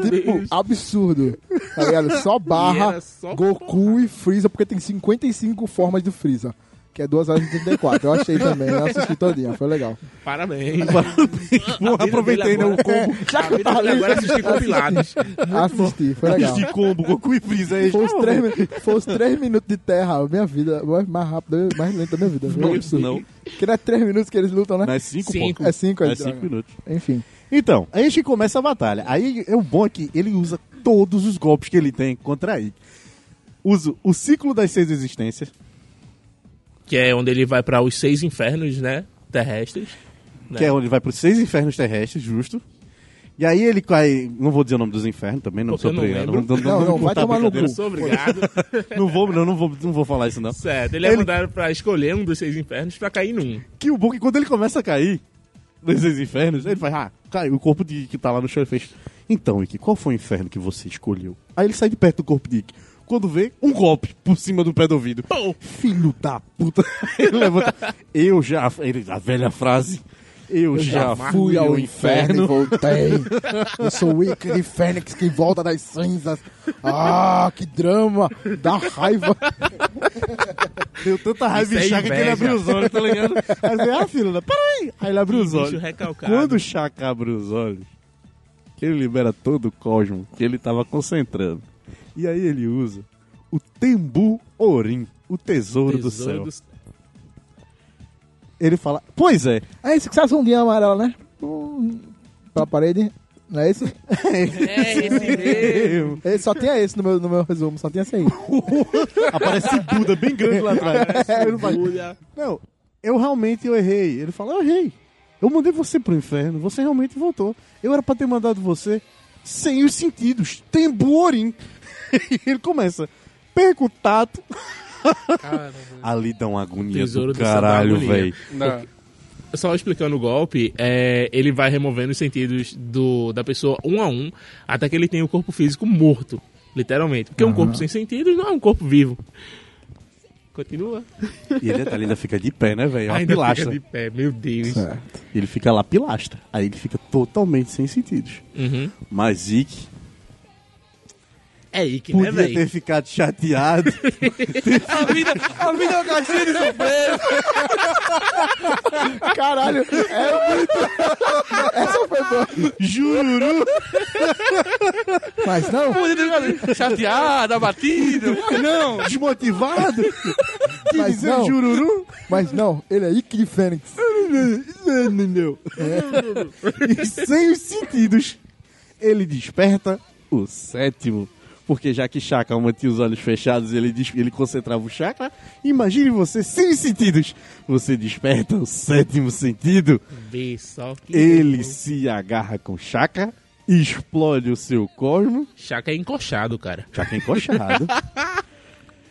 Speaker 1: tipo, absurdo. Tá ligado? Só
Speaker 4: E
Speaker 1: barra,
Speaker 4: era só
Speaker 1: Goku e Freeza, porque tem 55 formas do Freeza. Que é 2 horas e 34. Eu achei também, eu assisti todinha, foi legal.
Speaker 4: Parabéns.
Speaker 1: é
Speaker 3: Bom, Aproveitei, né? O combo,
Speaker 1: Já que eu tava ali,
Speaker 4: Agora é assistir compilados.
Speaker 1: assisti, foi legal.
Speaker 3: de combo, Goku e Freeza. é
Speaker 1: Foi os,
Speaker 3: extra-
Speaker 1: três, mi- foi os três minutos de terra, minha vida, mais, mais rápida, mais lenta da minha vida. Foi um
Speaker 3: Não,
Speaker 1: absurdo.
Speaker 3: não.
Speaker 1: Que não é três minutos que eles lutam, né?
Speaker 3: Não, é cinco, pô.
Speaker 4: Cinco.
Speaker 1: É cinco, é
Speaker 3: É cinco minutos.
Speaker 1: Enfim.
Speaker 3: Então, aí a gente começa a batalha. Aí é o bom é que ele usa todos os golpes que ele tem contra a Ikki. Usa o ciclo das seis existências.
Speaker 4: Que é onde ele vai pra os seis infernos, né? Terrestres.
Speaker 3: Que é onde vai para os seis infernos terrestres, justo. E aí ele cai. Não vou dizer o nome dos infernos também, não
Speaker 4: Porque
Speaker 3: sou
Speaker 4: eu não
Speaker 3: treinado.
Speaker 1: Não,
Speaker 4: lembro.
Speaker 1: não,
Speaker 3: vou
Speaker 1: vai
Speaker 3: contar
Speaker 1: tomar no
Speaker 4: Eu
Speaker 3: brincadeira.
Speaker 4: sou obrigado.
Speaker 3: Não vou, não, não vou, não vou falar isso, não.
Speaker 4: certo. Ele é
Speaker 3: Ele-
Speaker 4: mandado pra escolher um dos seis infernos pra cair num.
Speaker 3: Que o bom é que quando ele começa a cair nos seis infernos, ele faz, ah, caiu. O corpo de que tá lá no chão ele fez. Então, Ikki, qual foi o inferno que você escolheu? Aí ele sai de perto do corpo de Ikki. Quando vê, um golpe por cima do pé do ouvido.
Speaker 4: Pô,
Speaker 3: Filho da puta. Ele levanta. Eu já. Ele, a velha frase. Eu, já, fui ao inferno.
Speaker 1: e voltei. Eu sou o Icaro Fênix que volta das cinzas. Ah, que drama. Dá raiva.
Speaker 3: Deu tanta raiva
Speaker 4: Isso
Speaker 3: em
Speaker 4: é
Speaker 3: Chaka que ele
Speaker 4: inveja.
Speaker 3: abriu os olhos, tá ligado? Aí ele, ah, filho, da- peraí. Aí ele abriu os
Speaker 4: bicho
Speaker 3: olhos.
Speaker 4: recalcado.
Speaker 3: Quando o Chaka abre os olhos, que ele libera todo o cosmo que ele tava concentrando. E aí ele usa o Tembu Orim, o tesouro, do céu.
Speaker 4: do céu.
Speaker 3: Ele fala, pois é,
Speaker 1: É esse que sai a sondinha amarela, né? Hum, Pra parede. Não é esse?
Speaker 4: É esse mesmo.
Speaker 1: Ele só tinha esse no meu, no meu resumo, só tinha esse aí.
Speaker 3: aparece Buda bem grande lá atrás. Ele faz,
Speaker 4: Olha,
Speaker 3: Não, eu realmente eu errei. Ele fala, eu errei. Eu mandei você pro inferno, você realmente voltou. Eu era pra ter mandado você sem os sentidos. Tem buorim. E ele começa, perca o tato.
Speaker 2: Cara,
Speaker 3: Ali dá uma agonia
Speaker 4: Tesouro
Speaker 3: do
Speaker 4: do céu, dá
Speaker 3: caralho,
Speaker 4: agonia.
Speaker 3: velho.
Speaker 2: não.
Speaker 4: Só explicando o golpe, é, ele vai removendo os sentidos do, da pessoa um a um, até que ele tem o corpo físico morto, literalmente. Porque um corpo sem sentidos não é um corpo vivo. Continua.
Speaker 3: E ele, ele ainda fica de pé, né, velho? É uma
Speaker 4: Ainda
Speaker 3: pilastra. É.
Speaker 4: fica de pé, meu Deus.
Speaker 3: Ele fica lá pilastra. Aí ele fica totalmente sem sentidos.
Speaker 4: Uhum.
Speaker 3: Mas Ike
Speaker 4: É Ike, né,
Speaker 3: podia ter
Speaker 4: velho?
Speaker 3: ficado chateado.
Speaker 2: A vida, a vida é uma caixinha de surpresa.
Speaker 1: Caralho, é muito. Essa foi boa.
Speaker 3: Jururu.
Speaker 1: Mas não,
Speaker 2: Podia ter ficado tá chateado, abatido. Não.
Speaker 3: Desmotivado. Que
Speaker 1: Mas
Speaker 3: dizer
Speaker 1: não.
Speaker 3: jururu.
Speaker 1: mas não, ele é Icaro Fênix.
Speaker 3: Entendeu? E sem os sentidos, ele desperta o sétimo. Porque já que Chakra mantinha os olhos fechados, ele, des- ele concentrava o chakra. Imagine você sem os sentidos. Você desperta o sétimo sentido.
Speaker 4: Vê só que
Speaker 3: Ele
Speaker 4: louco.
Speaker 3: se agarra com chakra, explode o seu cosmo.
Speaker 4: Chaka é encoxado, cara.
Speaker 3: Chakra encoxado.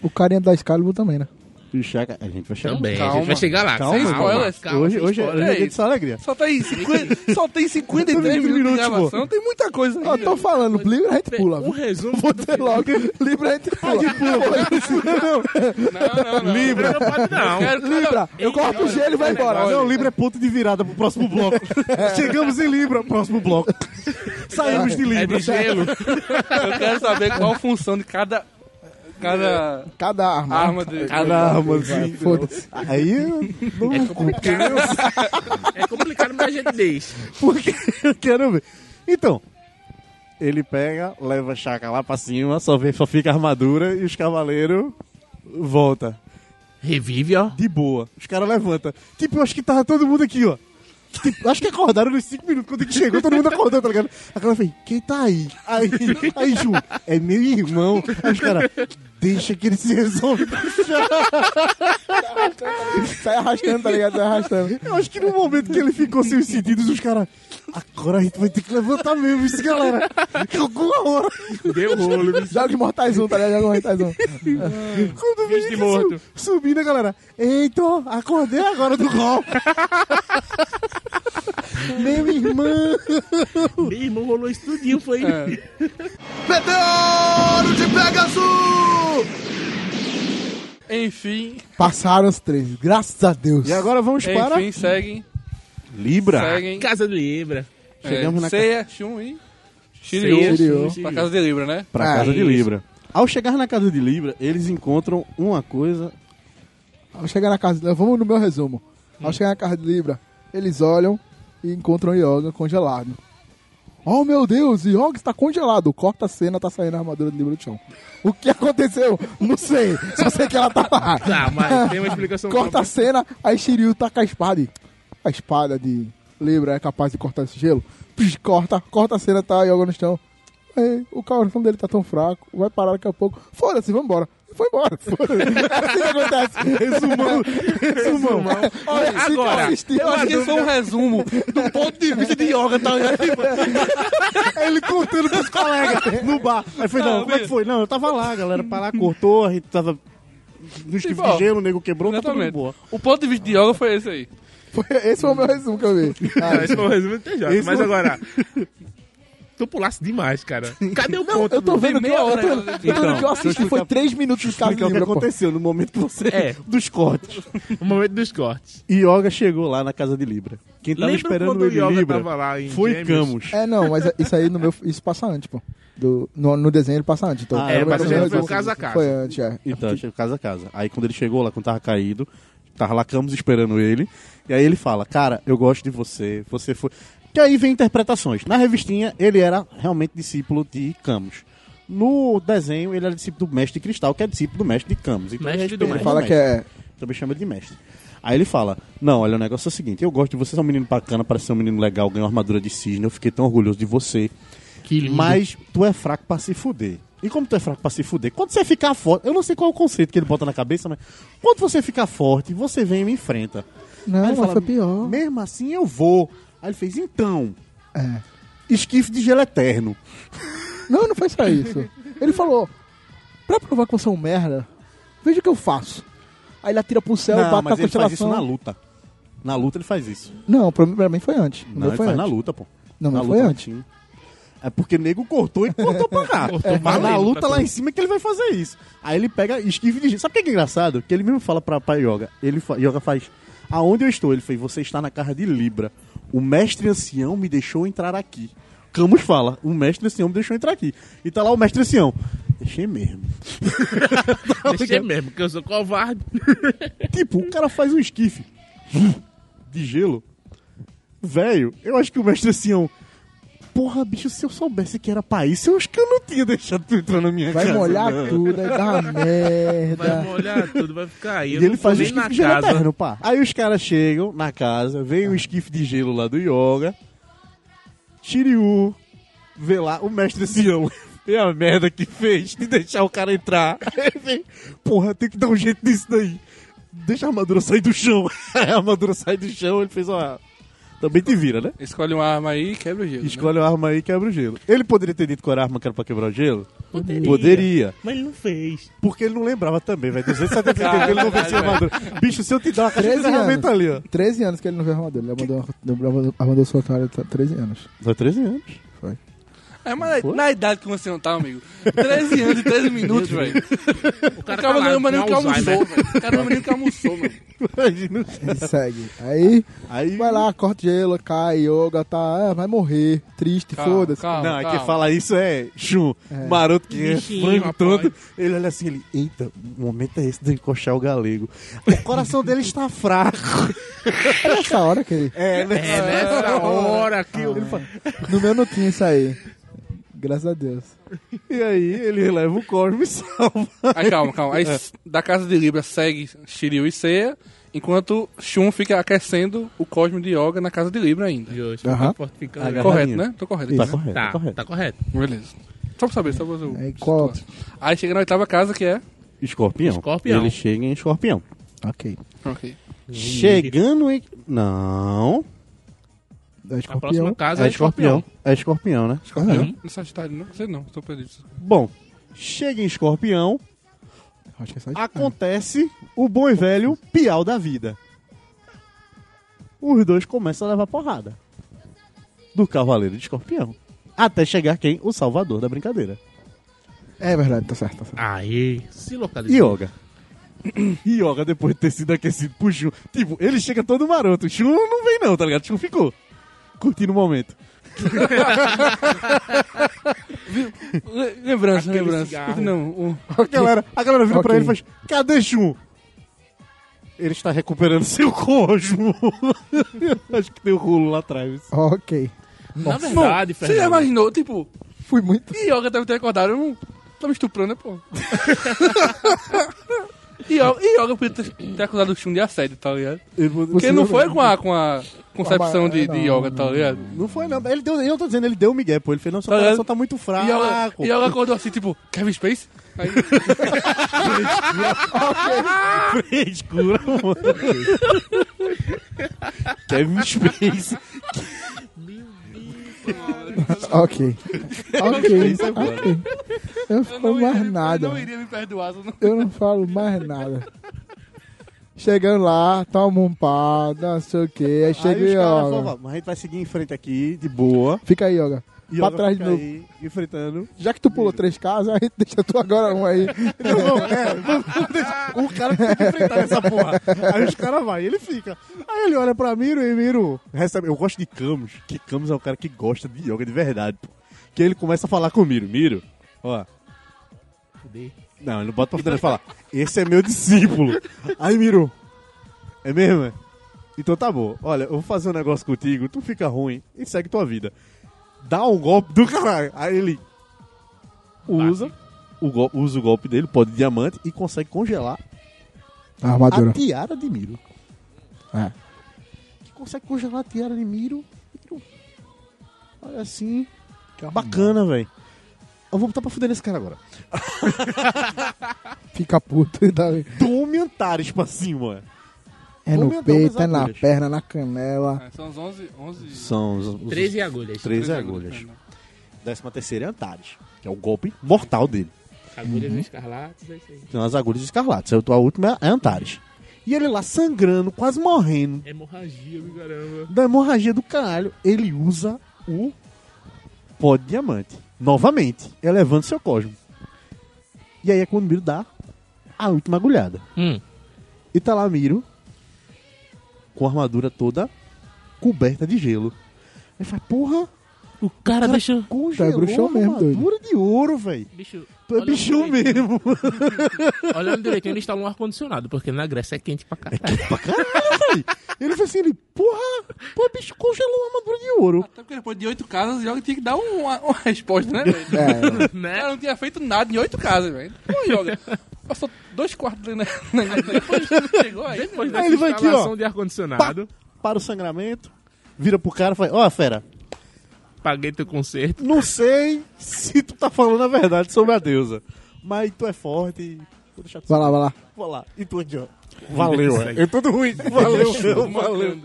Speaker 1: O carinha da Excalibur também, né?
Speaker 3: E o Chaka. A gente vai chegar.
Speaker 4: Também, a
Speaker 2: Calma.
Speaker 4: gente vai chegar lá.
Speaker 3: Então, Calma,
Speaker 4: sem
Speaker 2: spoilers.
Speaker 4: calma,
Speaker 3: hoje
Speaker 4: sem
Speaker 3: hoje
Speaker 4: spoilers.
Speaker 3: é
Speaker 2: Ei.
Speaker 3: dia de só alegria.
Speaker 2: Só tem, 50, só tá tem 53 minutos,
Speaker 3: minutos,
Speaker 2: de gravação, tem muita coisa
Speaker 1: Ó,
Speaker 2: ainda.
Speaker 1: tô falando, livre a gente pula.
Speaker 4: Um
Speaker 1: viu?
Speaker 4: resumo.
Speaker 1: Vou ter logo, livre a gente pula.
Speaker 2: Não, não, não.
Speaker 4: Libra. Não pode não.
Speaker 2: Quero cada-
Speaker 1: Libra, eu corto o gelo e vai embora.
Speaker 2: Olha.
Speaker 3: Não, Libra é ponto de virada pro próximo bloco. Chegamos em Libra, próximo bloco. Saímos de
Speaker 4: É
Speaker 3: Libra.
Speaker 4: de gelo.
Speaker 2: Eu quero saber qual a função de cada. Cada
Speaker 1: Cada arma.
Speaker 2: arma dele.
Speaker 3: Cada arma,
Speaker 1: Vai,
Speaker 3: assim.
Speaker 1: Foda-se.
Speaker 3: Aí, não,
Speaker 4: É complicado, mas a gente deixa.
Speaker 3: porque eu quero ver. Então, ele pega, leva a Chaka lá pra cima, só, vê, só fica a armadura e os cavaleiros volta.
Speaker 4: Revive, ó.
Speaker 3: De boa. Os caras levantam. Tipo, eu acho que tava todo mundo aqui, ó. Tipo, acho que acordaram nos 5 minutos. Quando ele chegou, todo mundo acordou, tá ligado? A galera fez, quem tá aí? Aí, aí Ju, é meu irmão. Aí os caras, deixa que ele se resolve.
Speaker 1: Sai arrastando, tá ligado? Sai arrastando.
Speaker 3: Eu acho que no momento que ele ficou sem os sentidos, os caras, agora a gente vai ter que levantar mesmo isso, galera. Que alguma hora.
Speaker 4: Deu rolo.
Speaker 1: Joga Imortais 1, tá ligado? Joga Imortais 1.
Speaker 3: Quando vi
Speaker 4: de
Speaker 3: ele
Speaker 4: morto.
Speaker 3: su subindo, a galera. Eita, acordei agora do golpe. Meu irmão.
Speaker 4: Meu irmão rolou estudinho, foi.
Speaker 3: É.
Speaker 2: Enfim,
Speaker 1: Passaram os três, graças a Deus.
Speaker 3: E agora vamos para
Speaker 2: enfim, seguem.
Speaker 3: Libra.
Speaker 2: Seguem.
Speaker 4: Casa do Libra.
Speaker 3: Chegamos
Speaker 2: é,
Speaker 3: na
Speaker 2: Ceia, Shun e Shiryu.
Speaker 1: Shiryu.
Speaker 2: Pra casa de Libra, né?
Speaker 3: Pra
Speaker 1: Ah,
Speaker 3: casa de
Speaker 4: isso.
Speaker 3: Libra. Ao chegar na casa de Libra, eles encontram uma coisa.
Speaker 1: Ao chegar na casa de vamos no meu resumo.
Speaker 4: Hum.
Speaker 1: Ao chegar na casa de Libra, eles olham e encontram Yoga congelado. Oh meu Deus, Yoga está congelado. Corta a cena, tá saindo a armadura de Libra do chão. O que aconteceu? Não sei. Só sei que ela tá lá.
Speaker 4: Tá, mas tem uma explicação.
Speaker 1: Corta a cena, aí Shiryu tá com a espada. e- A espada de Libra é capaz de cortar esse gelo? Psh, corta, corta a cena, tá Yoga no chão. Aí, o coração dele tá tão fraco, vai parar daqui a pouco. Foda-se, vambora. Foi embora. Foda-se. É assim que acontece. Resumão. Resumão. Olha, fica
Speaker 4: agora,
Speaker 1: assistindo.
Speaker 2: Eu acho que isso é um resumo do ponto de vista de yoga, tá ligado?
Speaker 3: Ele contando com os colegas no bar. Aí foi, não, como é que foi? Não, eu tava lá, a galera. Pra lá, cortou, a gente tava. No esquife
Speaker 2: Igual.
Speaker 3: de gelo, o nego quebrou, tá tudo de
Speaker 2: Exatamente.
Speaker 3: boa.
Speaker 2: O ponto de vista de yoga foi esse aí.
Speaker 1: Foi- Esse foi o meu resumo que eu vi.
Speaker 4: Não, É, esse foi o resumo do TJ.
Speaker 3: Esse
Speaker 4: Mas
Speaker 3: foi-
Speaker 4: agora. Tu pulasse demais, cara. Cadê o ponto?
Speaker 1: Eu tô
Speaker 4: mano?
Speaker 1: vendo que eu,
Speaker 2: meia
Speaker 1: eu tô,
Speaker 2: hora.
Speaker 1: eu tô vendo que eu assisti. Foi três minutos de casa de
Speaker 3: explicar o é que
Speaker 1: Libra, pô.
Speaker 3: aconteceu no momento que você.
Speaker 4: É.
Speaker 3: Dos cortes.
Speaker 4: O momento dos cortes.
Speaker 3: Yoga chegou lá na casa de Libra. Quem tava
Speaker 4: Lembra
Speaker 3: esperando
Speaker 4: quando o
Speaker 3: ele em
Speaker 4: Yoga
Speaker 3: Libra
Speaker 4: tava lá em
Speaker 3: foi
Speaker 4: Gêmeos?
Speaker 3: Camus.
Speaker 1: É, não, mas isso aí no meu. Isso passa antes, pô. Do, no, no desenho ele passa antes. Então,
Speaker 3: Ah, é,
Speaker 1: no meu
Speaker 3: mas já foi
Speaker 1: resumo,
Speaker 4: casa a casa.
Speaker 1: Foi antes, é.
Speaker 3: Então, chegou casa a casa. Aí quando ele chegou lá, quando tava caído, tava lá Camus esperando ele. E aí ele fala, cara, eu gosto de você, você foi... Que aí vem interpretações. Na revistinha, ele era realmente discípulo de Camus. No desenho, ele era discípulo do mestre Cristal, que é discípulo do mestre de Camus. Então,
Speaker 4: Mestre
Speaker 3: ele respeita
Speaker 4: do
Speaker 1: Ele
Speaker 4: Mas
Speaker 3: o
Speaker 1: fala que é.
Speaker 3: Também chama ele de mestre. Aí ele fala: Não, olha, o negócio é o seguinte: eu gosto de você, você é um menino bacana, parece ser um menino legal, ganhou armadura de cisne, eu fiquei tão orgulhoso de você.
Speaker 4: Que lindo.
Speaker 3: Mas tu é fraco pra se fuder. E como tu é fraco pra se fuder? Quando você ficar forte, eu não sei qual é o conceito que ele bota na cabeça, mas quando você ficar forte, você vem e me enfrenta.
Speaker 1: Não,
Speaker 3: Aí
Speaker 1: mas
Speaker 3: ele fala,
Speaker 1: foi pior.
Speaker 3: Mesmo assim eu vou. Aí ele fez: Então,
Speaker 1: É.
Speaker 3: esquife de gelo eterno.
Speaker 1: Não, não foi só isso. Ele falou: pra provar que você é um merda, veja o que eu faço. Aí ele atira pro céu,
Speaker 3: não,
Speaker 1: Então, bate na
Speaker 3: mas ele faz isso
Speaker 1: constelação.
Speaker 3: na luta. Na luta ele faz isso.
Speaker 1: Não, pra mim, pra mim foi antes. O
Speaker 3: Não,
Speaker 1: meu
Speaker 3: ele
Speaker 1: foi
Speaker 3: faz na
Speaker 1: antes.
Speaker 3: luta, pô.
Speaker 1: Não,
Speaker 3: na
Speaker 1: mas foi
Speaker 3: lá em
Speaker 1: antes.
Speaker 3: cima. É porque o nego cortou e cortou pra cá. É,
Speaker 4: Cortou pra
Speaker 3: mas na
Speaker 4: lembro,
Speaker 3: luta
Speaker 4: pra
Speaker 3: lá
Speaker 4: tudo.
Speaker 3: em cima é que ele vai fazer isso. Aí ele pega esquive de gelo. Sabe o que é engraçado? Que ele mesmo fala pra, pra Yoga. Ele fa... Yoga faz. Aonde eu estou? Ele fez. Você está na casa de Libra. O mestre ancião me deixou entrar aqui. Camus fala. O mestre ancião me deixou entrar aqui. E tá lá o mestre ancião. Deixei mesmo.
Speaker 4: Deixei mesmo, que eu sou covarde.
Speaker 3: Tipo, o cara faz um esquife de gelo. Velho, eu acho que o mestre ancião. Porra, bicho, se eu soubesse que era pra isso, eu acho que eu não tinha deixado tu entrar na minha
Speaker 1: Vai
Speaker 3: casa.
Speaker 1: molhar
Speaker 3: não.
Speaker 1: tudo, aí dá uma merda.
Speaker 4: Vai molhar tudo, vai ficar aí.
Speaker 3: Tá. E
Speaker 4: Eu não
Speaker 3: ele
Speaker 4: tô
Speaker 3: faz o
Speaker 4: nem
Speaker 3: esquife
Speaker 4: na
Speaker 3: de gelo
Speaker 4: casa.
Speaker 3: eterno, pá. Aí os caras chegam na casa, vem o esquife de gelo lá do Yoga. Shiryu vê lá o mestre ancião. E a merda que fez de deixar o cara entrar. Aí vem, porra, tem que dar um jeito nisso daí. Deixa a armadura sair do chão. Aí a armadura sai do chão, ele fez, ó. Também te vira, né?
Speaker 2: Escolhe uma arma aí e quebra o gelo. né?
Speaker 3: Escolhe uma arma aí e quebra o gelo. Ele poderia ter dito qual era a arma que era pra quebrar o gelo? Poderia.
Speaker 4: Mas ele não fez.
Speaker 3: Porque ele não lembrava também, velho. 275 ele não vencia a armadura. Bicho, se eu te dar uma caixa de
Speaker 1: 13 anos.
Speaker 3: ferramenta ali, ó.
Speaker 1: 13 anos que ele não vê armadura. Ele abandou, abandou, abandou sua cara há 13 anos.
Speaker 3: Foi 13 anos.
Speaker 2: É, mas na, na idade que você não tá, amigo. 13 anos e 13 minutos, velho.
Speaker 4: O
Speaker 2: O
Speaker 4: cara tá
Speaker 2: cara tá não lembra nem o que
Speaker 4: com Alzheimer.
Speaker 2: almoçou, velho. O cara não lembra nem o que almoçou, mano.
Speaker 3: Imagina.
Speaker 1: Ele segue. Aí,
Speaker 3: Aí.
Speaker 1: vai lá, corta o gelo, cai, yoga, tá. ah, vai morrer. Triste,
Speaker 2: Calma,
Speaker 1: foda-se.
Speaker 2: calma,
Speaker 3: Não, é
Speaker 2: calma.
Speaker 3: quem fala isso é chum, maroto que é
Speaker 4: Bichinho,
Speaker 3: frango
Speaker 4: rapaz.
Speaker 3: todo. Ele olha assim, ele, eita, o momento é esse de encoxar o galego. O coração dele está fraco.
Speaker 1: Era essa hora que ele.
Speaker 3: É,
Speaker 4: É nessa hora que eu...
Speaker 1: No meu não tinha isso aí. Graças a Deus.
Speaker 3: E aí ele leva o corvo e salva.
Speaker 2: Aí calma, calma. Aí s- da casa de Libra segue Shiryu e Seiya, enquanto Shun fica aquecendo o cosmo de Yoga na casa de Libra ainda.
Speaker 1: Aham.
Speaker 4: Fortificando.
Speaker 2: Correto,
Speaker 3: Agarradinho.
Speaker 2: né? Tô correto.
Speaker 3: Tá
Speaker 2: aqui, né?
Speaker 3: correto,
Speaker 4: Tá,
Speaker 3: tá correto.
Speaker 4: tá correto.
Speaker 2: Beleza. Só pra saber, só pra fazer o...
Speaker 1: Aí qual?
Speaker 2: Aí chega na oitava casa que é...
Speaker 3: Escorpião.
Speaker 4: Escorpião.
Speaker 3: Ele chega em escorpião.
Speaker 1: Ok.
Speaker 2: Ok.
Speaker 3: Chegando em... Não.
Speaker 1: É
Speaker 4: A próxima
Speaker 1: escorpião.
Speaker 4: casa é escorpião.
Speaker 3: É escorpião, né?
Speaker 2: Escorpião?
Speaker 4: Uhum.
Speaker 2: Não Sagitário, não? Sei não, tô perdido.
Speaker 3: Bom, chega em escorpião,
Speaker 1: Acho que é só escorpião.
Speaker 3: acontece o bom e velho piau da vida. Os dois começam a levar porrada. Do Cavaleiro de Escorpião. Até chegar quem? O salvador da brincadeira.
Speaker 1: É verdade, tá certo, tá certo.
Speaker 4: Aí, se localizou.
Speaker 3: Yoga. Yoga, depois de ter sido aquecido por Shun. Tipo, ele chega todo maroto. Shun não vem não, tá ligado? Shun ficou. Curtindo o momento.
Speaker 2: Le- Lembrança,
Speaker 4: Aquele
Speaker 2: lembrança.
Speaker 4: cigarro.
Speaker 2: Não, o...
Speaker 3: A galera, a galera vira pra
Speaker 1: Ok.
Speaker 3: ele e faz, cadê Shun? Ele está recuperando seu cosmo. Acho que deu rolo lá atrás.
Speaker 1: Ok.
Speaker 4: Na verdade,
Speaker 2: Você já
Speaker 4: Fernando.
Speaker 2: imaginou, tipo...
Speaker 1: Fui muito.
Speaker 2: Yoga deve ter acordado, eu não... Tá me estuprando, né, pô? Yoga, Yoga podia ter, ter acusado o Shun de assédio, tá ligado? Porque
Speaker 1: Você
Speaker 2: não foi com a, com a
Speaker 1: Ah,
Speaker 2: concepção
Speaker 1: mas-
Speaker 2: de,
Speaker 1: não,
Speaker 2: de yoga, tá ligado?
Speaker 3: Não foi, não. Ele deu, eu tô dizendo, ele deu o migué, pô. Ele fez, não, seu
Speaker 2: Tá ligado?
Speaker 3: coração tá muito fraco.
Speaker 2: E ela, e ela acordou assim, tipo, Kevin Space? Aí,
Speaker 3: Frescura, mano. Kevin Space.
Speaker 1: Ok. Ok. ok. Eu não falo mais nada.
Speaker 2: Eu não iria me perdoar. eu Não...
Speaker 1: Eu não falo mais nada. Chegando lá, toma um pau, não sei o que. Aí chega
Speaker 3: Aí os caras
Speaker 1: Yoga.
Speaker 3: falam, mas a gente vai seguir em frente aqui, de boa.
Speaker 1: Fica aí, Yoga.
Speaker 3: E
Speaker 1: pra
Speaker 3: ela
Speaker 1: trás de
Speaker 3: fica
Speaker 1: novo.
Speaker 3: aí, enfrentando.
Speaker 1: Já que tu pulou três casas, aí deixa tu agora um aí.
Speaker 3: é, O cara tem que enfrentar essa porra. Aí os caras vai, ele fica. Aí ele olha pra Miro e Miro recebe. Eu gosto de Camus, que Camus é um cara que gosta de yoga de verdade, pô. Que ele começa a falar com o Miro. Miro, ó. Não, ele não bota pra frente, ele fala, esse é meu discípulo. Aí Miro, é mesmo? é? Então tá bom, olha, eu vou fazer um negócio contigo, tu fica ruim e segue tua vida. Dá um golpe do caralho. Aí ele usa o, gol- usa o golpe dele, pó de diamante, e consegue congelar
Speaker 1: A armadura.
Speaker 3: a tiara de Miro.
Speaker 1: É.
Speaker 3: Que consegue congelar a tiara de Miro. Miro. Olha assim. Bacana, velho. Eu vou botar pra fuder nesse cara agora.
Speaker 1: Fica puto. e dá-
Speaker 3: Dome um Antares pra cima.
Speaker 1: É no
Speaker 3: Aumentar
Speaker 1: peito,
Speaker 3: umas
Speaker 1: é na
Speaker 3: agulhas.
Speaker 1: perna, na canela.
Speaker 2: Ah, São os 11... 11...
Speaker 3: São os, os
Speaker 4: 13 agulhas.
Speaker 3: 13 agulhas. Décima terceira é Antares, que é o golpe mortal dele.
Speaker 4: Agulhas escarlates, é isso aí.
Speaker 3: São as agulhas escarlates. A última é Antares. E ele lá sangrando, quase morrendo,
Speaker 4: Hemorragia do caramba.
Speaker 3: da hemorragia do caralho, ele usa o pó de diamante. Novamente, elevando seu cosmo. E aí é quando o Miro dá a última agulhada.
Speaker 4: Hum.
Speaker 3: E tá lá Miro com a armadura toda coberta de gelo. Ele fala, porra,
Speaker 4: O cara deixou...
Speaker 3: congelou
Speaker 1: Tá bruxão
Speaker 3: a
Speaker 1: mesmo, doido.
Speaker 3: armadura de ouro, velho.
Speaker 4: Bicho,
Speaker 3: Tu é
Speaker 4: olhando
Speaker 3: bichão
Speaker 4: direito-
Speaker 3: mesmo.
Speaker 4: Olhando direitinho, ele instalou um ar-condicionado, porque na Grécia é quente pra caralho.
Speaker 3: Ele fez assim, ele, porra, pô, bicho, congelou a armadura de ouro.
Speaker 2: Até porque depois de oito casas, o Yoga tinha que dar uma, uma resposta, né, velho?
Speaker 1: É,
Speaker 2: O
Speaker 4: né?
Speaker 2: cara não tinha feito nada em oito casas, velho. Pô, Yoga, passou dois quartos na... na- na- Depois chegou aí,
Speaker 4: Depois
Speaker 3: Aí
Speaker 4: da
Speaker 3: ele vai aqui, ó.
Speaker 4: instalação de ar-condicionado,
Speaker 3: Para o sangramento, vira pro cara e fala, ó, fera,
Speaker 4: paguei teu conserto.
Speaker 3: não sei se tu tá falando a verdade sobre a deusa, mas tu é forte, vou deixar tu
Speaker 1: vai lá, vai lá.
Speaker 3: falar. E tu aqui, ó. Valeu, é. Eu todo ruim. Valeu, valeu.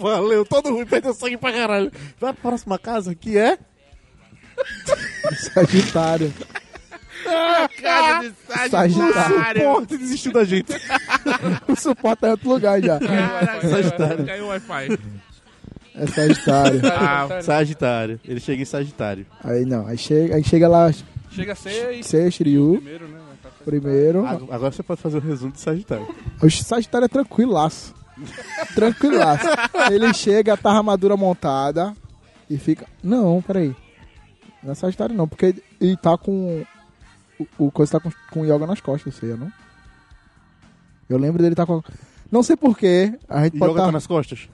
Speaker 3: Valeu, todo ruim. Perdeu sangue pra caralho. Vai pra próxima casa, que é...
Speaker 1: Sagitário.
Speaker 4: Ah, Cara de
Speaker 1: Sagitário.
Speaker 3: Porta desistiu da gente.
Speaker 1: O suporte tá em outro lugar já.
Speaker 4: Caraca,
Speaker 3: Sagitário.
Speaker 4: Caiu o Wi-Fi.
Speaker 1: É Sagitário.
Speaker 4: Ah,
Speaker 3: Sagitário. Ele chega em Sagitário.
Speaker 1: Aí não, aí chega, aí chega lá
Speaker 2: Chega a ser e-
Speaker 1: Seiya, Shiryu,
Speaker 2: primeiro, né? Tá certo.
Speaker 1: primeiro.
Speaker 3: Ag- Agora você pode fazer o resumo de Sagitário.
Speaker 1: O Sagitário é tranquilaço. Tranquilaço. Ele chega, tá a armadura montada e fica. Não, peraí. Não é Sagitário não, porque ele tá com. O, o coisa tá com, com yoga nas costas, sei eu não. Eu lembro dele tá com. Não sei porquê. A gente pode
Speaker 3: Yoga
Speaker 1: tá...
Speaker 3: tá nas costas?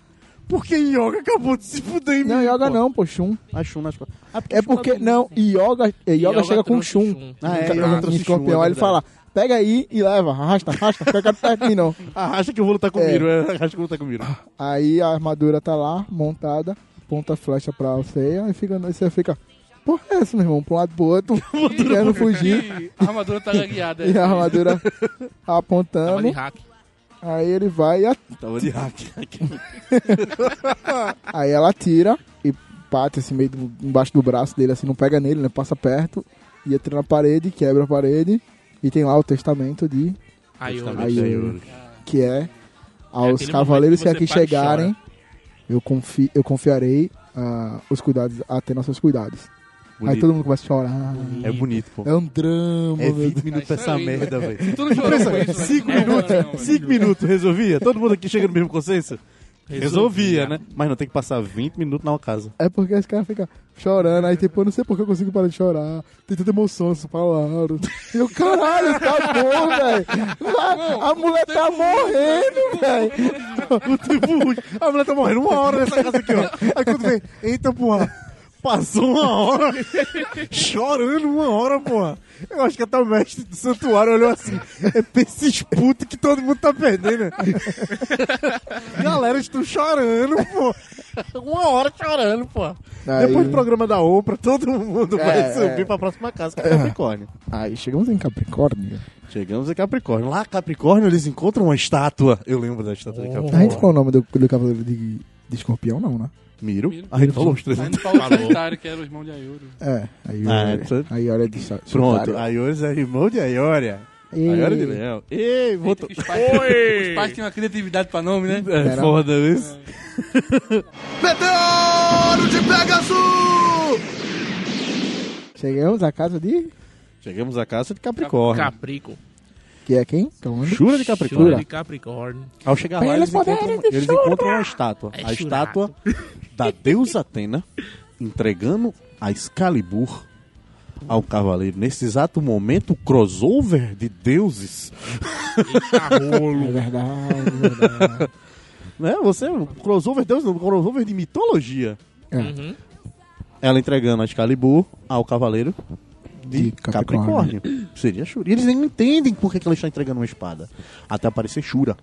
Speaker 3: Porque Yoga acabou de se fuder em
Speaker 1: Não,
Speaker 3: mim,
Speaker 1: yoga
Speaker 3: pô.
Speaker 1: não, pô, Shun.
Speaker 3: Ah, Shun nas costas. Ah,
Speaker 1: É porque. Não, yoga, é, yoga, chega com Shun.
Speaker 3: Ah, é,
Speaker 1: Ca-
Speaker 3: Yoga
Speaker 1: em
Speaker 3: trouxe Shun,
Speaker 1: escorpião.
Speaker 3: é
Speaker 1: Aí ele fala:
Speaker 3: verdade.
Speaker 1: pega aí e leva, arrasta, arrasta, fica perto de mim não.
Speaker 3: Arrasta que eu vou lutar com o
Speaker 1: É. Ah,
Speaker 3: Miro. é, Arrasta que eu vou lutar com o Miro.
Speaker 1: Aí a armadura tá lá, montada, ponta a flecha pra alceia e fica, aí você fica. Porra, é essa, meu irmão? Pra um lado pro outro,
Speaker 4: um
Speaker 1: querendo fugir.
Speaker 2: E a armadura tá guiada.
Speaker 1: E a armadura
Speaker 4: tava de
Speaker 1: apontando.
Speaker 4: hack.
Speaker 1: Aí ele vai e a-
Speaker 3: Tava de hack.
Speaker 1: aí ela tira e bate assim meio do- embaixo do braço dele, assim, não pega nele, né? Passa perto e entra na parede, quebra a parede. E tem lá o testamento de
Speaker 4: Aí eu
Speaker 1: Aí,
Speaker 3: Yoga.
Speaker 1: que é aos
Speaker 4: aquele
Speaker 1: cavaleiros
Speaker 4: momento que
Speaker 1: que aqui
Speaker 4: você para e
Speaker 1: chegarem, eu, confi eu confiarei ah, os cuidados, até nossos cuidados. Aí todo mundo começa a chorar.
Speaker 3: É bonito, pô.
Speaker 1: É um drama,
Speaker 3: É
Speaker 1: meu
Speaker 3: 20 minutos
Speaker 2: Isso
Speaker 3: pra
Speaker 2: é
Speaker 3: essa
Speaker 2: lindo.
Speaker 3: merda, velho.
Speaker 2: Tudo chorou com isso, velho.
Speaker 3: 5
Speaker 2: Não, não,
Speaker 3: minutos,
Speaker 2: não,
Speaker 3: 5 minutos, resolvia? Todo mundo aqui chega no mesmo consenso? Resolvia, né? Mas não, tem que passar 20 minutos na casa.
Speaker 1: É porque esse cara fica chorando, aí tipo, eu não sei porque eu consigo parar de chorar. Tem tanta emoção nessa palavra. E eu, caralho, tá bom, velho. A, a mulher tá morrendo, velho.
Speaker 3: O tempo ruim. A mulher tá morrendo uma hora nessa casa aqui, ó. Aí quando vem, eita, porra. Passou uma hora chorando uma hora, porra. Eu acho que até o mestre do santuário olhou assim. É pra esses putos que todo mundo tá perdendo. Galera, estão chorando, pô. Uma hora chorando, pô.
Speaker 1: Aí-
Speaker 3: Depois do programa da Oprah, todo mundo vai
Speaker 1: É,
Speaker 3: subir
Speaker 1: é.
Speaker 3: pra próxima casa, que é Capricórnio.
Speaker 1: Aí chegamos em Capricórnio.
Speaker 3: É. Chegamos em Capricórnio. Lá, Capricórnio, eles encontram uma estátua. Eu lembro da estátua de
Speaker 1: A gente
Speaker 3: Capricórnio.
Speaker 1: falou o nome do, do cavaleiro de, de escorpião, não, né?
Speaker 3: Miro. A gente falou os três.
Speaker 2: A gente falou do Sagitário, que era o irmão de Ayuro.
Speaker 1: É. Aí,
Speaker 3: Ah,
Speaker 1: olha-
Speaker 3: é, tu-
Speaker 1: aí olha de sa-
Speaker 3: Pronto.
Speaker 1: Sagitário.
Speaker 3: Aiores é irmão de Aiória.
Speaker 1: E-
Speaker 3: Aiória de Leão. Ei, voltou.
Speaker 2: Os pais, os pais têm uma criatividade pra nome, né?
Speaker 3: É foda isso.
Speaker 1: Chegamos à casa de.
Speaker 3: Chegamos à casa de Capricórnio.
Speaker 4: Caprico.
Speaker 1: Que é quem? Então, onde?
Speaker 3: Chura de
Speaker 4: Chura
Speaker 3: Capricórnio.
Speaker 4: de Capricórnio.
Speaker 3: Ao chegar lá,
Speaker 1: Pelos
Speaker 3: eles encontram,
Speaker 1: poderes de
Speaker 3: eles
Speaker 1: Shura.
Speaker 3: encontram uma estátua.
Speaker 4: É
Speaker 3: a
Speaker 4: Shura.
Speaker 3: estátua da deusa Atena entregando a Excalibur ao cavaleiro. Nesse exato momento, o crossover de deuses
Speaker 4: Eita rolo.
Speaker 1: É verdade, é verdade.
Speaker 3: Né? Você, um crossover, Deus, um crossover de mitologia.
Speaker 1: É.
Speaker 4: Uhum.
Speaker 3: Ela entregando a Excalibur ao cavaleiro de,
Speaker 1: De
Speaker 3: Capricórnio.
Speaker 1: Capricórnio.
Speaker 3: Seria Shura. E eles nem entendem por que, que ela está entregando uma espada. Até aparecer Shura.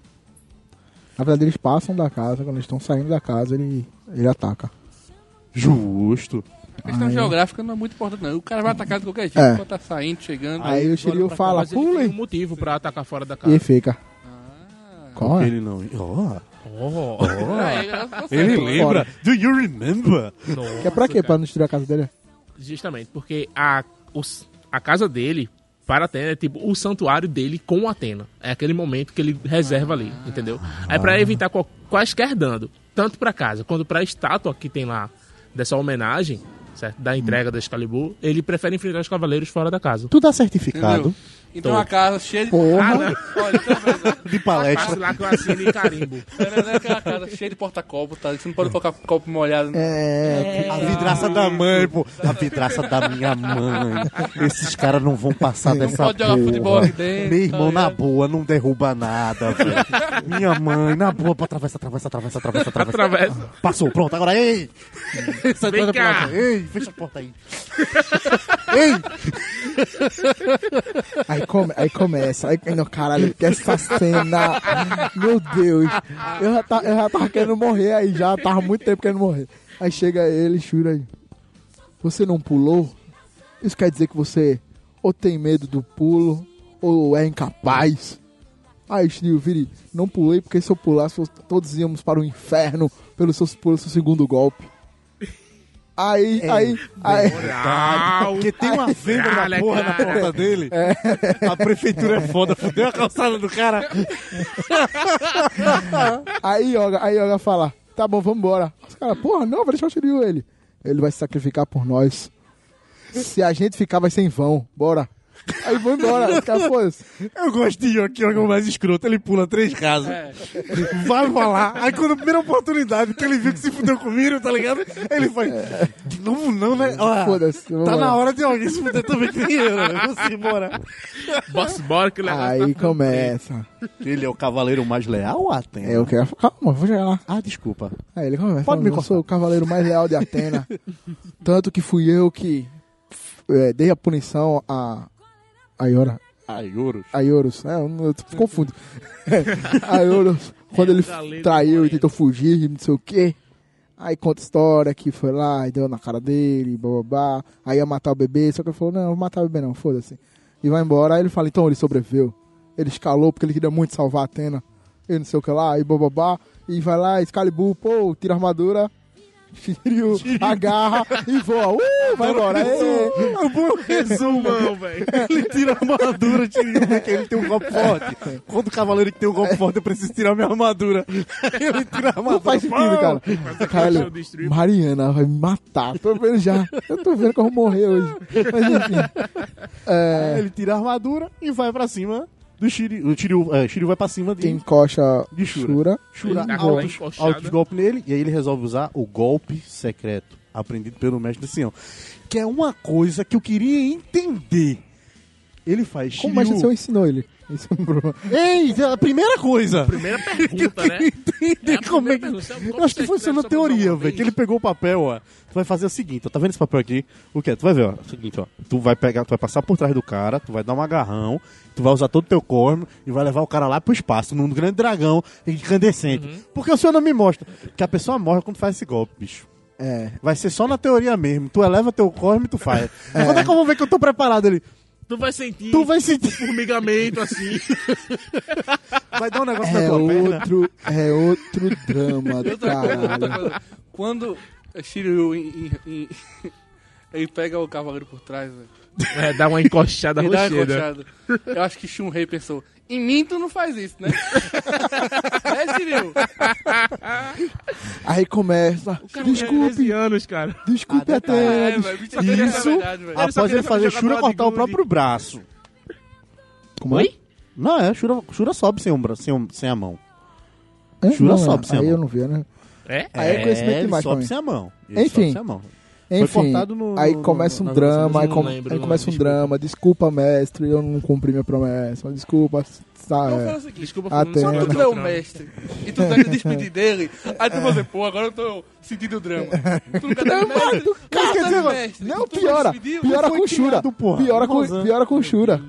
Speaker 1: Na verdade, eles passam da casa, quando eles estão saindo da casa, ele, ele ataca.
Speaker 3: Justo.
Speaker 2: A questão
Speaker 1: Aí-
Speaker 2: geográfica não é muito importante, não. O cara vai atacar de qualquer jeito.
Speaker 1: É.
Speaker 2: Quando tá saindo, chegando.
Speaker 1: Aí, o
Speaker 3: olham
Speaker 1: Shiryu
Speaker 3: pra cá,
Speaker 1: fala,
Speaker 4: Mas ele tem
Speaker 1: pulem!
Speaker 4: um motivo pra atacar fora da
Speaker 1: E
Speaker 4: casa.
Speaker 1: fica. Qual é?
Speaker 3: Ele não. ó
Speaker 4: Oh,
Speaker 2: Aí, eu- assim,
Speaker 3: ele
Speaker 1: tô
Speaker 3: lembra. Do you remember?
Speaker 1: Que é pra quê? Pra não destruir a casa dele?
Speaker 4: Justamente, porque a, os- a casa dele, para Atena, é tipo o santuário dele com Atena. É aquele momento que ele reserva ali, entendeu? É pra evitar qual- quaisquer dano, tanto pra casa quanto pra estátua que tem lá dessa homenagem, certo? Da entrega da Excalibur, ele prefere enfrentar os cavaleiros fora da casa.
Speaker 3: Tu dá certificado
Speaker 2: Entendeu? Então a casa cheia de.
Speaker 1: Porra.
Speaker 4: Ah, não.
Speaker 2: Olha, então, velho,
Speaker 3: de palestra.
Speaker 4: Passe lá que eu assino em carimbo.
Speaker 2: era- era aquela casa cheia de porta-copo, tá? Você não pode colocar copo molhado.
Speaker 1: É.
Speaker 3: A vidraça da mãe, pô. A vidraça da minha mãe. Esses caras não vão passar
Speaker 2: Não
Speaker 3: dessa
Speaker 2: pode jogar
Speaker 3: porra.
Speaker 2: futebol aqui dentro.
Speaker 3: Meu irmão,
Speaker 2: tá
Speaker 3: na
Speaker 2: ligado?
Speaker 3: boa, não derruba nada, velho. Minha mãe, na boa, pô, atravessa, atravessa, atravessa, atravessa, atravessa.
Speaker 4: Atravessa.
Speaker 3: Passou, pronto, agora, ei! Sai
Speaker 4: Vem
Speaker 3: da
Speaker 4: cá.
Speaker 3: porta, Ei, fecha a porta aí. ei!
Speaker 1: Aí, come, aí começa. Aí, não, caralho, que essa cena. Meu Deus. Eu já, tá, eu já tava querendo morrer aí já. Tava muito tempo querendo morrer. Aí chega ele, Shura aí. Você não pulou? Isso quer dizer que você ou tem medo do pulo, ou é incapaz. Ah, Shiryu-Viri, não pulei porque se eu pulasse fos- todos íamos para o inferno pelo seu, pelo seu segundo golpe. Aí, aí, aí,
Speaker 3: Porque tem uma venda da porra na porta dele. A prefeitura é foda, fudeu a calçada do cara.
Speaker 1: aí Yoga, aí Yoga fala, tá bom, vambora. Os caras, porra, não, vai deixar o Shiryu ele. Ele vai se sacrificar por nós. Se a gente ficar, vai ser em vão. Bora. Aí vão embora. Os caras, foda-se.
Speaker 3: Eu gosto de Yoki, Yoki é o mais escroto. Ele pula três casas, vai falar. Aí, quando a primeira oportunidade que ele viu que se fudeu comigo, tá ligado? Ele faz. Não, não, né? Ó,
Speaker 1: Foda-se,
Speaker 3: tá
Speaker 1: vambora.
Speaker 3: na hora de alguém se fuder também que nem eu, né? Vamos embora.
Speaker 4: Boss bora que legal.
Speaker 1: Aí começa.
Speaker 3: Ele é o cavaleiro mais leal, Atena?
Speaker 1: É, eu quero. Calma, vou chegar lá.
Speaker 3: Ah, desculpa.
Speaker 1: Aí ele começa.
Speaker 3: Pode
Speaker 1: Pode
Speaker 3: me
Speaker 1: me Eu sou o cavaleiro mais leal de Atena. Tanto que fui eu que eh, dei a punição a. A Iora.
Speaker 3: Ai, ouros.
Speaker 1: A Ioros. É, eu não- eu te confundo. a Ioros, quando
Speaker 4: É o
Speaker 1: ele
Speaker 4: galego
Speaker 1: traiu e
Speaker 4: poeta.
Speaker 1: tentou fugir, e não sei o quê. Aí conta a história que foi lá e deu na cara dele, blá blá blá. Aí ia matar o bebê, só que ele falou: não, eu vou matar o bebê não, foda-se. E vai embora. Aí ele fala: então ele sobreviveu. Ele escalou porque ele queria muito salvar a Atena. E não sei o que lá, e blá blá blá. E vai lá, Excalibur, pô, tira a armadura. Shiryu agarra e voa. Uh, vai embora. Ê,
Speaker 4: Resumão, velho.
Speaker 3: Ele tira a armadura, tira porque ele tem um golpe forte. Quando o cavaleiro que tem um golpe forte, eu preciso tirar minha armadura. Ele tira a
Speaker 1: Não
Speaker 3: armadura.
Speaker 1: faz sentido, cara. Caralho, Mariana vai me matar. Tô vendo já. Eu tô vendo que eu vou morrer hoje. Mas enfim.
Speaker 3: Aí
Speaker 1: É,
Speaker 3: Ele tira a armadura e vai pra cima do Shiryu. O Shiryu, é, Shiryu vai pra cima de
Speaker 1: quem encoxa
Speaker 3: De Shura.
Speaker 1: Shura.
Speaker 3: Shura.
Speaker 4: Dá aquela
Speaker 1: né?
Speaker 3: Altos,
Speaker 4: encoxada.
Speaker 3: altos golpes nele. E aí ele resolve usar o golpe secreto aprendido pelo mestre Sião. Que é uma coisa que eu queria entender. Ele faz
Speaker 1: Como o
Speaker 3: Shiryu-
Speaker 1: mestre seu ensinou ele? Isso é um problema.
Speaker 3: Ei, é a primeira coisa.
Speaker 4: Primeira pergunta, né?
Speaker 3: Entender
Speaker 4: É a
Speaker 3: como é
Speaker 4: primeira
Speaker 3: que.
Speaker 4: pergunta. Como
Speaker 3: Eu acho que
Speaker 4: você
Speaker 3: funciona a
Speaker 4: escreve sobre o
Speaker 3: teoria,
Speaker 4: nome?
Speaker 3: velho. Que ele pegou o papel, ó. Tu vai fazer o seguinte, ó. Tá vendo esse papel aqui? O que? Tu vai ver, ó. é O seguinte, ó. Tu vai pegar, tu vai passar por trás do cara, tu vai dar um agarrão, tu vai usar todo o teu corno e vai levar o cara lá pro espaço, num grande dragão incandescente.
Speaker 4: Uhum.
Speaker 3: Porque o senhor não me mostra. Porque a pessoa morre quando faz esse golpe, bicho.
Speaker 1: É.
Speaker 3: Vai ser só na teoria mesmo. Tu eleva teu corno e tu faz. Quando é que eu vou ver que eu tô preparado ali?
Speaker 4: Tu vai sentir
Speaker 3: Tu vai sentir.
Speaker 4: formigamento assim.
Speaker 3: Vai dar um negócio na
Speaker 1: É
Speaker 3: tua perna.
Speaker 1: outro, é outro drama do
Speaker 2: Outra coisa, outra
Speaker 1: caralho.
Speaker 2: coisa. Quando Shiryu em- em- em- ele pega o cavaleiro por trás, velho.
Speaker 4: É, dá uma encoxada
Speaker 2: Me dá uma
Speaker 4: rocheda.
Speaker 2: coxada. Eu acho que Shun-Rei pensou, em mim tu não faz isso, né? é, Shiryu?
Speaker 1: Tá. Aí começa. Desculpe,
Speaker 4: É, anos, cara.
Speaker 1: desculpe
Speaker 3: Ah, tá.
Speaker 1: até.
Speaker 2: É, velho, me diz que essa é a
Speaker 3: Isso.
Speaker 2: verdade, velho.
Speaker 4: só
Speaker 3: Após
Speaker 4: queria
Speaker 3: ele fazer
Speaker 4: jogar
Speaker 3: Shura
Speaker 4: bola de
Speaker 3: cortar o
Speaker 4: gude.
Speaker 3: próprio braço.
Speaker 1: Como
Speaker 4: Oi?
Speaker 3: Não, é, Shura, Shura sobe sem, um, bra- sem, um- sem a mão.
Speaker 1: Hã?
Speaker 3: Shura
Speaker 1: Não,
Speaker 3: sobe,
Speaker 1: Aí
Speaker 3: Samuel.
Speaker 1: eu não vi, né?
Speaker 4: É?
Speaker 1: Aí é conhecimento
Speaker 3: ele
Speaker 1: demais pra
Speaker 3: sobe
Speaker 1: mim.
Speaker 3: sem a mão. Ele
Speaker 1: Enfim.
Speaker 3: sobe sem a mão. Foi
Speaker 1: Enfim,
Speaker 3: cortado no-
Speaker 1: aí
Speaker 3: no-
Speaker 1: começa
Speaker 3: na
Speaker 1: um
Speaker 3: versão,
Speaker 1: drama,
Speaker 4: mas
Speaker 1: aí,
Speaker 4: eu não
Speaker 1: com-
Speaker 4: lembro,
Speaker 1: aí
Speaker 4: não,
Speaker 1: começa um
Speaker 4: desculpa.
Speaker 1: drama, desculpa mestre, eu não cumpri minha promessa, desculpa, tá,
Speaker 2: Então fala
Speaker 1: é.
Speaker 2: o seguinte,
Speaker 4: Desculpa, um
Speaker 1: Ah, tem,
Speaker 2: quando
Speaker 1: né?
Speaker 2: tu é o mestre e tu quer te despedir dele, aí tu fala assim, pô, agora eu tô sentindo o drama. Tu não quer dar mestre? tu
Speaker 3: Mas quer
Speaker 2: tá
Speaker 3: dizer,
Speaker 2: no mestre,
Speaker 1: Não,
Speaker 2: tu
Speaker 1: piora,
Speaker 2: vai despedir,
Speaker 1: piora
Speaker 3: foi
Speaker 1: com Shura,
Speaker 3: criado, porra.
Speaker 1: piora com,
Speaker 3: Rosan.
Speaker 1: piora com Shura.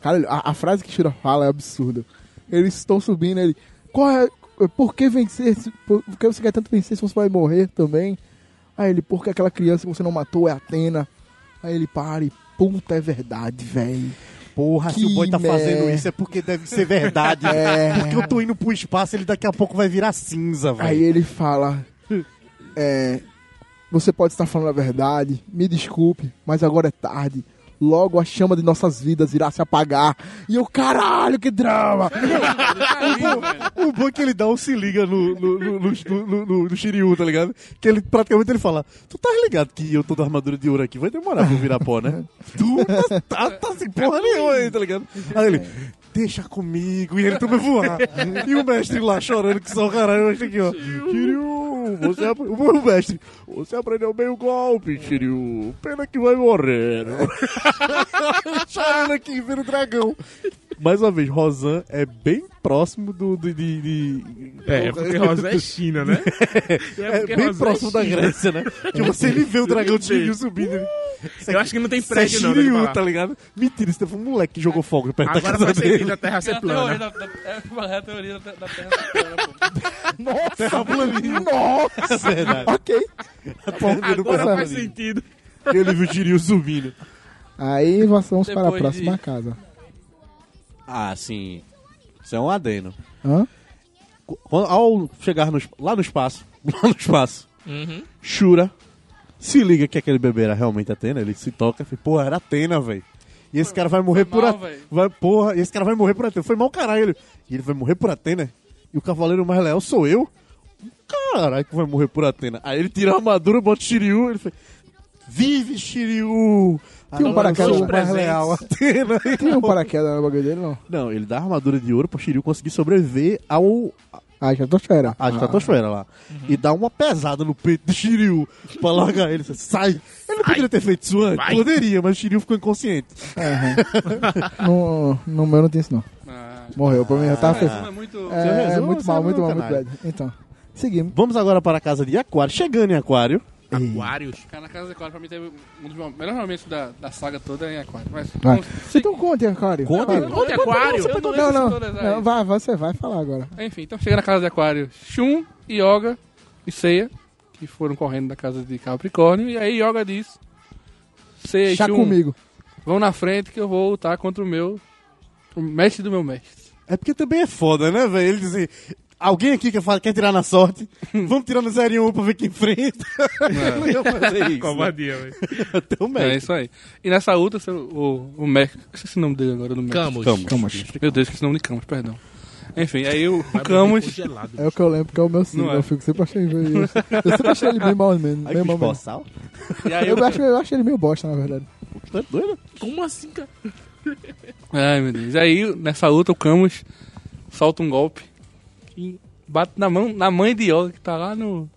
Speaker 1: Cara, a, a frase que Shura fala é absurda. Eles estão subindo, ele, corre, por que vencer, se- por, por que você quer tanto vencer se você vai morrer também? Aí ele, porque aquela criança que você não matou é Atena. Aí ele, para e, puta, é verdade, velho.
Speaker 3: Porra, se o
Speaker 1: Que
Speaker 3: boy tá fazendo
Speaker 1: merda. É.
Speaker 3: isso é porque deve ser verdade. Porque eu tô indo pro espaço, ele daqui a pouco vai virar cinza,
Speaker 1: Aí
Speaker 3: velho.
Speaker 1: ele fala: é, Você pode estar falando a verdade, me desculpe, mas agora é tarde. Logo a chama de nossas vidas irá se apagar. E eu, caralho, que drama!
Speaker 3: O bom é que ele dá um se liga no, no, no, no, no- no- no Shiryu, tá ligado? Que ele praticamente ele fala: Tu tá ligado que eu tô da armadura de ouro aqui, vai demorar pra eu virar pó, né? tu tá, tá, tá sem porra nenhuma aí, tá ligado? Aí ele. Deixa comigo, e ele também voar. e o mestre lá chorando que só o caralho, eu achei aqui, ó. Shiryu, você apre- o mestre, você aprendeu bem o golpe, Shiryu. Pena que vai morrer. chorando aqui, vira o dragão. Mais uma vez, Rosan é bem próximo do. do- de- de-
Speaker 4: É, porque Rosa é China, né?
Speaker 3: É
Speaker 4: porque
Speaker 3: bem
Speaker 4: Rosa
Speaker 3: próximo da
Speaker 4: China.
Speaker 3: Grécia, né? Que você ele vê o dragão de Shiryu subindo. ele- Isso
Speaker 4: Uh! Eu
Speaker 3: aqui-
Speaker 4: acho que não tem
Speaker 3: isso é
Speaker 4: prédio, não. deixa eu
Speaker 3: Shiryu,
Speaker 4: falar.
Speaker 3: tá ligado? Mentira, isso teve um moleque que jogou fogo perto da
Speaker 4: Agora
Speaker 3: casa
Speaker 4: faz
Speaker 3: dele.
Speaker 4: sentido a Terra
Speaker 2: É
Speaker 4: ser
Speaker 2: a teoria
Speaker 4: plana.
Speaker 2: da, da, é a teoria da, da terra ser plana, pô.
Speaker 1: Nossa,
Speaker 3: Essa é a verdade.
Speaker 1: ok.
Speaker 3: A terra dele não
Speaker 4: Agora
Speaker 3: passava
Speaker 4: faz
Speaker 3: ali.
Speaker 4: sentido.
Speaker 3: Ele viu o Shiryu subindo.
Speaker 1: Aí vamos para a
Speaker 2: Depois
Speaker 1: próxima
Speaker 2: de-
Speaker 1: casa.
Speaker 3: Ah, sim. Isso é um adeno.
Speaker 1: Hã?
Speaker 3: Quando- ao chegar no es- lá no espaço, lá no espaço,
Speaker 2: Uhum.
Speaker 3: Shura se liga que aquele bebê era realmente Atena, ele se toca e fala, porra, era Atena, velho. E esse cara vai morrer por
Speaker 2: mal,
Speaker 3: Atena.
Speaker 2: véi.
Speaker 3: Vai, porra, e esse cara vai morrer por Atena. Foi mal caralho. Ele, e ele vai morrer por Atena? E o cavaleiro mais leal sou eu? Caralho, que vai morrer por Atena. Aí ele tira a armadura, bota o Shiryu, ele fala, vive Shiryu!
Speaker 1: Tem um
Speaker 3: Agora
Speaker 1: paraquedas
Speaker 3: sou
Speaker 1: mais
Speaker 3: mais leal, Atena.
Speaker 1: Tem um paraquedas na bagulho dele, não?
Speaker 3: Não, ele dá a armadura de ouro pra Shiryu conseguir sobreviver ao,
Speaker 1: Ah, estratosfera.
Speaker 3: a estratosfera lá. E dá uma pesada no peito do Shiryu pra largar ele. Sai! Ele não poderia ter feito isso antes?
Speaker 4: Vai.
Speaker 3: Poderia, mas o Shiryu ficou inconsciente.
Speaker 1: Ah, no, no meu não tem isso, não.
Speaker 2: Ah,
Speaker 1: Morreu, pra mim eu tava feliz.
Speaker 2: é muito...
Speaker 1: É,
Speaker 3: resolveu,
Speaker 1: muito
Speaker 3: você
Speaker 1: mal,
Speaker 3: é
Speaker 1: muito
Speaker 3: meu
Speaker 1: mal, muito
Speaker 3: canalha.
Speaker 1: bad. Então, seguimos.
Speaker 3: Vamos agora para a casa de Aquário. Chegando em Aquário.
Speaker 4: Aquários.
Speaker 2: Cara, na Casa de Aquário, pra mim, teve um dos mo- melhores momentos da, da saga toda em Aquário. Mas,
Speaker 1: Vai.
Speaker 2: vamos-
Speaker 1: Então conte, Aquário.
Speaker 3: Conta.
Speaker 1: Vai.
Speaker 4: Onde aquário?
Speaker 2: Eu não
Speaker 1: Não,
Speaker 2: lembro
Speaker 1: não,
Speaker 2: de todas
Speaker 1: não.
Speaker 2: as-
Speaker 1: Vai, você vai falar agora.
Speaker 2: Enfim, então chega na casa de Aquário, Shun, Yoga e Seiya, que foram correndo da casa de Capricórnio, e aí Yoga diz: Seiya e
Speaker 1: Chá
Speaker 2: Shun,
Speaker 1: comigo.
Speaker 2: vão na frente que eu vou lutar contra o meu, o mestre do meu mestre.
Speaker 3: É porque também é foda, né, velho? Ele dizer. Alguém aqui quer, fa- quer tirar na sorte? Vamos tirar no 0 e 1 pra ver quem enfrenta. Ele não ia fazer isso. Então, né?
Speaker 4: Covardia, velho.
Speaker 3: Até o
Speaker 2: É
Speaker 3: mestre.
Speaker 2: isso aí. E nessa luta, seu- o, o mestre, esqueci o nome dele agora, do mestre.
Speaker 4: Camus.
Speaker 1: Calma.
Speaker 2: Meu Deus, esqueci o nome de Camus, perdão. Enfim, aí o, o Camus.
Speaker 1: É o que eu lembro, que é o meu símbolo.
Speaker 2: Não é.
Speaker 1: Eu fico sempre achando isso. Eu sempre achei ele bem mal mesmo.
Speaker 3: Aí
Speaker 1: Bem
Speaker 3: que
Speaker 1: mal mesmo.
Speaker 3: boçal.
Speaker 2: E aí
Speaker 1: Eu
Speaker 2: o,
Speaker 1: acho, eu acho ele meio bosta, na verdade.
Speaker 3: Tá doido?
Speaker 4: Como assim, cara?
Speaker 2: ai, meu Deus. E aí, nessa luta, o Camus solta um golpe e bate na, mão, na mãe de Yoga, que tá lá no.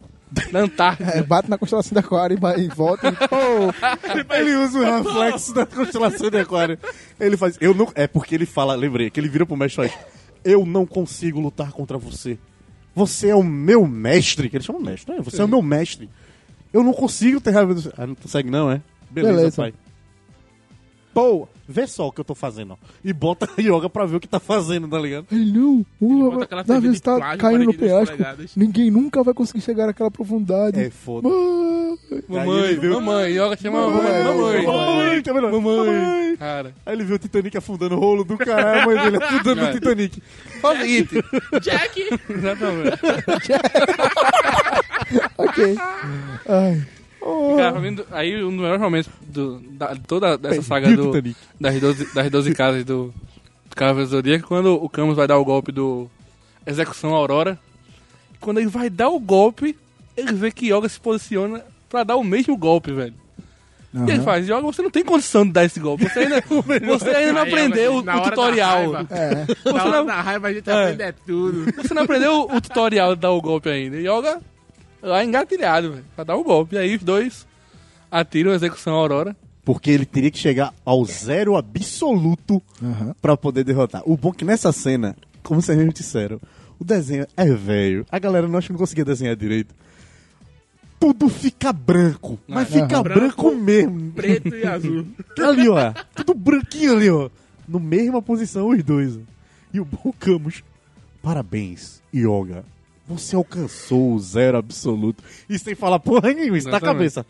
Speaker 2: Na Antártida.
Speaker 1: É, bate na constelação da Aquário e vai- e volta. e- Pô,
Speaker 3: Ele usa o reflexo da constelação de Aquário. Ele faz. Eu não. É porque ele fala, lembrei, que ele vira pro mestre e faz. Eu não consigo lutar contra você. Você é o meu mestre. Que ele chama mestre, né? Você é o meu mestre. Eu não consigo ter raiva do. Ah, não consegue, não, é? Beleza,
Speaker 1: Beleza.
Speaker 3: pai. Pô, vê só o que eu tô fazendo, ó. E bota a yoga pra ver o que tá fazendo, tá ligado?
Speaker 1: ele não.
Speaker 4: bota aquela
Speaker 1: O navio
Speaker 4: TV de
Speaker 1: está
Speaker 4: plágio,
Speaker 1: caindo no
Speaker 4: 42
Speaker 1: penhasco.
Speaker 4: polegadas.
Speaker 1: Ninguém nunca vai conseguir chegar àquela profundidade.
Speaker 3: É foda.
Speaker 1: Mãe.
Speaker 3: Aí
Speaker 2: Mamãe,
Speaker 3: ele viu-
Speaker 2: mamãe, Yoga chama mamãe, mamãe.
Speaker 3: Mamãe, tá vendo? Mamãe.
Speaker 2: Cara,
Speaker 3: Aí ele viu o Titanic afundando o rolo do caralho, a mãe dele afundando o
Speaker 2: É.
Speaker 3: Titanic.
Speaker 2: faz o seguinte.
Speaker 4: Jack!
Speaker 2: Exatamente.
Speaker 1: Ok. Ai.
Speaker 2: Cara, pra mim, do- aí um dos melhores momentos do, da, de toda essa saga
Speaker 3: Viu o
Speaker 2: do,
Speaker 3: Titanic.
Speaker 2: das, 12, das 12 casas do, do Cavaleiro do Zodíaco, quando o Camus vai dar o golpe do Execução Aurora, quando ele vai dar o golpe, ele vê que Yoga se posiciona pra dar o mesmo golpe, velho. E ele faz, Yoga, você não tem condição de dar esse golpe, você ainda, você ainda não
Speaker 4: Aí,
Speaker 2: aprendeu o,
Speaker 4: na
Speaker 2: o
Speaker 4: hora da
Speaker 2: tutorial.
Speaker 4: raiva.
Speaker 1: É.
Speaker 4: Na
Speaker 2: Você
Speaker 4: hora
Speaker 2: não,
Speaker 4: da raiva a gente
Speaker 2: É.
Speaker 4: aprende tudo.
Speaker 2: você não aprendeu o tutorial de dar o golpe ainda. Yoga lá engatilhado, velho, pra dar o golpe. E aí os dois atiram a execução Aurora.
Speaker 3: Porque ele teria que chegar ao zero absoluto
Speaker 1: Aham.
Speaker 3: pra poder derrotar. O bom é que nessa cena, como vocês me disseram, o desenho é velho. A galera não acho que não conseguia desenhar direito. Tudo fica branco. Mas fica
Speaker 1: Aham.
Speaker 3: branco, mesmo.
Speaker 4: Preto e azul.
Speaker 3: Ali, ó. Tudo branquinho ali, ó. No mesma posição, os dois. E o bom Camus. Parabéns, Yoga. Você alcançou o zero absoluto. E sem falar porra nenhuma, está a
Speaker 2: Exatamente.
Speaker 3: cabeça.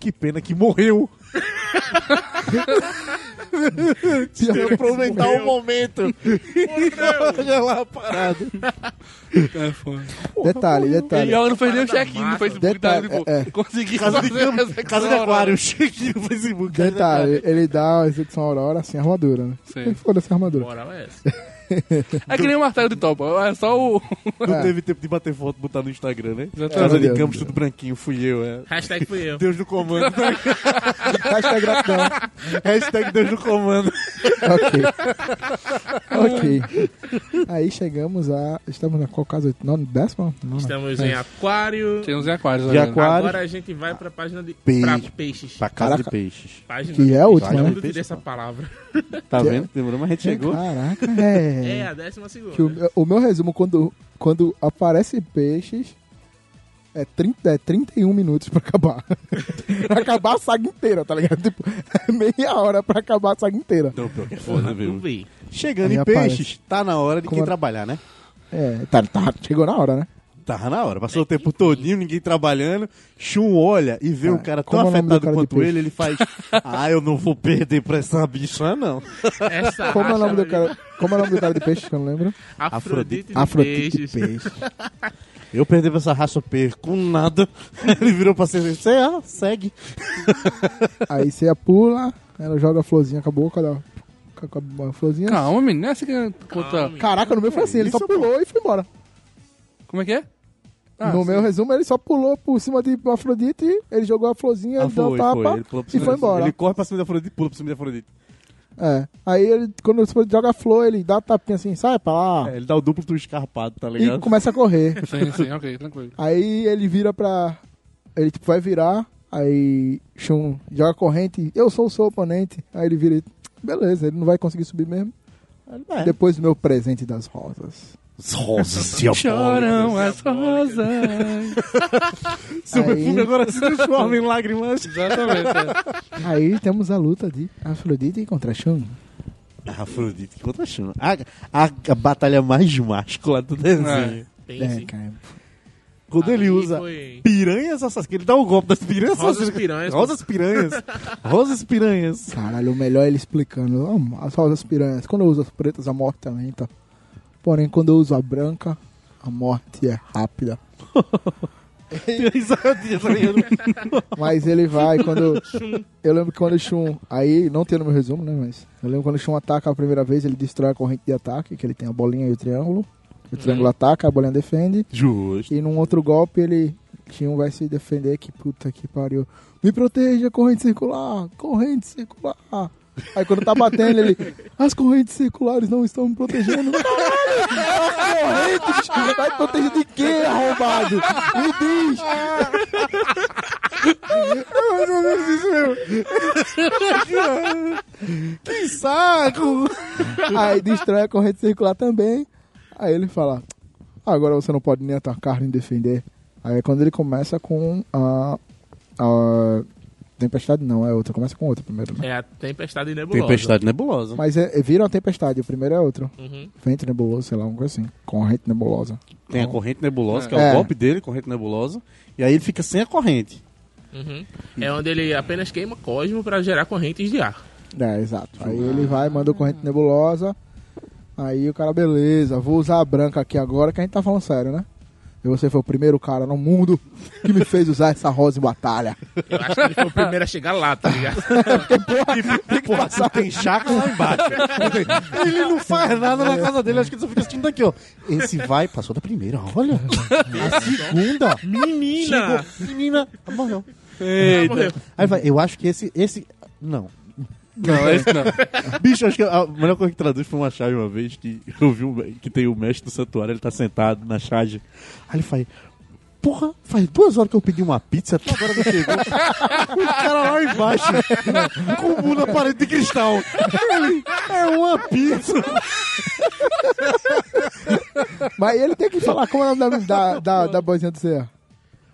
Speaker 3: Que pena que morreu. Tinha que aproveitar o momento. Olha lá,
Speaker 4: Tá
Speaker 3: parado.
Speaker 2: É, foda.
Speaker 1: Detalhe,
Speaker 2: E
Speaker 1: detalhe.
Speaker 2: Yoga não fez nem o
Speaker 4: Parada
Speaker 2: check-in no
Speaker 4: massa.
Speaker 2: Facebook. Tá,
Speaker 1: Detalhe,
Speaker 2: tipo,
Speaker 1: é, é.
Speaker 2: Consegui
Speaker 3: Casa de,
Speaker 2: fazer a
Speaker 3: Camus,
Speaker 2: execução
Speaker 3: casa de
Speaker 2: na hora.
Speaker 3: aquário. Cheguei no Facebook. Casa de
Speaker 1: Detalhe, ele dá a execução Aurora sem armadura, né?
Speaker 2: Sim.
Speaker 1: Ele Foda-se a armadura.
Speaker 4: Moral é essa.
Speaker 2: É que nem o martelo de topa. É só o...
Speaker 3: Aquário. Não teve tempo de bater foto e botar no Instagram, né?
Speaker 2: Exatamente.
Speaker 3: Casa de
Speaker 1: Meu
Speaker 3: Camus,
Speaker 1: Deus.
Speaker 3: tudo branquinho, fui eu, é.
Speaker 4: Hashtag fui eu.
Speaker 3: Deus do comando.
Speaker 1: Hashtag gratidão.
Speaker 3: Hashtag Deus no comando.
Speaker 1: ok. ok. Aí chegamos a. Estamos na qual casa? Não, décima? Não, né?
Speaker 4: Estamos em aquário.
Speaker 2: Tem uns em aquários. né?
Speaker 3: De
Speaker 2: olha.
Speaker 3: aquário.
Speaker 4: Agora a gente vai pra página de...
Speaker 3: Peixe.
Speaker 4: Pra peixes.
Speaker 3: Pra casa
Speaker 1: Caraca.
Speaker 3: de peixes.
Speaker 4: Página
Speaker 1: Que é a
Speaker 4: de
Speaker 1: última,
Speaker 4: peixes.
Speaker 1: né?
Speaker 4: Eu duvidei dessa palavra.
Speaker 3: Tá
Speaker 1: Que-
Speaker 3: vendo? Demorou, mas a gente chegou.
Speaker 1: Caraca,
Speaker 4: É,
Speaker 1: é.
Speaker 4: a décima segunda.
Speaker 1: Que o, o meu resumo, quando, quando aparece peixes, é, 30, é 31 minutos pra acabar. pra acabar a saga inteira, tá ligado? Tipo, é meia hora pra acabar a saga inteira.
Speaker 3: Não, pior que é foda,
Speaker 4: Eu vi.
Speaker 3: Chegando
Speaker 1: Aí
Speaker 3: em
Speaker 1: aparece.
Speaker 3: peixes, tá na hora de
Speaker 1: Como
Speaker 3: quem
Speaker 1: é?
Speaker 3: trabalhar, né?
Speaker 1: É, tá, tá, chegou na hora, né?
Speaker 3: Tava na hora, passou o tempo todinho, ninguém trabalhando. Shun olha e vê um cara tão
Speaker 1: como é o nome do
Speaker 3: afetado
Speaker 1: cara de
Speaker 3: quanto
Speaker 1: peixe?
Speaker 3: ele, ele faz. Ah, eu não vou perder pra essa
Speaker 1: Ah,
Speaker 3: bicha, não.
Speaker 4: Essa
Speaker 1: Como é o nome do
Speaker 4: racha,
Speaker 1: cara? Como é o nome do cara de peixe que eu não lembro?
Speaker 4: Afrodite, de
Speaker 1: Afrodite de
Speaker 4: peixes.
Speaker 1: peixe.
Speaker 3: Eu perdi pra essa raça perco nada. Ele virou pra você você, ah, segue.
Speaker 1: Aí você ia pula, ela joga a florzinha, acabou com a, com a florzinha.
Speaker 2: Calma, menino. Não é assim que conta.
Speaker 4: Calma.
Speaker 1: Caraca, no meu foi assim, ele só
Speaker 3: Isso,
Speaker 1: pulou e foi embora.
Speaker 2: Como é que é? Ah,
Speaker 1: no
Speaker 2: sim.
Speaker 1: meu resumo, ele só pulou por cima de Afrodite, ele jogou a florzinha,
Speaker 3: Ah,
Speaker 1: ele deu um tapa
Speaker 3: Ele pulou pra
Speaker 1: e
Speaker 3: cima
Speaker 1: foi
Speaker 3: da-
Speaker 1: embora.
Speaker 3: Ele corre pra cima da Afrodite, pula pra cima da Afrodite.
Speaker 1: É. Aí ele, quando você joga a flor, ele dá a tapinha assim, sai pra lá.
Speaker 3: É, ele dá o duplo do escarpado, tá
Speaker 1: e
Speaker 3: ligado?
Speaker 1: começa a correr.
Speaker 2: Sim, sim, ok, tranquilo.
Speaker 1: aí ele vira pra. Ele tipo, vai virar, aí Shun joga a corrente, eu sou o seu oponente. Aí ele vira e. Beleza, ele não vai conseguir subir mesmo.
Speaker 3: É.
Speaker 1: Depois do meu presente das rosas.
Speaker 3: As rosas diabólicas.
Speaker 2: Choram as rosas.
Speaker 3: Seu
Speaker 1: Aí-
Speaker 3: perfume agora se transforma em lágrimas.
Speaker 2: Exatamente.
Speaker 1: Aí temos a luta de Afrodite contra Shun.
Speaker 3: Afrodite contra Shun. A, a, a batalha mais máscula do desenho.
Speaker 2: É.
Speaker 1: É,
Speaker 4: Pense.
Speaker 1: cara.
Speaker 3: Quando ele
Speaker 4: Aí
Speaker 3: usa
Speaker 4: foi-
Speaker 3: piranhas assassinas, ele dá o golpe das piranhas
Speaker 4: Rosas
Speaker 3: assassinas.
Speaker 4: piranhas.
Speaker 3: Rosas piranhas. Rosas piranhas.
Speaker 1: Caralho, o melhor é ele explicando. "Ah, As rosas piranhas. Quando eu uso as pretas, a morte é lenta. Porém, quando eu uso a branca, a morte é rápida.
Speaker 3: Risadinha, tá ligado?
Speaker 1: Mas ele vai quando. Eu lembro que quando o Shun. Aí, não tem no meu resumo, né? Mas. Eu lembro quando o Shun ataca a primeira vez, ele destrói a corrente de ataque, que ele tem a bolinha e o triângulo. O triângulo ataca, a bolinha defende.
Speaker 3: Justo.
Speaker 1: E num outro golpe ele. Shun vai se defender, que puta que pariu. Me proteja, corrente circular! Corrente circular! Aí quando tá batendo, ele. As correntes circulares não estão me protegendo. Caralho! As correntes! Shun, Vai proteger tá de quê, arrombado? Me diz!
Speaker 3: Que saco!
Speaker 1: Aí destrói a corrente circular também. Aí ele fala: Agora você não pode nem atacar nem defender. Aí é quando ele começa com a. a tempestade não, é outra. Começa com outra primeiro, né?
Speaker 4: É a Tempestade Nebulosa.
Speaker 3: Tempestade nebulosa.
Speaker 1: Mas é, é- vira uma tempestade, o primeiro é outro.
Speaker 4: Uhum.
Speaker 1: Vento nebuloso, sei lá, alguma coisa assim. Corrente nebulosa.
Speaker 3: Tem a corrente nebulosa, que é,
Speaker 1: É.
Speaker 3: o golpe dele, corrente nebulosa. E aí ele fica sem a corrente.
Speaker 4: Uhum. É onde ele apenas queima cosmo pra gerar correntes de ar.
Speaker 1: É, exato. Aí ele vai, manda o corrente nebulosa. Aí o cara, beleza, vou usar a branca aqui agora que a gente tá falando sério, né? E você foi o primeiro cara no mundo que me fez usar essa rosa em batalha.
Speaker 4: Eu acho que ele foi o primeiro a chegar lá, tá ligado?
Speaker 3: Porra, só tem chaco lá embaixo. ele não faz nada na casa dele, acho que ele só fica assistindo daqui, ó. Esse vai, passou da primeira, olha. A segunda.
Speaker 4: Menina!
Speaker 3: Chegou, menina, morreu.
Speaker 4: Ah, morreu.
Speaker 3: Aí vai, eu acho que esse, esse, não.
Speaker 2: Não, é isso não.
Speaker 3: Bicho, acho que a melhor coisa que traduz foi uma chave uma vez que eu vi um- que tem o mestre do santuário, ele tá sentado na chave. Aí ele faz. Porra, faz duas horas que eu pedi uma pizza, até agora não chegou. o cara lá embaixo, com o mundo na parede de cristal. Ele, é uma pizza.
Speaker 1: Mas ele tem que falar como é o nome da, da, da boizinha do Zé.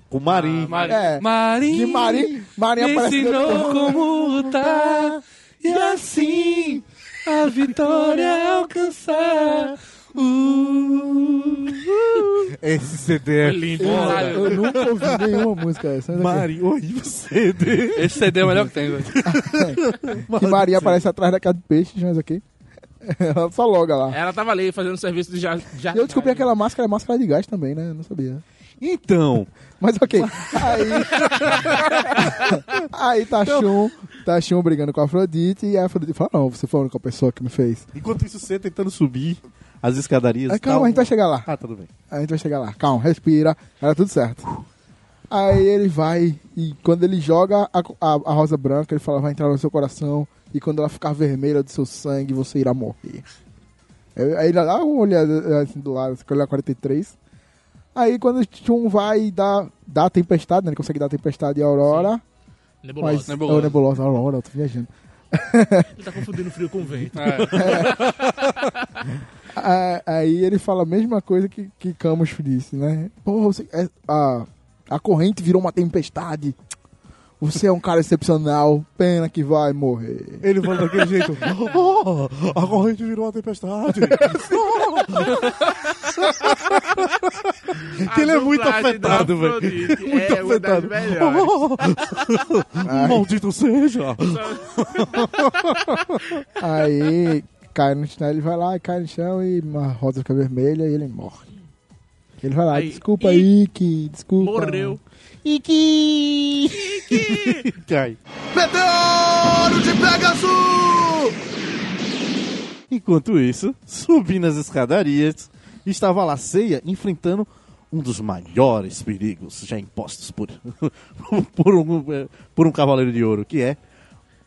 Speaker 3: O Marim.
Speaker 2: Mari-
Speaker 1: É.
Speaker 2: Marim.
Speaker 1: Que Marim, Marim
Speaker 2: Me
Speaker 1: aparece no
Speaker 2: ensinou como lutar e assim a vitória é alcançar.
Speaker 3: Esse CD é
Speaker 4: Lindo.
Speaker 2: Caralho.
Speaker 1: Eu nunca ouvi nenhuma música essa. Essa aqui.
Speaker 3: Marim, horrível CD.
Speaker 2: Esse CD é o melhor que tem, velho.
Speaker 1: é Que Maria aparece atrás da casa de peixe, mas aqui. Ela só loga lá.
Speaker 4: Ela tava ali fazendo serviço de jar-
Speaker 1: E
Speaker 4: jardinagem.
Speaker 1: eu descobri aquela máscara é máscara de gás também, né? Eu não sabia.
Speaker 3: Então,
Speaker 1: Mas ok. Aí. Aí tá Shun, tá Shun brigando com a Afrodite e a Afrodite fala: Não, você foi a única pessoa que me fez.
Speaker 3: enquanto isso, você tentando subir as escadarias.
Speaker 1: Aí, calma,
Speaker 3: tá
Speaker 1: a gente vai chegar lá.
Speaker 3: Ah, tudo bem.
Speaker 1: A gente vai chegar lá. Calma, respira. Era tudo certo. Aí ele vai e quando ele joga a, a, a rosa branca, ele fala, vai entrar no seu coração e quando ela ficar vermelha do seu sangue, você irá morrer. Aí aí ele dá uma olhada assim do lado, olhar 43. Aí quando o Chum vai e dá, dá a tempestade, né? Ele consegue dar a tempestade e a aurora.
Speaker 4: Nebulosa.
Speaker 1: Mas,
Speaker 2: nebulosa.
Speaker 1: É o nebulosa, a aurora, eu tô viajando.
Speaker 4: Ele tá confundindo frio com vento.
Speaker 2: É.
Speaker 1: Ah, Aí ele fala a mesma coisa que, que Camus disse, né? Pô, você- é- a, a corrente virou uma tempestade. Você é um cara excepcional. Pena que vai morrer.
Speaker 3: Ele fala daquele "Ah, jeito. Oh, a corrente virou uma tempestade. Que ele é muito afetado, velho.
Speaker 4: Muito é
Speaker 3: afetado.
Speaker 4: Uma das melhores.
Speaker 3: Maldito seja!
Speaker 1: Aí cai no chão, ele vai lá, cai no chão e uma rosa fica vermelha e ele morre. Ele vai lá,
Speaker 4: Aí,
Speaker 1: desculpa
Speaker 4: Ike,
Speaker 1: Ike, desculpa.
Speaker 4: Morreu.
Speaker 3: Cai.
Speaker 7: Meteoro de Pegasus!
Speaker 3: Enquanto isso, subindo as escadarias, estava lá Ceia enfrentando um dos maiores perigos já impostos por, por, um, eh, por um cavaleiro de ouro, que é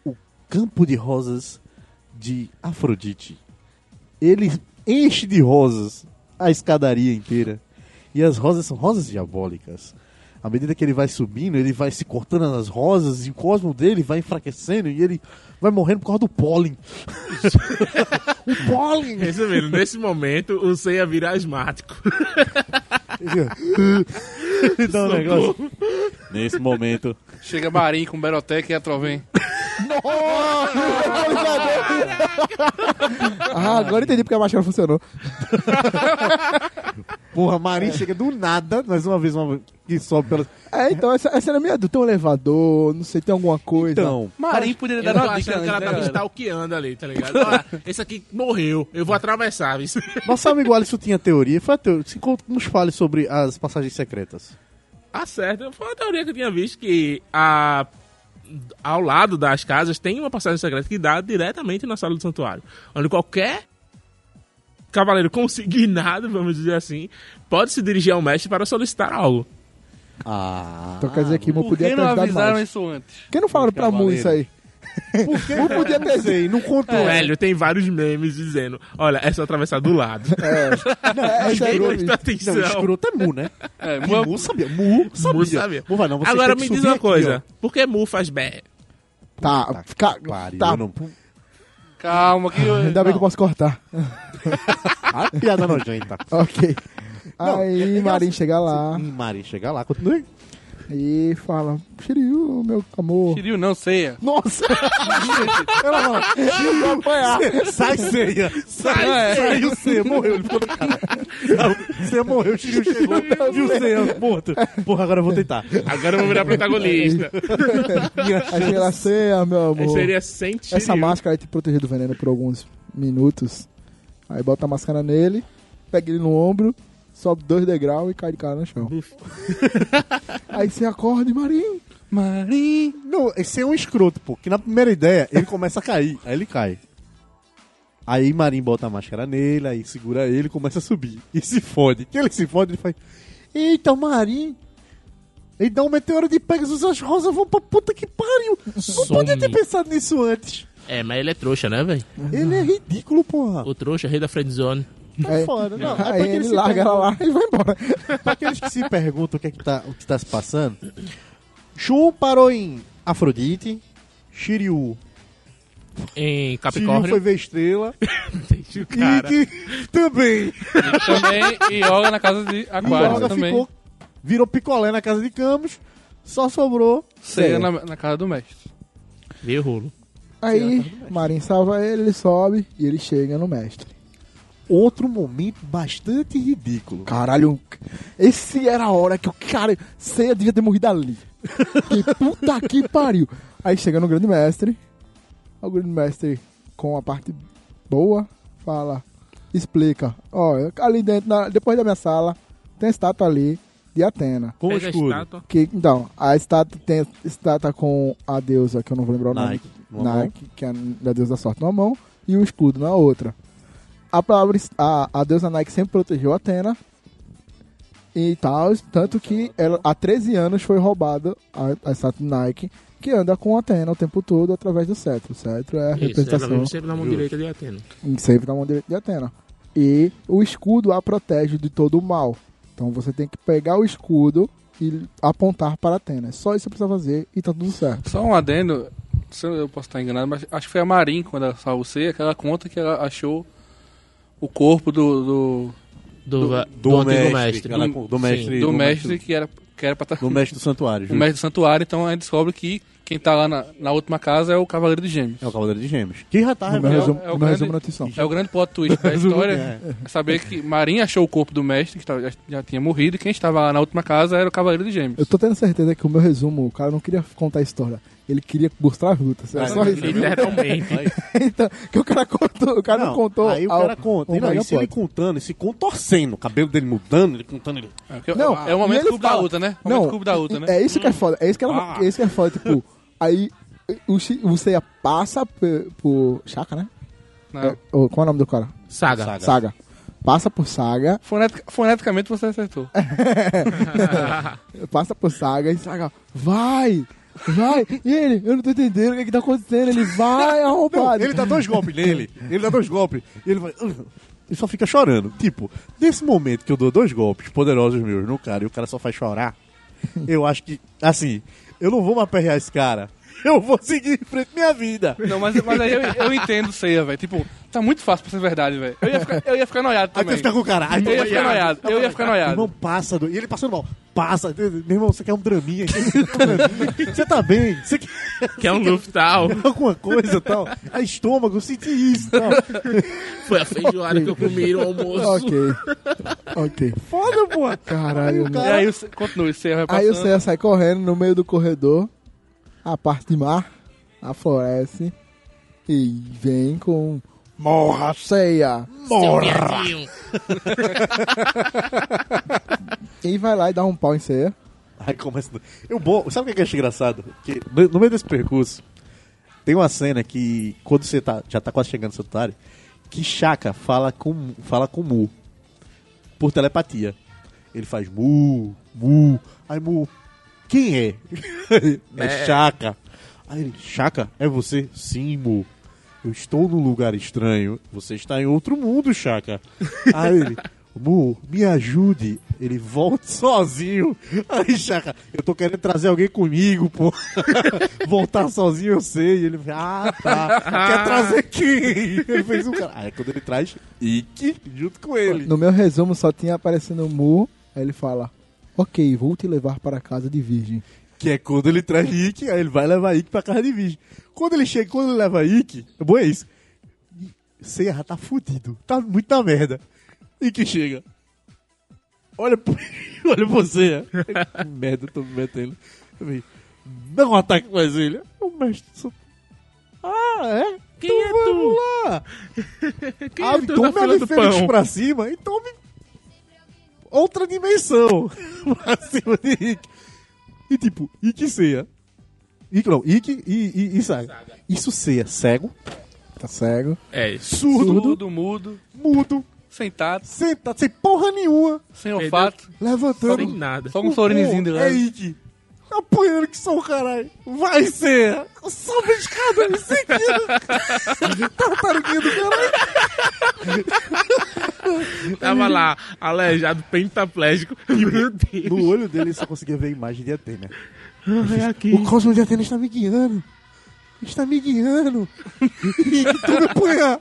Speaker 3: o campo de rosas de Afrodite. Ele enche de rosas a escadaria inteira. E as rosas são rosas diabólicas. À medida que ele vai subindo, ele vai se cortando nas rosas e o cosmo dele vai enfraquecendo e ele vai morrendo por causa do pólen. o pólen!
Speaker 4: Resumindo, nesse momento, o Seiya vira asmático.
Speaker 3: Ele dá um negócio. Nesse momento.
Speaker 2: Chega Marim com Berotec e Atrovem.
Speaker 1: Ah, agora entendi porque a máscara funcionou.
Speaker 3: Porra, Marin chega do nada, mais uma vez, uma que sobe pela.
Speaker 1: É, então, essa, essa era a minha dúvida. Tem um elevador, não sei, tem alguma coisa.
Speaker 3: Então,
Speaker 2: Marim poderia
Speaker 4: Eu
Speaker 2: dar
Speaker 4: tô
Speaker 2: uma dica
Speaker 4: achando que ela tava
Speaker 2: antes, né,
Speaker 4: stalkeando ali, tá ligado? Olha, esse aqui morreu, eu vou atravessar, viu?
Speaker 3: nosso amigo Alisson tinha teoria. Foi a teoria. Se conta- nos fale sobre as passagens secretas.
Speaker 4: Tá certo. Foi uma teoria que eu tinha visto que a... ao lado das casas tem uma passagem secreta que dá diretamente na sala do santuário. Onde qualquer cavaleiro consignado, vamos dizer assim, pode se dirigir ao mestre para solicitar algo.
Speaker 3: Ah.
Speaker 1: Então quer dizer que não
Speaker 2: Por
Speaker 1: podia
Speaker 2: que
Speaker 1: ter
Speaker 2: não
Speaker 1: ajudado
Speaker 2: avisaram
Speaker 1: mais.
Speaker 2: isso antes?
Speaker 1: Por que não falaram pra Mu
Speaker 3: Cavaleiro.
Speaker 1: isso aí? Mu podia ter
Speaker 3: Sei, não contou.
Speaker 4: Velho, tem vários memes dizendo, olha, é só atravessar do lado.
Speaker 3: É.
Speaker 1: Não, essa aí eu vi.
Speaker 4: Presta atenção.
Speaker 3: Não, escroto é mu, né?
Speaker 2: É,
Speaker 3: Que mu sabia. Mu sabia.
Speaker 4: Mu sabia.
Speaker 3: Mu vai, não, você
Speaker 4: Agora
Speaker 3: tem que
Speaker 4: me diz
Speaker 3: subir
Speaker 4: uma
Speaker 3: aqui,
Speaker 4: coisa, por que Mu faz bé?
Speaker 1: Tá, fica,
Speaker 3: ó. Pariu,
Speaker 1: tá.
Speaker 3: não.
Speaker 2: Calma que...
Speaker 1: Ainda bem que eu posso cortar.
Speaker 3: A Ah, piada nojenta.
Speaker 1: Ok.
Speaker 3: Não, é
Speaker 1: aí
Speaker 3: engraçado.
Speaker 1: Marin chega lá
Speaker 3: Sim, Marin chega lá, continue.
Speaker 1: e fala: Shiryu, meu amor.
Speaker 2: Shiryu não, ceia.
Speaker 1: Nossa! Ela fala, "Shiryu, vou apanhar.
Speaker 3: Sai, ceia. Sai,
Speaker 2: Ah, é.
Speaker 3: sai. O ceia morreu. Ele ficou no cara. Não, Ceia morreu. O Shiryu chegou. Viu o ceia morto. Porra, agora eu vou tentar.
Speaker 4: Agora eu vou virar protagonista.
Speaker 1: Aí chega lá, ceia, meu
Speaker 4: Aí
Speaker 1: amor.
Speaker 4: seria sem tiro.
Speaker 1: Essa máscara aí te proteger do veneno por alguns minutos. Aí bota a máscara nele, pega ele no ombro, sobe dois degraus e cai de cara no chão. aí você acorda, Marinho.
Speaker 2: Marim...
Speaker 3: Não, esse é um escroto, pô. Que na primeira ideia, ele começa a cair. Aí ele cai. Aí Marim bota a máscara nele, aí segura ele e começa a subir. E se fode. Que ele se fode, ele faz... Eita, Marim... Ele dá um meteoro de Pegasus, as rosas vão pra puta que pariu. Não
Speaker 4: Some.
Speaker 3: podia ter pensado nisso antes.
Speaker 4: É, mas ele é trouxa, né, velho?
Speaker 3: Ele é ridículo, porra.
Speaker 4: O trouxa, rei da friendzone.
Speaker 3: Tá
Speaker 1: Aí-
Speaker 3: foda. Não, é pra
Speaker 1: Aí
Speaker 3: aqueles
Speaker 1: ele
Speaker 3: que
Speaker 1: larga ela lá
Speaker 3: perguntam-
Speaker 1: e vai embora.
Speaker 3: é Pra aqueles que se perguntam o que é que tá, o que tá se passando, Shun parou em Afrodite, Shiryu Shiryu
Speaker 4: Em
Speaker 3: foi
Speaker 4: Capricórnio.
Speaker 3: ver estrela.
Speaker 4: Deixa o cara.
Speaker 3: E que também.
Speaker 2: E também ioga na casa de Aquário
Speaker 3: Ioga
Speaker 2: também.
Speaker 3: ficou, virou picolé na casa de Camus. Só sobrou. É,
Speaker 2: Ceia na, na casa do mestre.
Speaker 4: Veio rolo.
Speaker 1: Aí Marin salva ele, ele sobe e ele chega no mestre.
Speaker 3: Outro momento bastante ridículo.
Speaker 1: Caralho, esse era a hora que o cara. Ceia devia ter morrido ali. Que puta que pariu. Aí chega no grande mestre. O grande mestre, com a parte boa, fala: explica. Ó, ali dentro, na- depois da minha sala, tem a estátua ali de Atena.
Speaker 3: Com o
Speaker 4: Pega a
Speaker 3: escudo.
Speaker 4: estátua.
Speaker 1: Que, então, a estátua tem estátua com a deusa, que eu não vou lembrar o nome.
Speaker 3: Nike. Numa mão.
Speaker 1: Nike, que é a deusa da sorte numa mão, e o escudo na outra. A, palavra, a, a deusa Nike sempre protegeu Atena e tal, tanto que ela, há 13 anos foi roubada a, a estátua de Nike, que anda com Atena o tempo todo através do cetro. O cetro é a
Speaker 4: Isso, ela
Speaker 1: representação
Speaker 4: vive sempre na mão direita de Atena.
Speaker 1: sempre na mão direita de Atena. E o escudo a protege de todo o mal. Então você tem que pegar o escudo e apontar para Atena. É Só isso que você precisa fazer e tá tudo certo.
Speaker 2: Só um adendo, se eu eu posso estar enganado, mas acho que foi a Marim, quando ela salvou Ceia, que ela conta que ela achou o corpo do, do,
Speaker 4: Do, do, antigo mestre.
Speaker 3: Ela- é
Speaker 4: Sim.
Speaker 3: do mestre.
Speaker 2: do mestre que era, que era pra tá estar...
Speaker 3: Do mestre do santuário.
Speaker 2: o mestre do santuário, então a gente descobre que Quem tá lá na, na última casa é o Cavaleiro de Gêmeos.
Speaker 3: É o Cavaleiro de Gêmeos. Que já tá
Speaker 1: No meu
Speaker 3: revelado.
Speaker 1: resumo,
Speaker 2: é o
Speaker 1: no meu
Speaker 2: grande-
Speaker 1: resumo notícia.
Speaker 2: É o grande plot twist da história. é Saber que Marinha achou o corpo do mestre, que tava- já, já tinha morrido, e quem estava lá na última casa era o Cavaleiro de Gêmeos.
Speaker 1: Eu tô tendo certeza que o meu resumo, o cara não queria contar a história. Ele queria mostrar as lutas. É
Speaker 3: Ah,
Speaker 1: só
Speaker 3: não,
Speaker 1: isso.
Speaker 4: Literalmente.
Speaker 1: Então, que o cara contou, o cara não, contou.
Speaker 3: Aí o
Speaker 1: ao-
Speaker 3: cara conta.
Speaker 1: ao
Speaker 3: E não,
Speaker 1: melhor
Speaker 3: e se ele
Speaker 1: plot.
Speaker 3: contando, e se contorcendo, o cabelo dele mudando, ele contando, ele.
Speaker 2: É, porque
Speaker 1: Não,
Speaker 2: é o momento
Speaker 1: e ele
Speaker 2: clube da
Speaker 1: fala-
Speaker 2: luta, né? O
Speaker 1: Não,
Speaker 2: momento clube da luta, né?
Speaker 1: É isso que
Speaker 3: Hum.
Speaker 1: é foda. É isso que,
Speaker 3: Ah.
Speaker 1: era, é isso que é foda. Tipo, aí o, Shi- o Seiya passa pe- por. Chaka, né?
Speaker 2: Não.
Speaker 1: É, ô, qual é o nome do cara?
Speaker 4: Saga.
Speaker 3: Saga.
Speaker 1: Saga. Passa por Saga.
Speaker 2: Fonetica- foneticamente você acertou.
Speaker 1: Passa por Saga e Saga, vai! Vai! E ele, eu não tô entendendo o que, é que tá acontecendo. Ele vai
Speaker 3: Não,
Speaker 1: arrombado.
Speaker 3: ele tá dá dois golpes nele. Ele dá dois golpes. E ele vai. "Ugh", E só fica chorando. Tipo, nesse momento que eu dou dois golpes poderosos meus no cara e o cara só faz chorar, eu acho que, assim, eu não vou mais aperrear esse cara. Eu vou seguir em frente minha vida.
Speaker 2: Não, mas, mas aí eu, eu entendo ceia, velho. Tipo, tá muito fácil pra ser verdade, velho. Eu ia ficar, eu ia ficar noiado
Speaker 3: Aí tu
Speaker 2: também.
Speaker 3: fica tá com o cara. Aí tu
Speaker 2: Eu ia ficar noiado. Eu ia ficar
Speaker 3: Irmão,
Speaker 2: noiado.
Speaker 3: passa. do- E ele passando mal. Passa. Meu irmão, você quer um draminha? você tá bem? Você quer
Speaker 4: Que é um Luftal.
Speaker 3: alguma coisa e tal? Aí estômago, eu senti isso e tal.
Speaker 4: Foi a feijoada que eu comi no almoço.
Speaker 1: Ok. Ok.
Speaker 3: Foda, porra.
Speaker 1: Caralho,
Speaker 3: o
Speaker 1: mano.
Speaker 2: E aí o Ce- continua, ceia vai
Speaker 1: Aí
Speaker 2: Tá passando.
Speaker 1: o Seiya sai correndo no meio do corredor, a parte de mar, a floresta, e vem com. Morra, Seiya!
Speaker 4: Morra.
Speaker 1: E vai lá e dá um pau em Seiya.
Speaker 3: Aí começa. Eu bom, sabe o que é que eu acho engraçado? Que no, no meio desse percurso, tem uma cena que quando você tá, já tá quase chegando no santuário, que Chaka fala com fala com Mu por telepatia. Ele faz Mu, Mu. Aí Mu, quem é? é Chaka. Aí ele, Chaka, é você? Sim, Mu. Eu estou num lugar estranho. Você está em outro mundo, Chaka. Aí ele, Mu, me ajude. Ele volta sozinho. Aí, Chaka, eu tô querendo trazer alguém comigo, pô. Voltar sozinho eu sei. Ele, ah, tá. Quer trazer quem? Ele fez um cara. Aí quando ele traz Ikki junto com ele.
Speaker 1: No meu resumo só tinha aparecendo o Mu, aí ele fala: Ok, vou te levar para a casa de virgem.
Speaker 3: Que é quando ele traz Rick, aí ele vai levar Rick pra casa de virgem. Quando ele chega, quando ele leva Rick, é bom é isso. Serra tá fudido, tá muito na merda. E que chega. Olha, pro- olha você. merda, eu tô me metendo. Eu falei, Não ataque mais ele. O mestre. só- Ah, é?
Speaker 4: Quem é tu?
Speaker 3: Vamos lá.
Speaker 4: Quem
Speaker 3: Ah,
Speaker 4: é tu na
Speaker 3: então
Speaker 4: fila
Speaker 3: me
Speaker 4: do
Speaker 3: feliz
Speaker 4: pão?
Speaker 3: pra cima e tome outra dimensão pra cima de Rick. E tipo, Ikki Seiya. Ikki não, Ikki e, e, e Saga. Isso Seiya, cego,
Speaker 1: Tá cego.
Speaker 4: É,
Speaker 3: surdo,
Speaker 2: Surdo, mudo,
Speaker 3: mudo,
Speaker 2: sentado,
Speaker 3: sentado, sem porra nenhuma,
Speaker 2: sem
Speaker 4: Perdeu.
Speaker 2: olfato,
Speaker 3: levantando.
Speaker 4: sem nada.
Speaker 2: só um florinezinho de
Speaker 3: Pô, É
Speaker 2: lado.
Speaker 3: Ikki. Apanhando que sou o caralho. Vai, Seiya. Sobe a escada, me seguindo. Tartaruguinha do caralho. um
Speaker 4: Tava lá, aleijado, pentaplégico. Meu Deus.
Speaker 3: No olho dele ele só conseguia ver a imagem de né? Atena.
Speaker 4: É aqui.
Speaker 3: O Cosmo de Atena está me guiando. Está me guiando. E que tu me apanhar.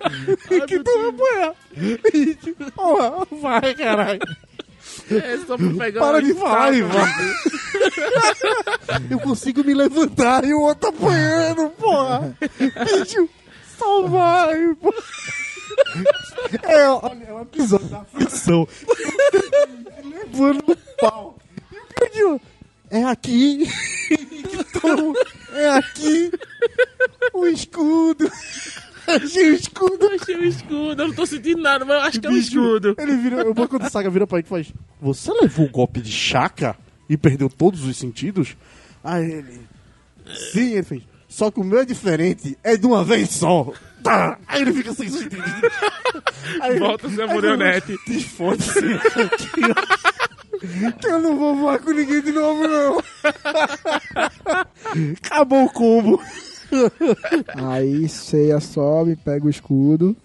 Speaker 3: E que tu me apanhar. E que- Porra, vai, caralho.
Speaker 4: É só pra pegar
Speaker 3: Para
Speaker 4: uma
Speaker 3: de falar e
Speaker 4: estátua.
Speaker 3: vai. Eu consigo me levantar e o outro apanhando, porra. Bicho, só vai, porra. É, olha, é um episódio da ficção. Levando no pau. E o que eu digo? É aqui. Então, é aqui. O escudo. Achei o escudo.
Speaker 4: Eu achei o escudo, eu não tô sentindo nada, mas eu acho que é um
Speaker 3: Bicho,
Speaker 4: escudo.
Speaker 3: Ele vira, o banco do Saga vira pra ele e faz: Você levou um golpe de chaca e perdeu todos os sentidos? Aí ele. Sim, ele fez. Só que o meu é diferente, é de uma vez só. Tá! Aí ele fica sem sentido. Aí ele-
Speaker 4: Volta a ser
Speaker 3: aí ele-
Speaker 4: marionete.
Speaker 3: Diz, Foda-se. Que eu- que eu não vou voar com ninguém de novo, não. Acabou o combo.
Speaker 1: Aí Seiya sobe, pega o escudo.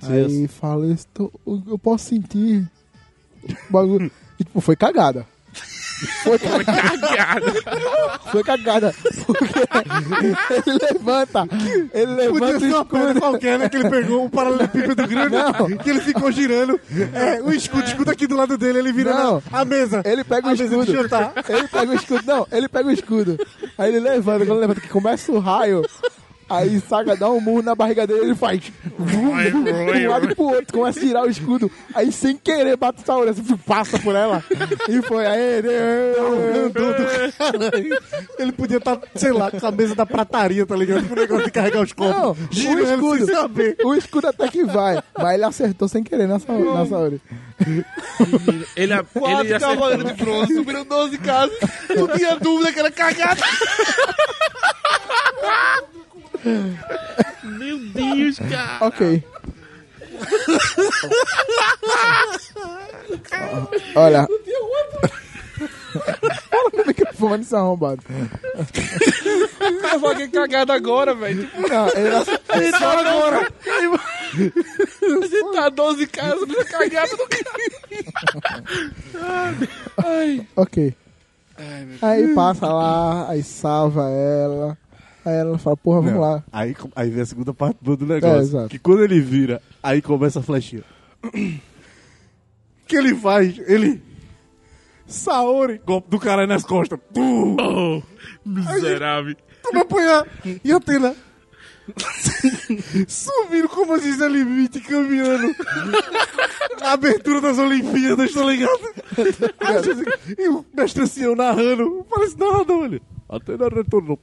Speaker 3: Seiya-
Speaker 1: Aí fala, "Eu estou- eu posso sentir. o Bagulho. E, tipo, foi cagada. Foi cagada. Foi cagada. Porque ele levanta. Ele
Speaker 3: Podia
Speaker 1: levanta
Speaker 3: ser
Speaker 1: o
Speaker 3: uma pedra
Speaker 1: É, escudo.
Speaker 3: qualquer, né? Que ele pegou um paralelepípedo grande,
Speaker 1: Não.
Speaker 3: que ele ficou girando. É, o escudo, o escudo aqui do lado dele, ele vira
Speaker 1: Não.
Speaker 3: na- a mesa.
Speaker 1: Ele pega o
Speaker 3: a mesa de
Speaker 1: escudo.
Speaker 3: jantar.
Speaker 1: Ele pega o escudo. Não, ele pega o escudo. Aí ele levanta. Quando levanta, que começa o raio. Aí Saga dá um murro na barriga dele ele faz. Vum, de um lado pro outro, começa a girar o escudo. Aí sem querer bate o Sauron, assim, passa por ela. E foi. Aí,
Speaker 3: Andou do caralho. Ele podia estar, sei lá, com a mesa da prataria, tá ligado? Com o negócio de carregar os copos.
Speaker 1: Não, o
Speaker 3: girando
Speaker 1: escudo.
Speaker 3: sem saber.
Speaker 1: O escudo até que vai, mas ele acertou sem querer na Saori. Na Saori.
Speaker 4: Ele, a- ele acertou.
Speaker 8: Cavaleiro de bronze, subiram 12 casas. Não tinha dúvida que era cagada.
Speaker 4: Meu Deus, cara.
Speaker 1: Ok.
Speaker 3: Ah.
Speaker 1: Olha. Fala com o microfone, seu arrombado.
Speaker 2: Eu alguém cagado agora, velho. Tipo,
Speaker 1: Não, é ele ac-
Speaker 2: ele tá agora. A gente tá 12 casas, mas cagado do Ai.
Speaker 1: Ok. Aí passa lá, aí salva ela. Aí ela fala, porra, vamos
Speaker 3: Não.
Speaker 1: lá.
Speaker 3: Aí, com- aí vem a segunda parte do do
Speaker 1: É,
Speaker 3: negócio.
Speaker 1: exato.
Speaker 3: que quando ele vira, aí começa a flechinha. O que ele faz? Ele. Saori, golpe do caralho nas costas. Pum!
Speaker 4: Oh, miserável.
Speaker 3: Tu vai apanhar. E a Atena? Subindo como assim sem limite, caminhando. Na abertura das Olimpíadas, tá ligado? assim, e o mestre Ancião narrando. Parece nada, olha. Atena retornou.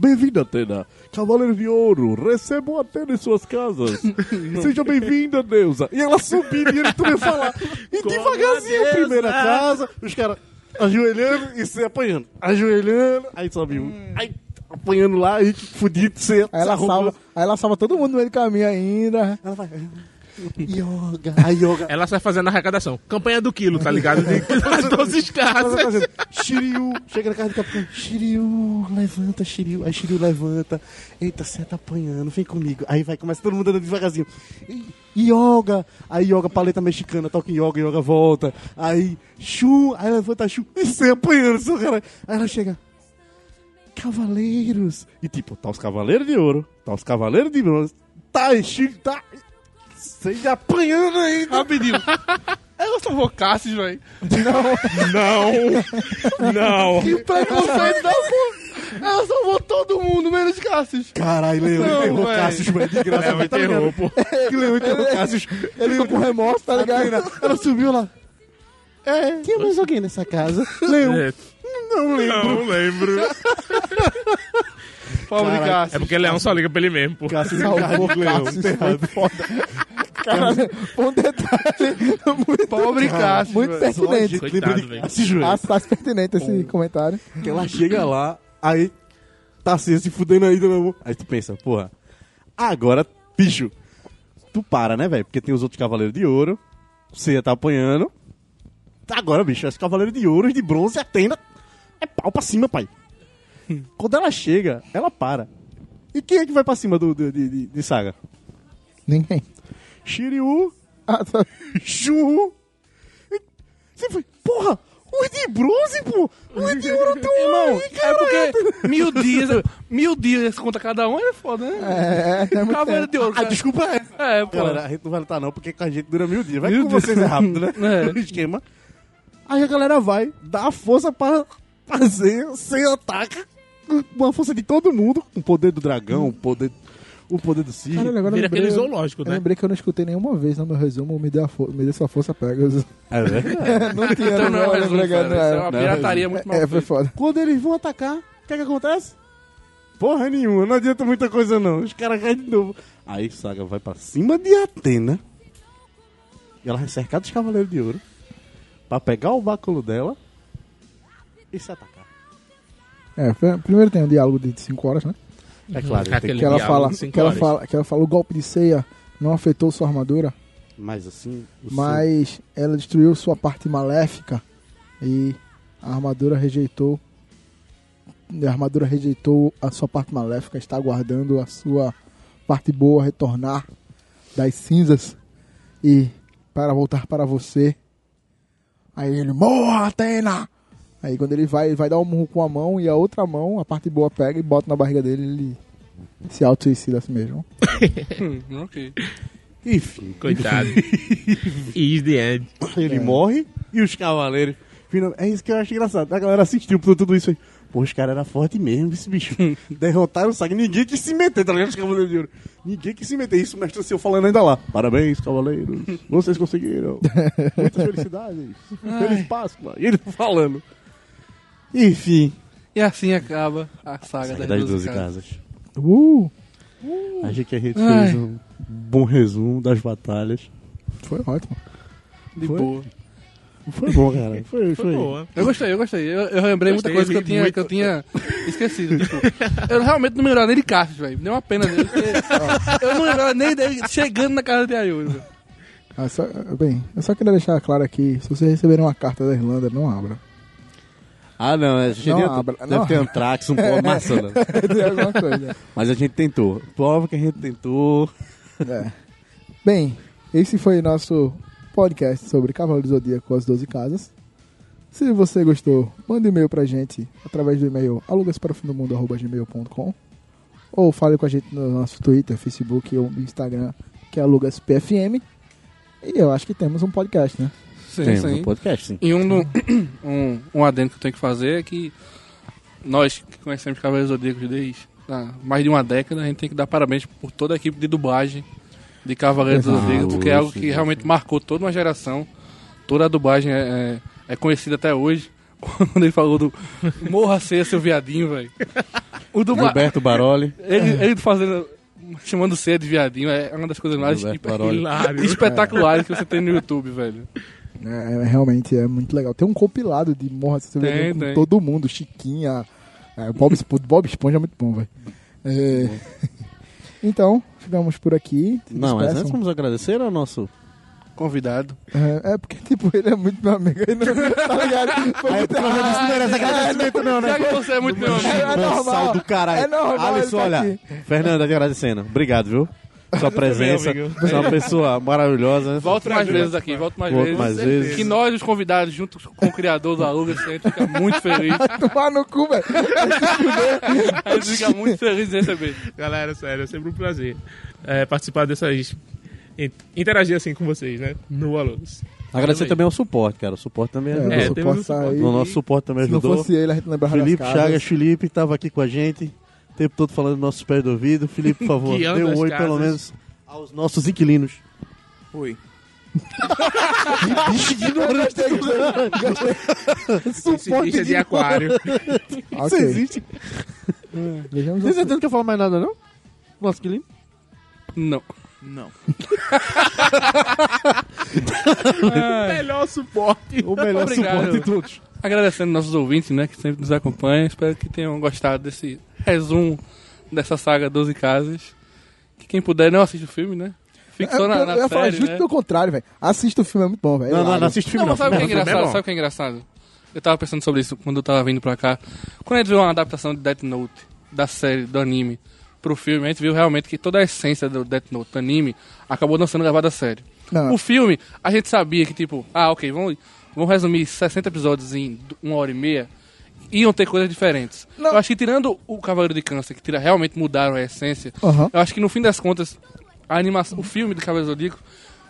Speaker 3: Bem-vinda, Atena. Cavaleiro de Ouro, recebam Atena em suas casas. Seja bem-vinda, deusa. E ela subindo e ele também falar. E devagarzinho, primeira casa. Os caras ajoelhando e se apanhando. Ajoelhando, aí sobe um. Aí apanhando lá, e fudido, você
Speaker 1: Hum. Aí ela salva, aí ela salva todo mundo no meio do caminho ainda.
Speaker 3: Ela vai. "Ah, Yoga, a yoga.
Speaker 4: Ela sai fazendo arrecadação. Campanha do quilo, tá ligado? De das 12
Speaker 3: Ela vai assim,
Speaker 4: casas.
Speaker 3: fazendo, Shiryu, chega na casa do capitão. Shiryu, levanta, Shiryu. Aí Shiryu levanta. Eita, você tá apanhando, vem comigo. Aí vai, começa todo mundo andando devagarzinho. E- Yoga, aí yoga, paleta mexicana, toca em yoga, yoga volta. Aí, chu, aí levanta, chu. E você apanhando, seu cara. Aí ela chega. Cavaleiros. E tipo, tá os cavaleiros de ouro, tá os cavaleiros de bronze, tá Shiryu, tá. Você ainda apanhando ainda.
Speaker 2: Rapidinho. Ela salvou Cassius, velho.
Speaker 4: Não. Não.
Speaker 2: Que preconceito da porra. Ela salvou todo mundo, menos Cassius.
Speaker 3: Caralho, Leão
Speaker 2: Não,
Speaker 3: enterrou
Speaker 2: véi.
Speaker 3: Cassius, velho, de graça.
Speaker 4: É, vai
Speaker 3: velho, tá
Speaker 4: ter
Speaker 3: ligado?
Speaker 4: roupa.
Speaker 3: Que Leão enterrou Cassius.
Speaker 1: Ele ficou com remorso, tá ligado?
Speaker 3: Ela subiu lá. É, tinha mais alguém nessa casa. Leão.
Speaker 4: É,
Speaker 3: Não lembro.
Speaker 4: não lembro.
Speaker 2: Pobre
Speaker 3: Caralho.
Speaker 2: Cassius.
Speaker 4: É porque Leão só liga pra ele mesmo, pô.
Speaker 3: Cassius
Speaker 1: Salvou
Speaker 3: encarnou Leão.
Speaker 1: Cassius,
Speaker 3: enterrado.
Speaker 1: Caralho, foi um detalhe muito,
Speaker 2: Pobre Cassius.
Speaker 1: muito
Speaker 2: velho.
Speaker 3: Só a
Speaker 1: pertinente.
Speaker 3: gente lembra
Speaker 4: Coitado,
Speaker 3: de
Speaker 4: velho.
Speaker 3: Cassius, velho.
Speaker 1: Ah, tá pertinente esse comentário.
Speaker 3: que ela chega lá, aí tá assim, se fudendo ainda, meu amor. Aí tu pensa, porra, agora, bicho, tu para, né, velho? Porque tem os outros Cavaleiros de Ouro, você ia tá apanhando. Agora, bicho, os Cavaleiros de Ouro, os de Bronze, a tenda é pau pra cima, pai. Quando ela chega, ela para. E quem é que vai pra cima do, do- de, de- de Saga?
Speaker 1: Ninguém.
Speaker 3: Shiryu,
Speaker 1: Ah, tá.
Speaker 3: Ju. E- Você foi, porra, os de Bronze, pô! Os de Ouro tão
Speaker 2: Irmão,
Speaker 3: aí,
Speaker 2: é
Speaker 3: um cara!
Speaker 2: porque mil dias, mil dias contra cada um é foda, né?
Speaker 1: É, é muito
Speaker 2: Cavaleiro de ouro,
Speaker 3: A
Speaker 2: cara.
Speaker 3: desculpa é essa.
Speaker 2: É, pô.
Speaker 3: Galera, a gente não vai lutar não, porque com a gente dura mil dias. Vai
Speaker 2: Mil
Speaker 3: com
Speaker 2: dias.
Speaker 3: vocês é rápido, né?
Speaker 2: É.
Speaker 3: No esquema. Aí a galera vai, dá a força para fazer, sem ataca. Uma força de todo mundo, com o poder do dragão, o poder, o poder do Cid.
Speaker 1: Caralho, agora eu
Speaker 4: Vira aquele
Speaker 1: lembrei, eu
Speaker 4: zoológico, né?
Speaker 1: lembrei que eu não escutei nenhuma vez no meu resumo, me dê, a for- me dê sua força, Pegasus.
Speaker 3: É verdade.
Speaker 1: Não tinha,
Speaker 2: Então não é mais um,
Speaker 1: lembrei,
Speaker 2: cara.
Speaker 1: não
Speaker 2: Isso é
Speaker 1: era.
Speaker 2: uma pirataria muito mal
Speaker 1: É, foi
Speaker 2: feita.
Speaker 1: foda.
Speaker 3: Quando eles vão atacar, o que é que acontece? Porra nenhuma, não adianta muita coisa não. Os caras caem de novo. Aí Saga vai pra cima de Atena. E ela é cercada dos Cavaleiros de Ouro. Pra pegar o báculo dela e se atacar.
Speaker 1: É, foi- primeiro tem um diálogo de 5 horas, né?
Speaker 3: É claro, tem
Speaker 4: Aquele
Speaker 1: Que ela,
Speaker 4: diálogo
Speaker 1: fala,
Speaker 4: de cinco
Speaker 1: que, ela
Speaker 4: horas.
Speaker 1: fala, que ela fala o golpe de ceia não afetou sua armadura,
Speaker 3: que... Mas assim... o
Speaker 1: mas ela destruiu sua parte maléfica e a armadura rejeitou. A armadura rejeitou a sua parte maléfica, está aguardando a sua parte boa retornar das cinzas e para voltar para você. Aí ele, morra, Atena! Aí quando ele vai, ele vai dar um murro com a mão e a outra mão, a parte boa pega e bota na barriga dele ele se auto-suicida assim mesmo.
Speaker 2: Hum, ok.
Speaker 3: Enfim,
Speaker 4: Coitado. Is the end.
Speaker 3: ele
Speaker 1: É,
Speaker 3: morre e os cavaleiros. final- É isso que eu acho engraçado. A galera assistiu por tudo isso aí. Pô, os caras eram fortes mesmo, esse bicho. Derrotaram o Saga. Ninguém quis se meter, tá ligado? Os Cavaleiros de Ouro. Ninguém quis se meter. Isso o mestre seu falando ainda lá. Parabéns, cavaleiros. Vocês conseguiram. Muitas felicidades. Feliz Páscoa. E ele falando. Enfim.
Speaker 2: E assim acaba a saga, das 12 casas.
Speaker 1: Uh,
Speaker 3: Achei que a gente
Speaker 2: Ai.
Speaker 3: fez um bom resumo das batalhas.
Speaker 1: foi ótimo.
Speaker 2: De
Speaker 3: Foi?
Speaker 2: boa.
Speaker 3: Foi bom, cara. Foi, foi.
Speaker 4: Foi boa.
Speaker 2: Eu gostei, eu gostei. Eu, eu lembrei muita
Speaker 4: Gostei,
Speaker 2: coisa que eu,
Speaker 4: vi
Speaker 2: tinha,
Speaker 4: muito.
Speaker 2: que eu tinha esquecido. Tipo, eu realmente não me lembrava nem de Cassius, velho. Deu uma pena dele. porque Eu não lembrava nem dele chegando na casa de Ayuri. velho.
Speaker 1: Ah, só- bem, eu só queria deixar claro aqui, se vocês receberem uma carta da Irlanda, não abra.
Speaker 3: Ah, não. A gente
Speaker 1: Não
Speaker 3: deve-
Speaker 1: abra-
Speaker 3: deve
Speaker 1: não. É.
Speaker 3: ter antrax, um pó maçã. né?
Speaker 1: Tem alguma coisa.
Speaker 3: Mas a gente tentou. Prova que a gente tentou.
Speaker 1: É. Bem, esse foi nosso podcast sobre Cavalo do Zodíaco as 12 casas. Se você gostou, manda um e-mail pra gente através do e-mail alugasparaofindomundo.gmail.com ou fale com a gente no nosso Twitter, Facebook ou Instagram, que é alugaspfm. E eu acho que temos um podcast, né?
Speaker 2: Sim,
Speaker 3: Temos
Speaker 2: sim.
Speaker 3: um podcast, sim.
Speaker 2: E um, do- um, um adendo que eu tenho que fazer é que nós que conhecemos Cavaleiros Zodíacos desde ah, mais de uma década, a gente tem que dar parabéns por toda a equipe de dublagem de Cavaleiros
Speaker 1: Ah,
Speaker 2: Zodíacos, porque é algo
Speaker 3: isso,
Speaker 2: que
Speaker 3: isso.
Speaker 2: realmente marcou toda uma geração. Toda a dublagem é, é, é conhecida até hoje. Quando ele falou do Morra Ceia, seu viadinho, velho. O dubla...
Speaker 3: Roberto Baroli.
Speaker 2: ele, ele fazendo. chamando Ceia de viadinho é uma das coisas mais
Speaker 3: Roberto
Speaker 2: espe-
Speaker 3: Baroli.
Speaker 4: Hilário.
Speaker 2: espetaculares que você tem no YouTube, velho.
Speaker 1: É, é- realmente é muito legal. Tem um compilado de Morra se você
Speaker 2: Tem,
Speaker 1: vê com
Speaker 2: tem.
Speaker 1: todo mundo, Chiquinha, é, Bob, Espo- Bob Esponja é muito bom, velho. É, então, ficamos por aqui. Se
Speaker 3: Não, mas antes
Speaker 1: despeçam.
Speaker 3: vamos agradecer ao nosso.
Speaker 2: Convidado.
Speaker 1: É, é porque, tipo, ele é muito meu amigo. Ele não, tá ligado? Foi muito errado.
Speaker 3: não merece agradecimento, não,
Speaker 2: Já que você é muito meu amigo.
Speaker 1: né? É, é normal.
Speaker 3: do caralho.
Speaker 1: É normal
Speaker 3: Alisson,
Speaker 1: ele tá
Speaker 3: olha. Fernanda, te agradecendo. Obrigado, viu? Sua presença. Você é uma pessoa maravilhosa. né?
Speaker 2: Volto mais vezes aqui, volto mais
Speaker 3: Volto
Speaker 2: vezes.
Speaker 3: mais vezes.
Speaker 2: Que nós, os convidados, junto com o criador do Aluga, a gente fica muito feliz.
Speaker 1: Tomar no cu, velho.
Speaker 2: A gente fica muito feliz de receber.
Speaker 4: Galera, sério, é sempre um prazer é, participar dessas. in- Interagir assim com vocês, né? No Alunos.
Speaker 3: Agradecer também ao suporte, cara. O suporte também
Speaker 1: É,
Speaker 3: ajudou.
Speaker 1: é,
Speaker 4: temos um
Speaker 1: suporte tá aí.
Speaker 3: O nosso suporte também
Speaker 1: Se não
Speaker 3: ajudou.
Speaker 1: fosse ele, a gente lembrava
Speaker 3: Felipe
Speaker 1: das casas.
Speaker 3: Chagas, Felipe, estava aqui com a gente. O tempo todo falando dos nossos pés do ouvido. Felipe, por favor,
Speaker 4: Que
Speaker 3: dê
Speaker 4: anda
Speaker 3: um
Speaker 4: as
Speaker 3: oi
Speaker 4: casas.
Speaker 3: pelo menos aos nossos inquilinos.
Speaker 9: Oi.
Speaker 4: Surfista é de aquário.
Speaker 1: Ok,
Speaker 3: existe?
Speaker 1: vejamos
Speaker 3: Tem
Speaker 1: você.
Speaker 3: certeza que eu falo mais nada, não? Nosso inquilino?
Speaker 2: Não.
Speaker 9: Não.
Speaker 4: Melhor suporte.
Speaker 3: O melhor
Speaker 2: Obrigado.
Speaker 3: suporte de todos.
Speaker 2: Agradecendo nossos ouvintes, né, que sempre nos acompanham. Espero que tenham gostado desse resumo dessa saga 12 Casas. Que quem puder não assista o filme, né? Fique só na,
Speaker 1: É, eu,
Speaker 2: na
Speaker 1: eu ia falar
Speaker 2: série,
Speaker 1: justo
Speaker 2: né?
Speaker 1: pelo contrário, velho. Assista o filme, é muito bom, velho.
Speaker 3: Não, não,
Speaker 1: Hilário.
Speaker 3: não assiste filme
Speaker 2: Não, mas
Speaker 3: não.
Speaker 2: sabe o que é
Speaker 4: Não, também
Speaker 2: engraçado?
Speaker 4: não.
Speaker 2: Sabe o que é engraçado? Eu tava pensando sobre isso quando eu tava vindo pra cá. Quando a gente viu uma adaptação de Death Note, da série, do anime, pro filme, a gente viu realmente que toda a essência do Death Note, do anime, acabou não sendo levada a sério.
Speaker 1: Não.
Speaker 2: O filme, a gente sabia que, tipo, ah, ok, vamos, vamos resumir 60 episódios em d- uma hora e meia, iam ter coisas diferentes.
Speaker 1: Não.
Speaker 2: Eu acho que tirando o Cavaleiro de Câncer, que tira, realmente mudaram a essência,
Speaker 1: Aham.
Speaker 2: eu acho que no fim das contas, a animação, o filme do Cavaleiro Zodíaco,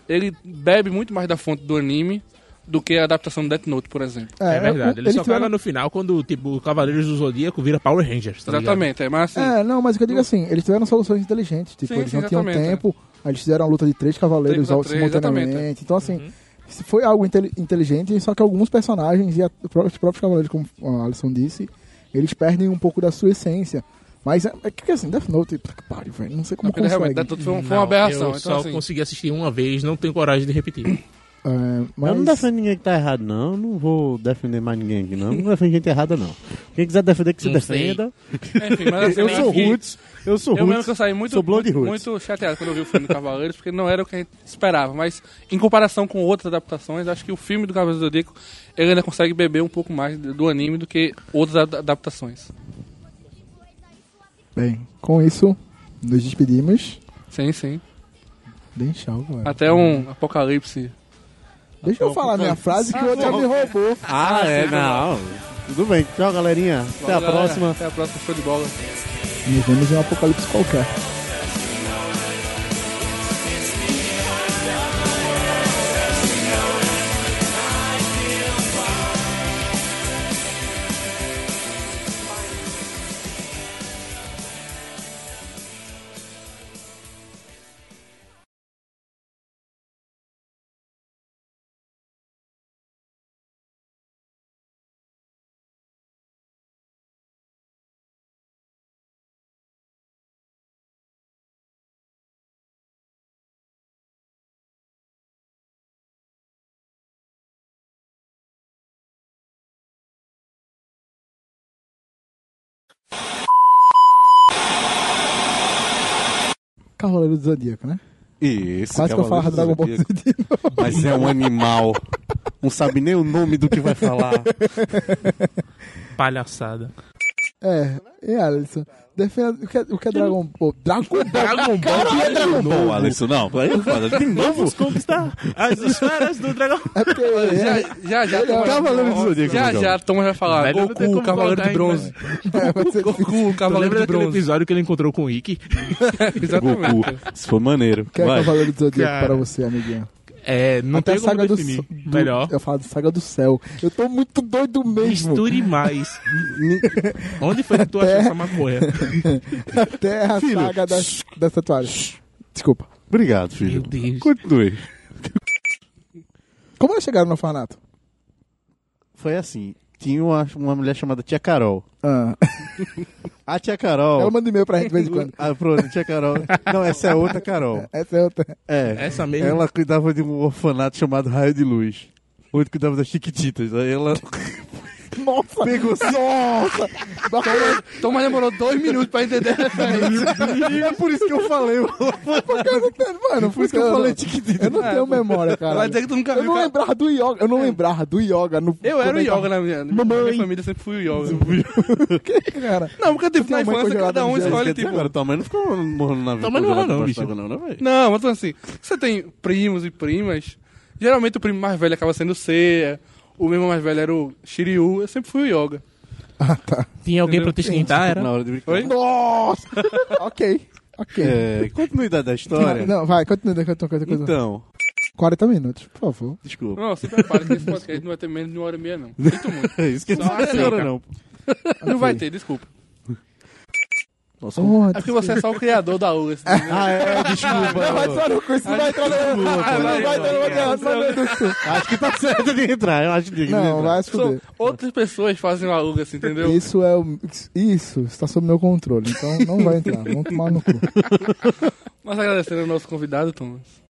Speaker 2: ele bebe muito mais da fonte do anime do que a adaptação do Death Note, por exemplo.
Speaker 1: É,
Speaker 4: É verdade.
Speaker 1: o-
Speaker 4: Ele, só
Speaker 1: tiveram-
Speaker 4: caga no final quando, tipo, o Cavaleiros do Zodíaco vira Power Rangers, tá ligado?
Speaker 2: Exatamente, é, mas assim,
Speaker 1: É, não, mas o que eu digo assim, eles tiveram soluções inteligentes. Tipo,
Speaker 2: Sim,
Speaker 1: eles
Speaker 2: sim,
Speaker 1: não tinham
Speaker 2: exatamente,
Speaker 1: tempo, aí eles fizeram a luta de três cavaleiros
Speaker 2: Três a
Speaker 1: ao-
Speaker 2: três,
Speaker 1: simultaneamente.
Speaker 2: exatamente. Uhum.
Speaker 1: Então, assim, se foi algo inte- inteligente, só que alguns personagens e a- os próprios os próprios cavaleiros, como a Alisson disse, eles perdem um pouco da sua essência. Mas é, é que assim, Death Note, puta que pariu, velho. Não sei como
Speaker 2: não, porque
Speaker 1: consegue.
Speaker 2: realmente Death Note foi, um- foi
Speaker 4: Não,
Speaker 2: uma aberração.
Speaker 4: Eu
Speaker 2: Então,
Speaker 4: só
Speaker 2: assim,
Speaker 4: consegui assistir uma vez, não tenho coragem de repetir.
Speaker 1: É, mas...
Speaker 3: Eu não defendo ninguém que tá errado, não. Eu não vou defender mais ninguém aqui, não. Eu Não defendo gente errada, não. Quem quiser defender, que se
Speaker 4: Não sei.
Speaker 3: defenda.
Speaker 2: enfim, mas assim,
Speaker 3: Eu sou
Speaker 2: que-
Speaker 3: Roots. Eu sou
Speaker 2: Eu lembro que eu
Speaker 3: Roots.
Speaker 2: saí muito,
Speaker 3: Sou Blood
Speaker 2: muito,
Speaker 3: Roots.
Speaker 2: muito chateado quando eu vi o filme do Cavaleiros, porque não era o que a gente esperava. Mas, em comparação com outras adaptações, acho que o filme do Cavaleiro do Zodíaco, ele ainda consegue beber um pouco mais do do anime do que outras ad- adaptações.
Speaker 1: Bem, com isso, nos despedimos.
Speaker 2: Sim, sim.
Speaker 1: Bem tchau, galera.
Speaker 2: Até um apocalipse Ah,
Speaker 1: Deixa eu falar minha frase que o outro já me roubou.
Speaker 3: Ah, é, não. Tudo bem. Tchau, galerinha. Até a
Speaker 2: Valeu, galera.
Speaker 3: próxima.
Speaker 2: Até a próxima, show de bola.
Speaker 1: Nos vemos em um apocalipse qualquer. Cavaleiro do Zodíaco, né?
Speaker 3: Isso,
Speaker 1: Quase que eu falo Dragon
Speaker 3: Cavaleiro
Speaker 1: Ball
Speaker 3: do
Speaker 1: Z
Speaker 3: Zodíaco.
Speaker 1: de novo.
Speaker 3: Mas é um animal. Não sabe nem o nome do que vai falar.
Speaker 4: Palhaçada.
Speaker 1: É, e Alisson? Defenda, o, que é, o que é Dragon Ball? Dragon Dragon Ball é Dragon
Speaker 3: Não,
Speaker 1: Ball.
Speaker 3: Alisson, não. Aí é foda. De novo?
Speaker 4: Vamos conquistar as esferas do dragão.
Speaker 1: É porque é,
Speaker 2: Já, já, já.
Speaker 1: Ele é o
Speaker 3: Cavaleiro do Zodíaco.
Speaker 2: Já,
Speaker 3: João.
Speaker 2: já, a Tom vai falar.
Speaker 4: Velho, não tem
Speaker 2: Goku,
Speaker 4: como
Speaker 2: Cavaleiro
Speaker 4: voltar
Speaker 2: de Bronze. Goku, Cavaleiro
Speaker 4: Tu lembra
Speaker 2: de
Speaker 4: daquele
Speaker 2: Bronze.
Speaker 4: episódio que ele encontrou com o Ikki?
Speaker 2: Exatamente.
Speaker 3: Goku. Isso foi maneiro.
Speaker 1: que é
Speaker 3: Vai.
Speaker 1: Cavaleiro do Zodíaco
Speaker 4: Cara.
Speaker 1: para você, amiguinho.
Speaker 4: É, não
Speaker 1: Até
Speaker 4: tem
Speaker 1: a
Speaker 4: como
Speaker 1: saga do,
Speaker 4: definir.
Speaker 1: ce- do-
Speaker 4: Melhor.
Speaker 1: Eu falo de Saga do Céu. Eu tô muito doido mesmo.
Speaker 4: Misture mais. Onde foi que tu achou essa maconha?
Speaker 1: Até a
Speaker 3: Filho.
Speaker 1: saga das, das tatuagens. Desculpa.
Speaker 3: Obrigado, filho.
Speaker 4: Meu Deus.
Speaker 3: Continue.
Speaker 1: Como elas chegaram no orfanato?
Speaker 3: Foi assim. Tinha uma, uma mulher chamada Tia Carol.
Speaker 1: Ah,
Speaker 3: A Tia Carol...
Speaker 1: Ela manda e-mail pra gente de vez em quando.
Speaker 3: Ah, pronto, Tia Carol. Não, essa é outra Carol.
Speaker 1: Essa é outra.
Speaker 3: É.
Speaker 4: Essa mesmo.
Speaker 3: Ela cuidava de um orfanato chamado Raio de Luz. Onde cuidava das chiquititas. Aí ela
Speaker 1: Nossa!
Speaker 3: pegou Nossa!
Speaker 2: Tom mas demorou dois minutos pra entender.
Speaker 3: É por isso que eu falei.
Speaker 1: Eu não tenho, mano,
Speaker 3: Por isso que eu falei chiquitita.
Speaker 1: Eu não tenho memória, cara.
Speaker 2: Vai dizer que tu nunca
Speaker 1: Eu não
Speaker 2: viu. cara. é
Speaker 1: lembrava do yoga. Eu não lembrava do yoga. No,
Speaker 2: Eu era o
Speaker 1: quando
Speaker 2: Yoga na minha, na
Speaker 1: Mamãe.
Speaker 2: minha família, sempre fui o Yoga.
Speaker 1: tava- Cara,
Speaker 2: Não, porque tipo,
Speaker 1: Tinha
Speaker 2: na
Speaker 1: uma mãe
Speaker 2: infância
Speaker 1: congelada
Speaker 2: cada um
Speaker 1: no gelo,
Speaker 2: escolhe,
Speaker 3: Olha,
Speaker 2: tipo.
Speaker 3: agora tua mãe não ficou morrendo na vida.
Speaker 4: Tua mãe não morreu não, bicho.
Speaker 3: Não, né, não, velho.
Speaker 2: é Não, mas tô assim, você tem primos e primas, geralmente o primo mais velho acaba sendo o Seiya, o mesmo mais velho era o Shiryu, eu sempre fui o Yoga.
Speaker 4: Tinha alguém pra te esquentar, era?
Speaker 3: Na hora de brincar.
Speaker 2: Oi?
Speaker 1: nossa! ok, ok.
Speaker 3: É, continuidade da história.
Speaker 1: Não, vai, continua, continua, continua. continua.
Speaker 3: Então,
Speaker 1: 40 minutos, por favor.
Speaker 3: desculpa.
Speaker 2: Não, se prepare que esse podcast não vai ter menos de uma hora e meia, não. Sinto muito.
Speaker 3: É isso que não
Speaker 2: Só aceita.
Speaker 3: agora não.
Speaker 2: Não vai ter, desculpa.
Speaker 3: Nossa, como-
Speaker 1: Oh,
Speaker 2: É porque você é só o criador da né? UGA.
Speaker 3: Ah, é, desculpa.
Speaker 1: vai entrar no cu, isso não vai entrar no
Speaker 3: Desculpa,
Speaker 1: Ah, Não vai entrar no material, só no cu.
Speaker 3: Acho que tá certo de entrar, eu acho digno. de
Speaker 1: Não,
Speaker 3: entrar.
Speaker 1: vai se fuder.
Speaker 2: outras pessoas fazem o UGA, entendeu?
Speaker 1: É, Isso é o. Isso está sob meu controle, então não vai entrar. Vamos tomar no cu.
Speaker 2: Mas agradecendo ao nosso convidado, Thomas.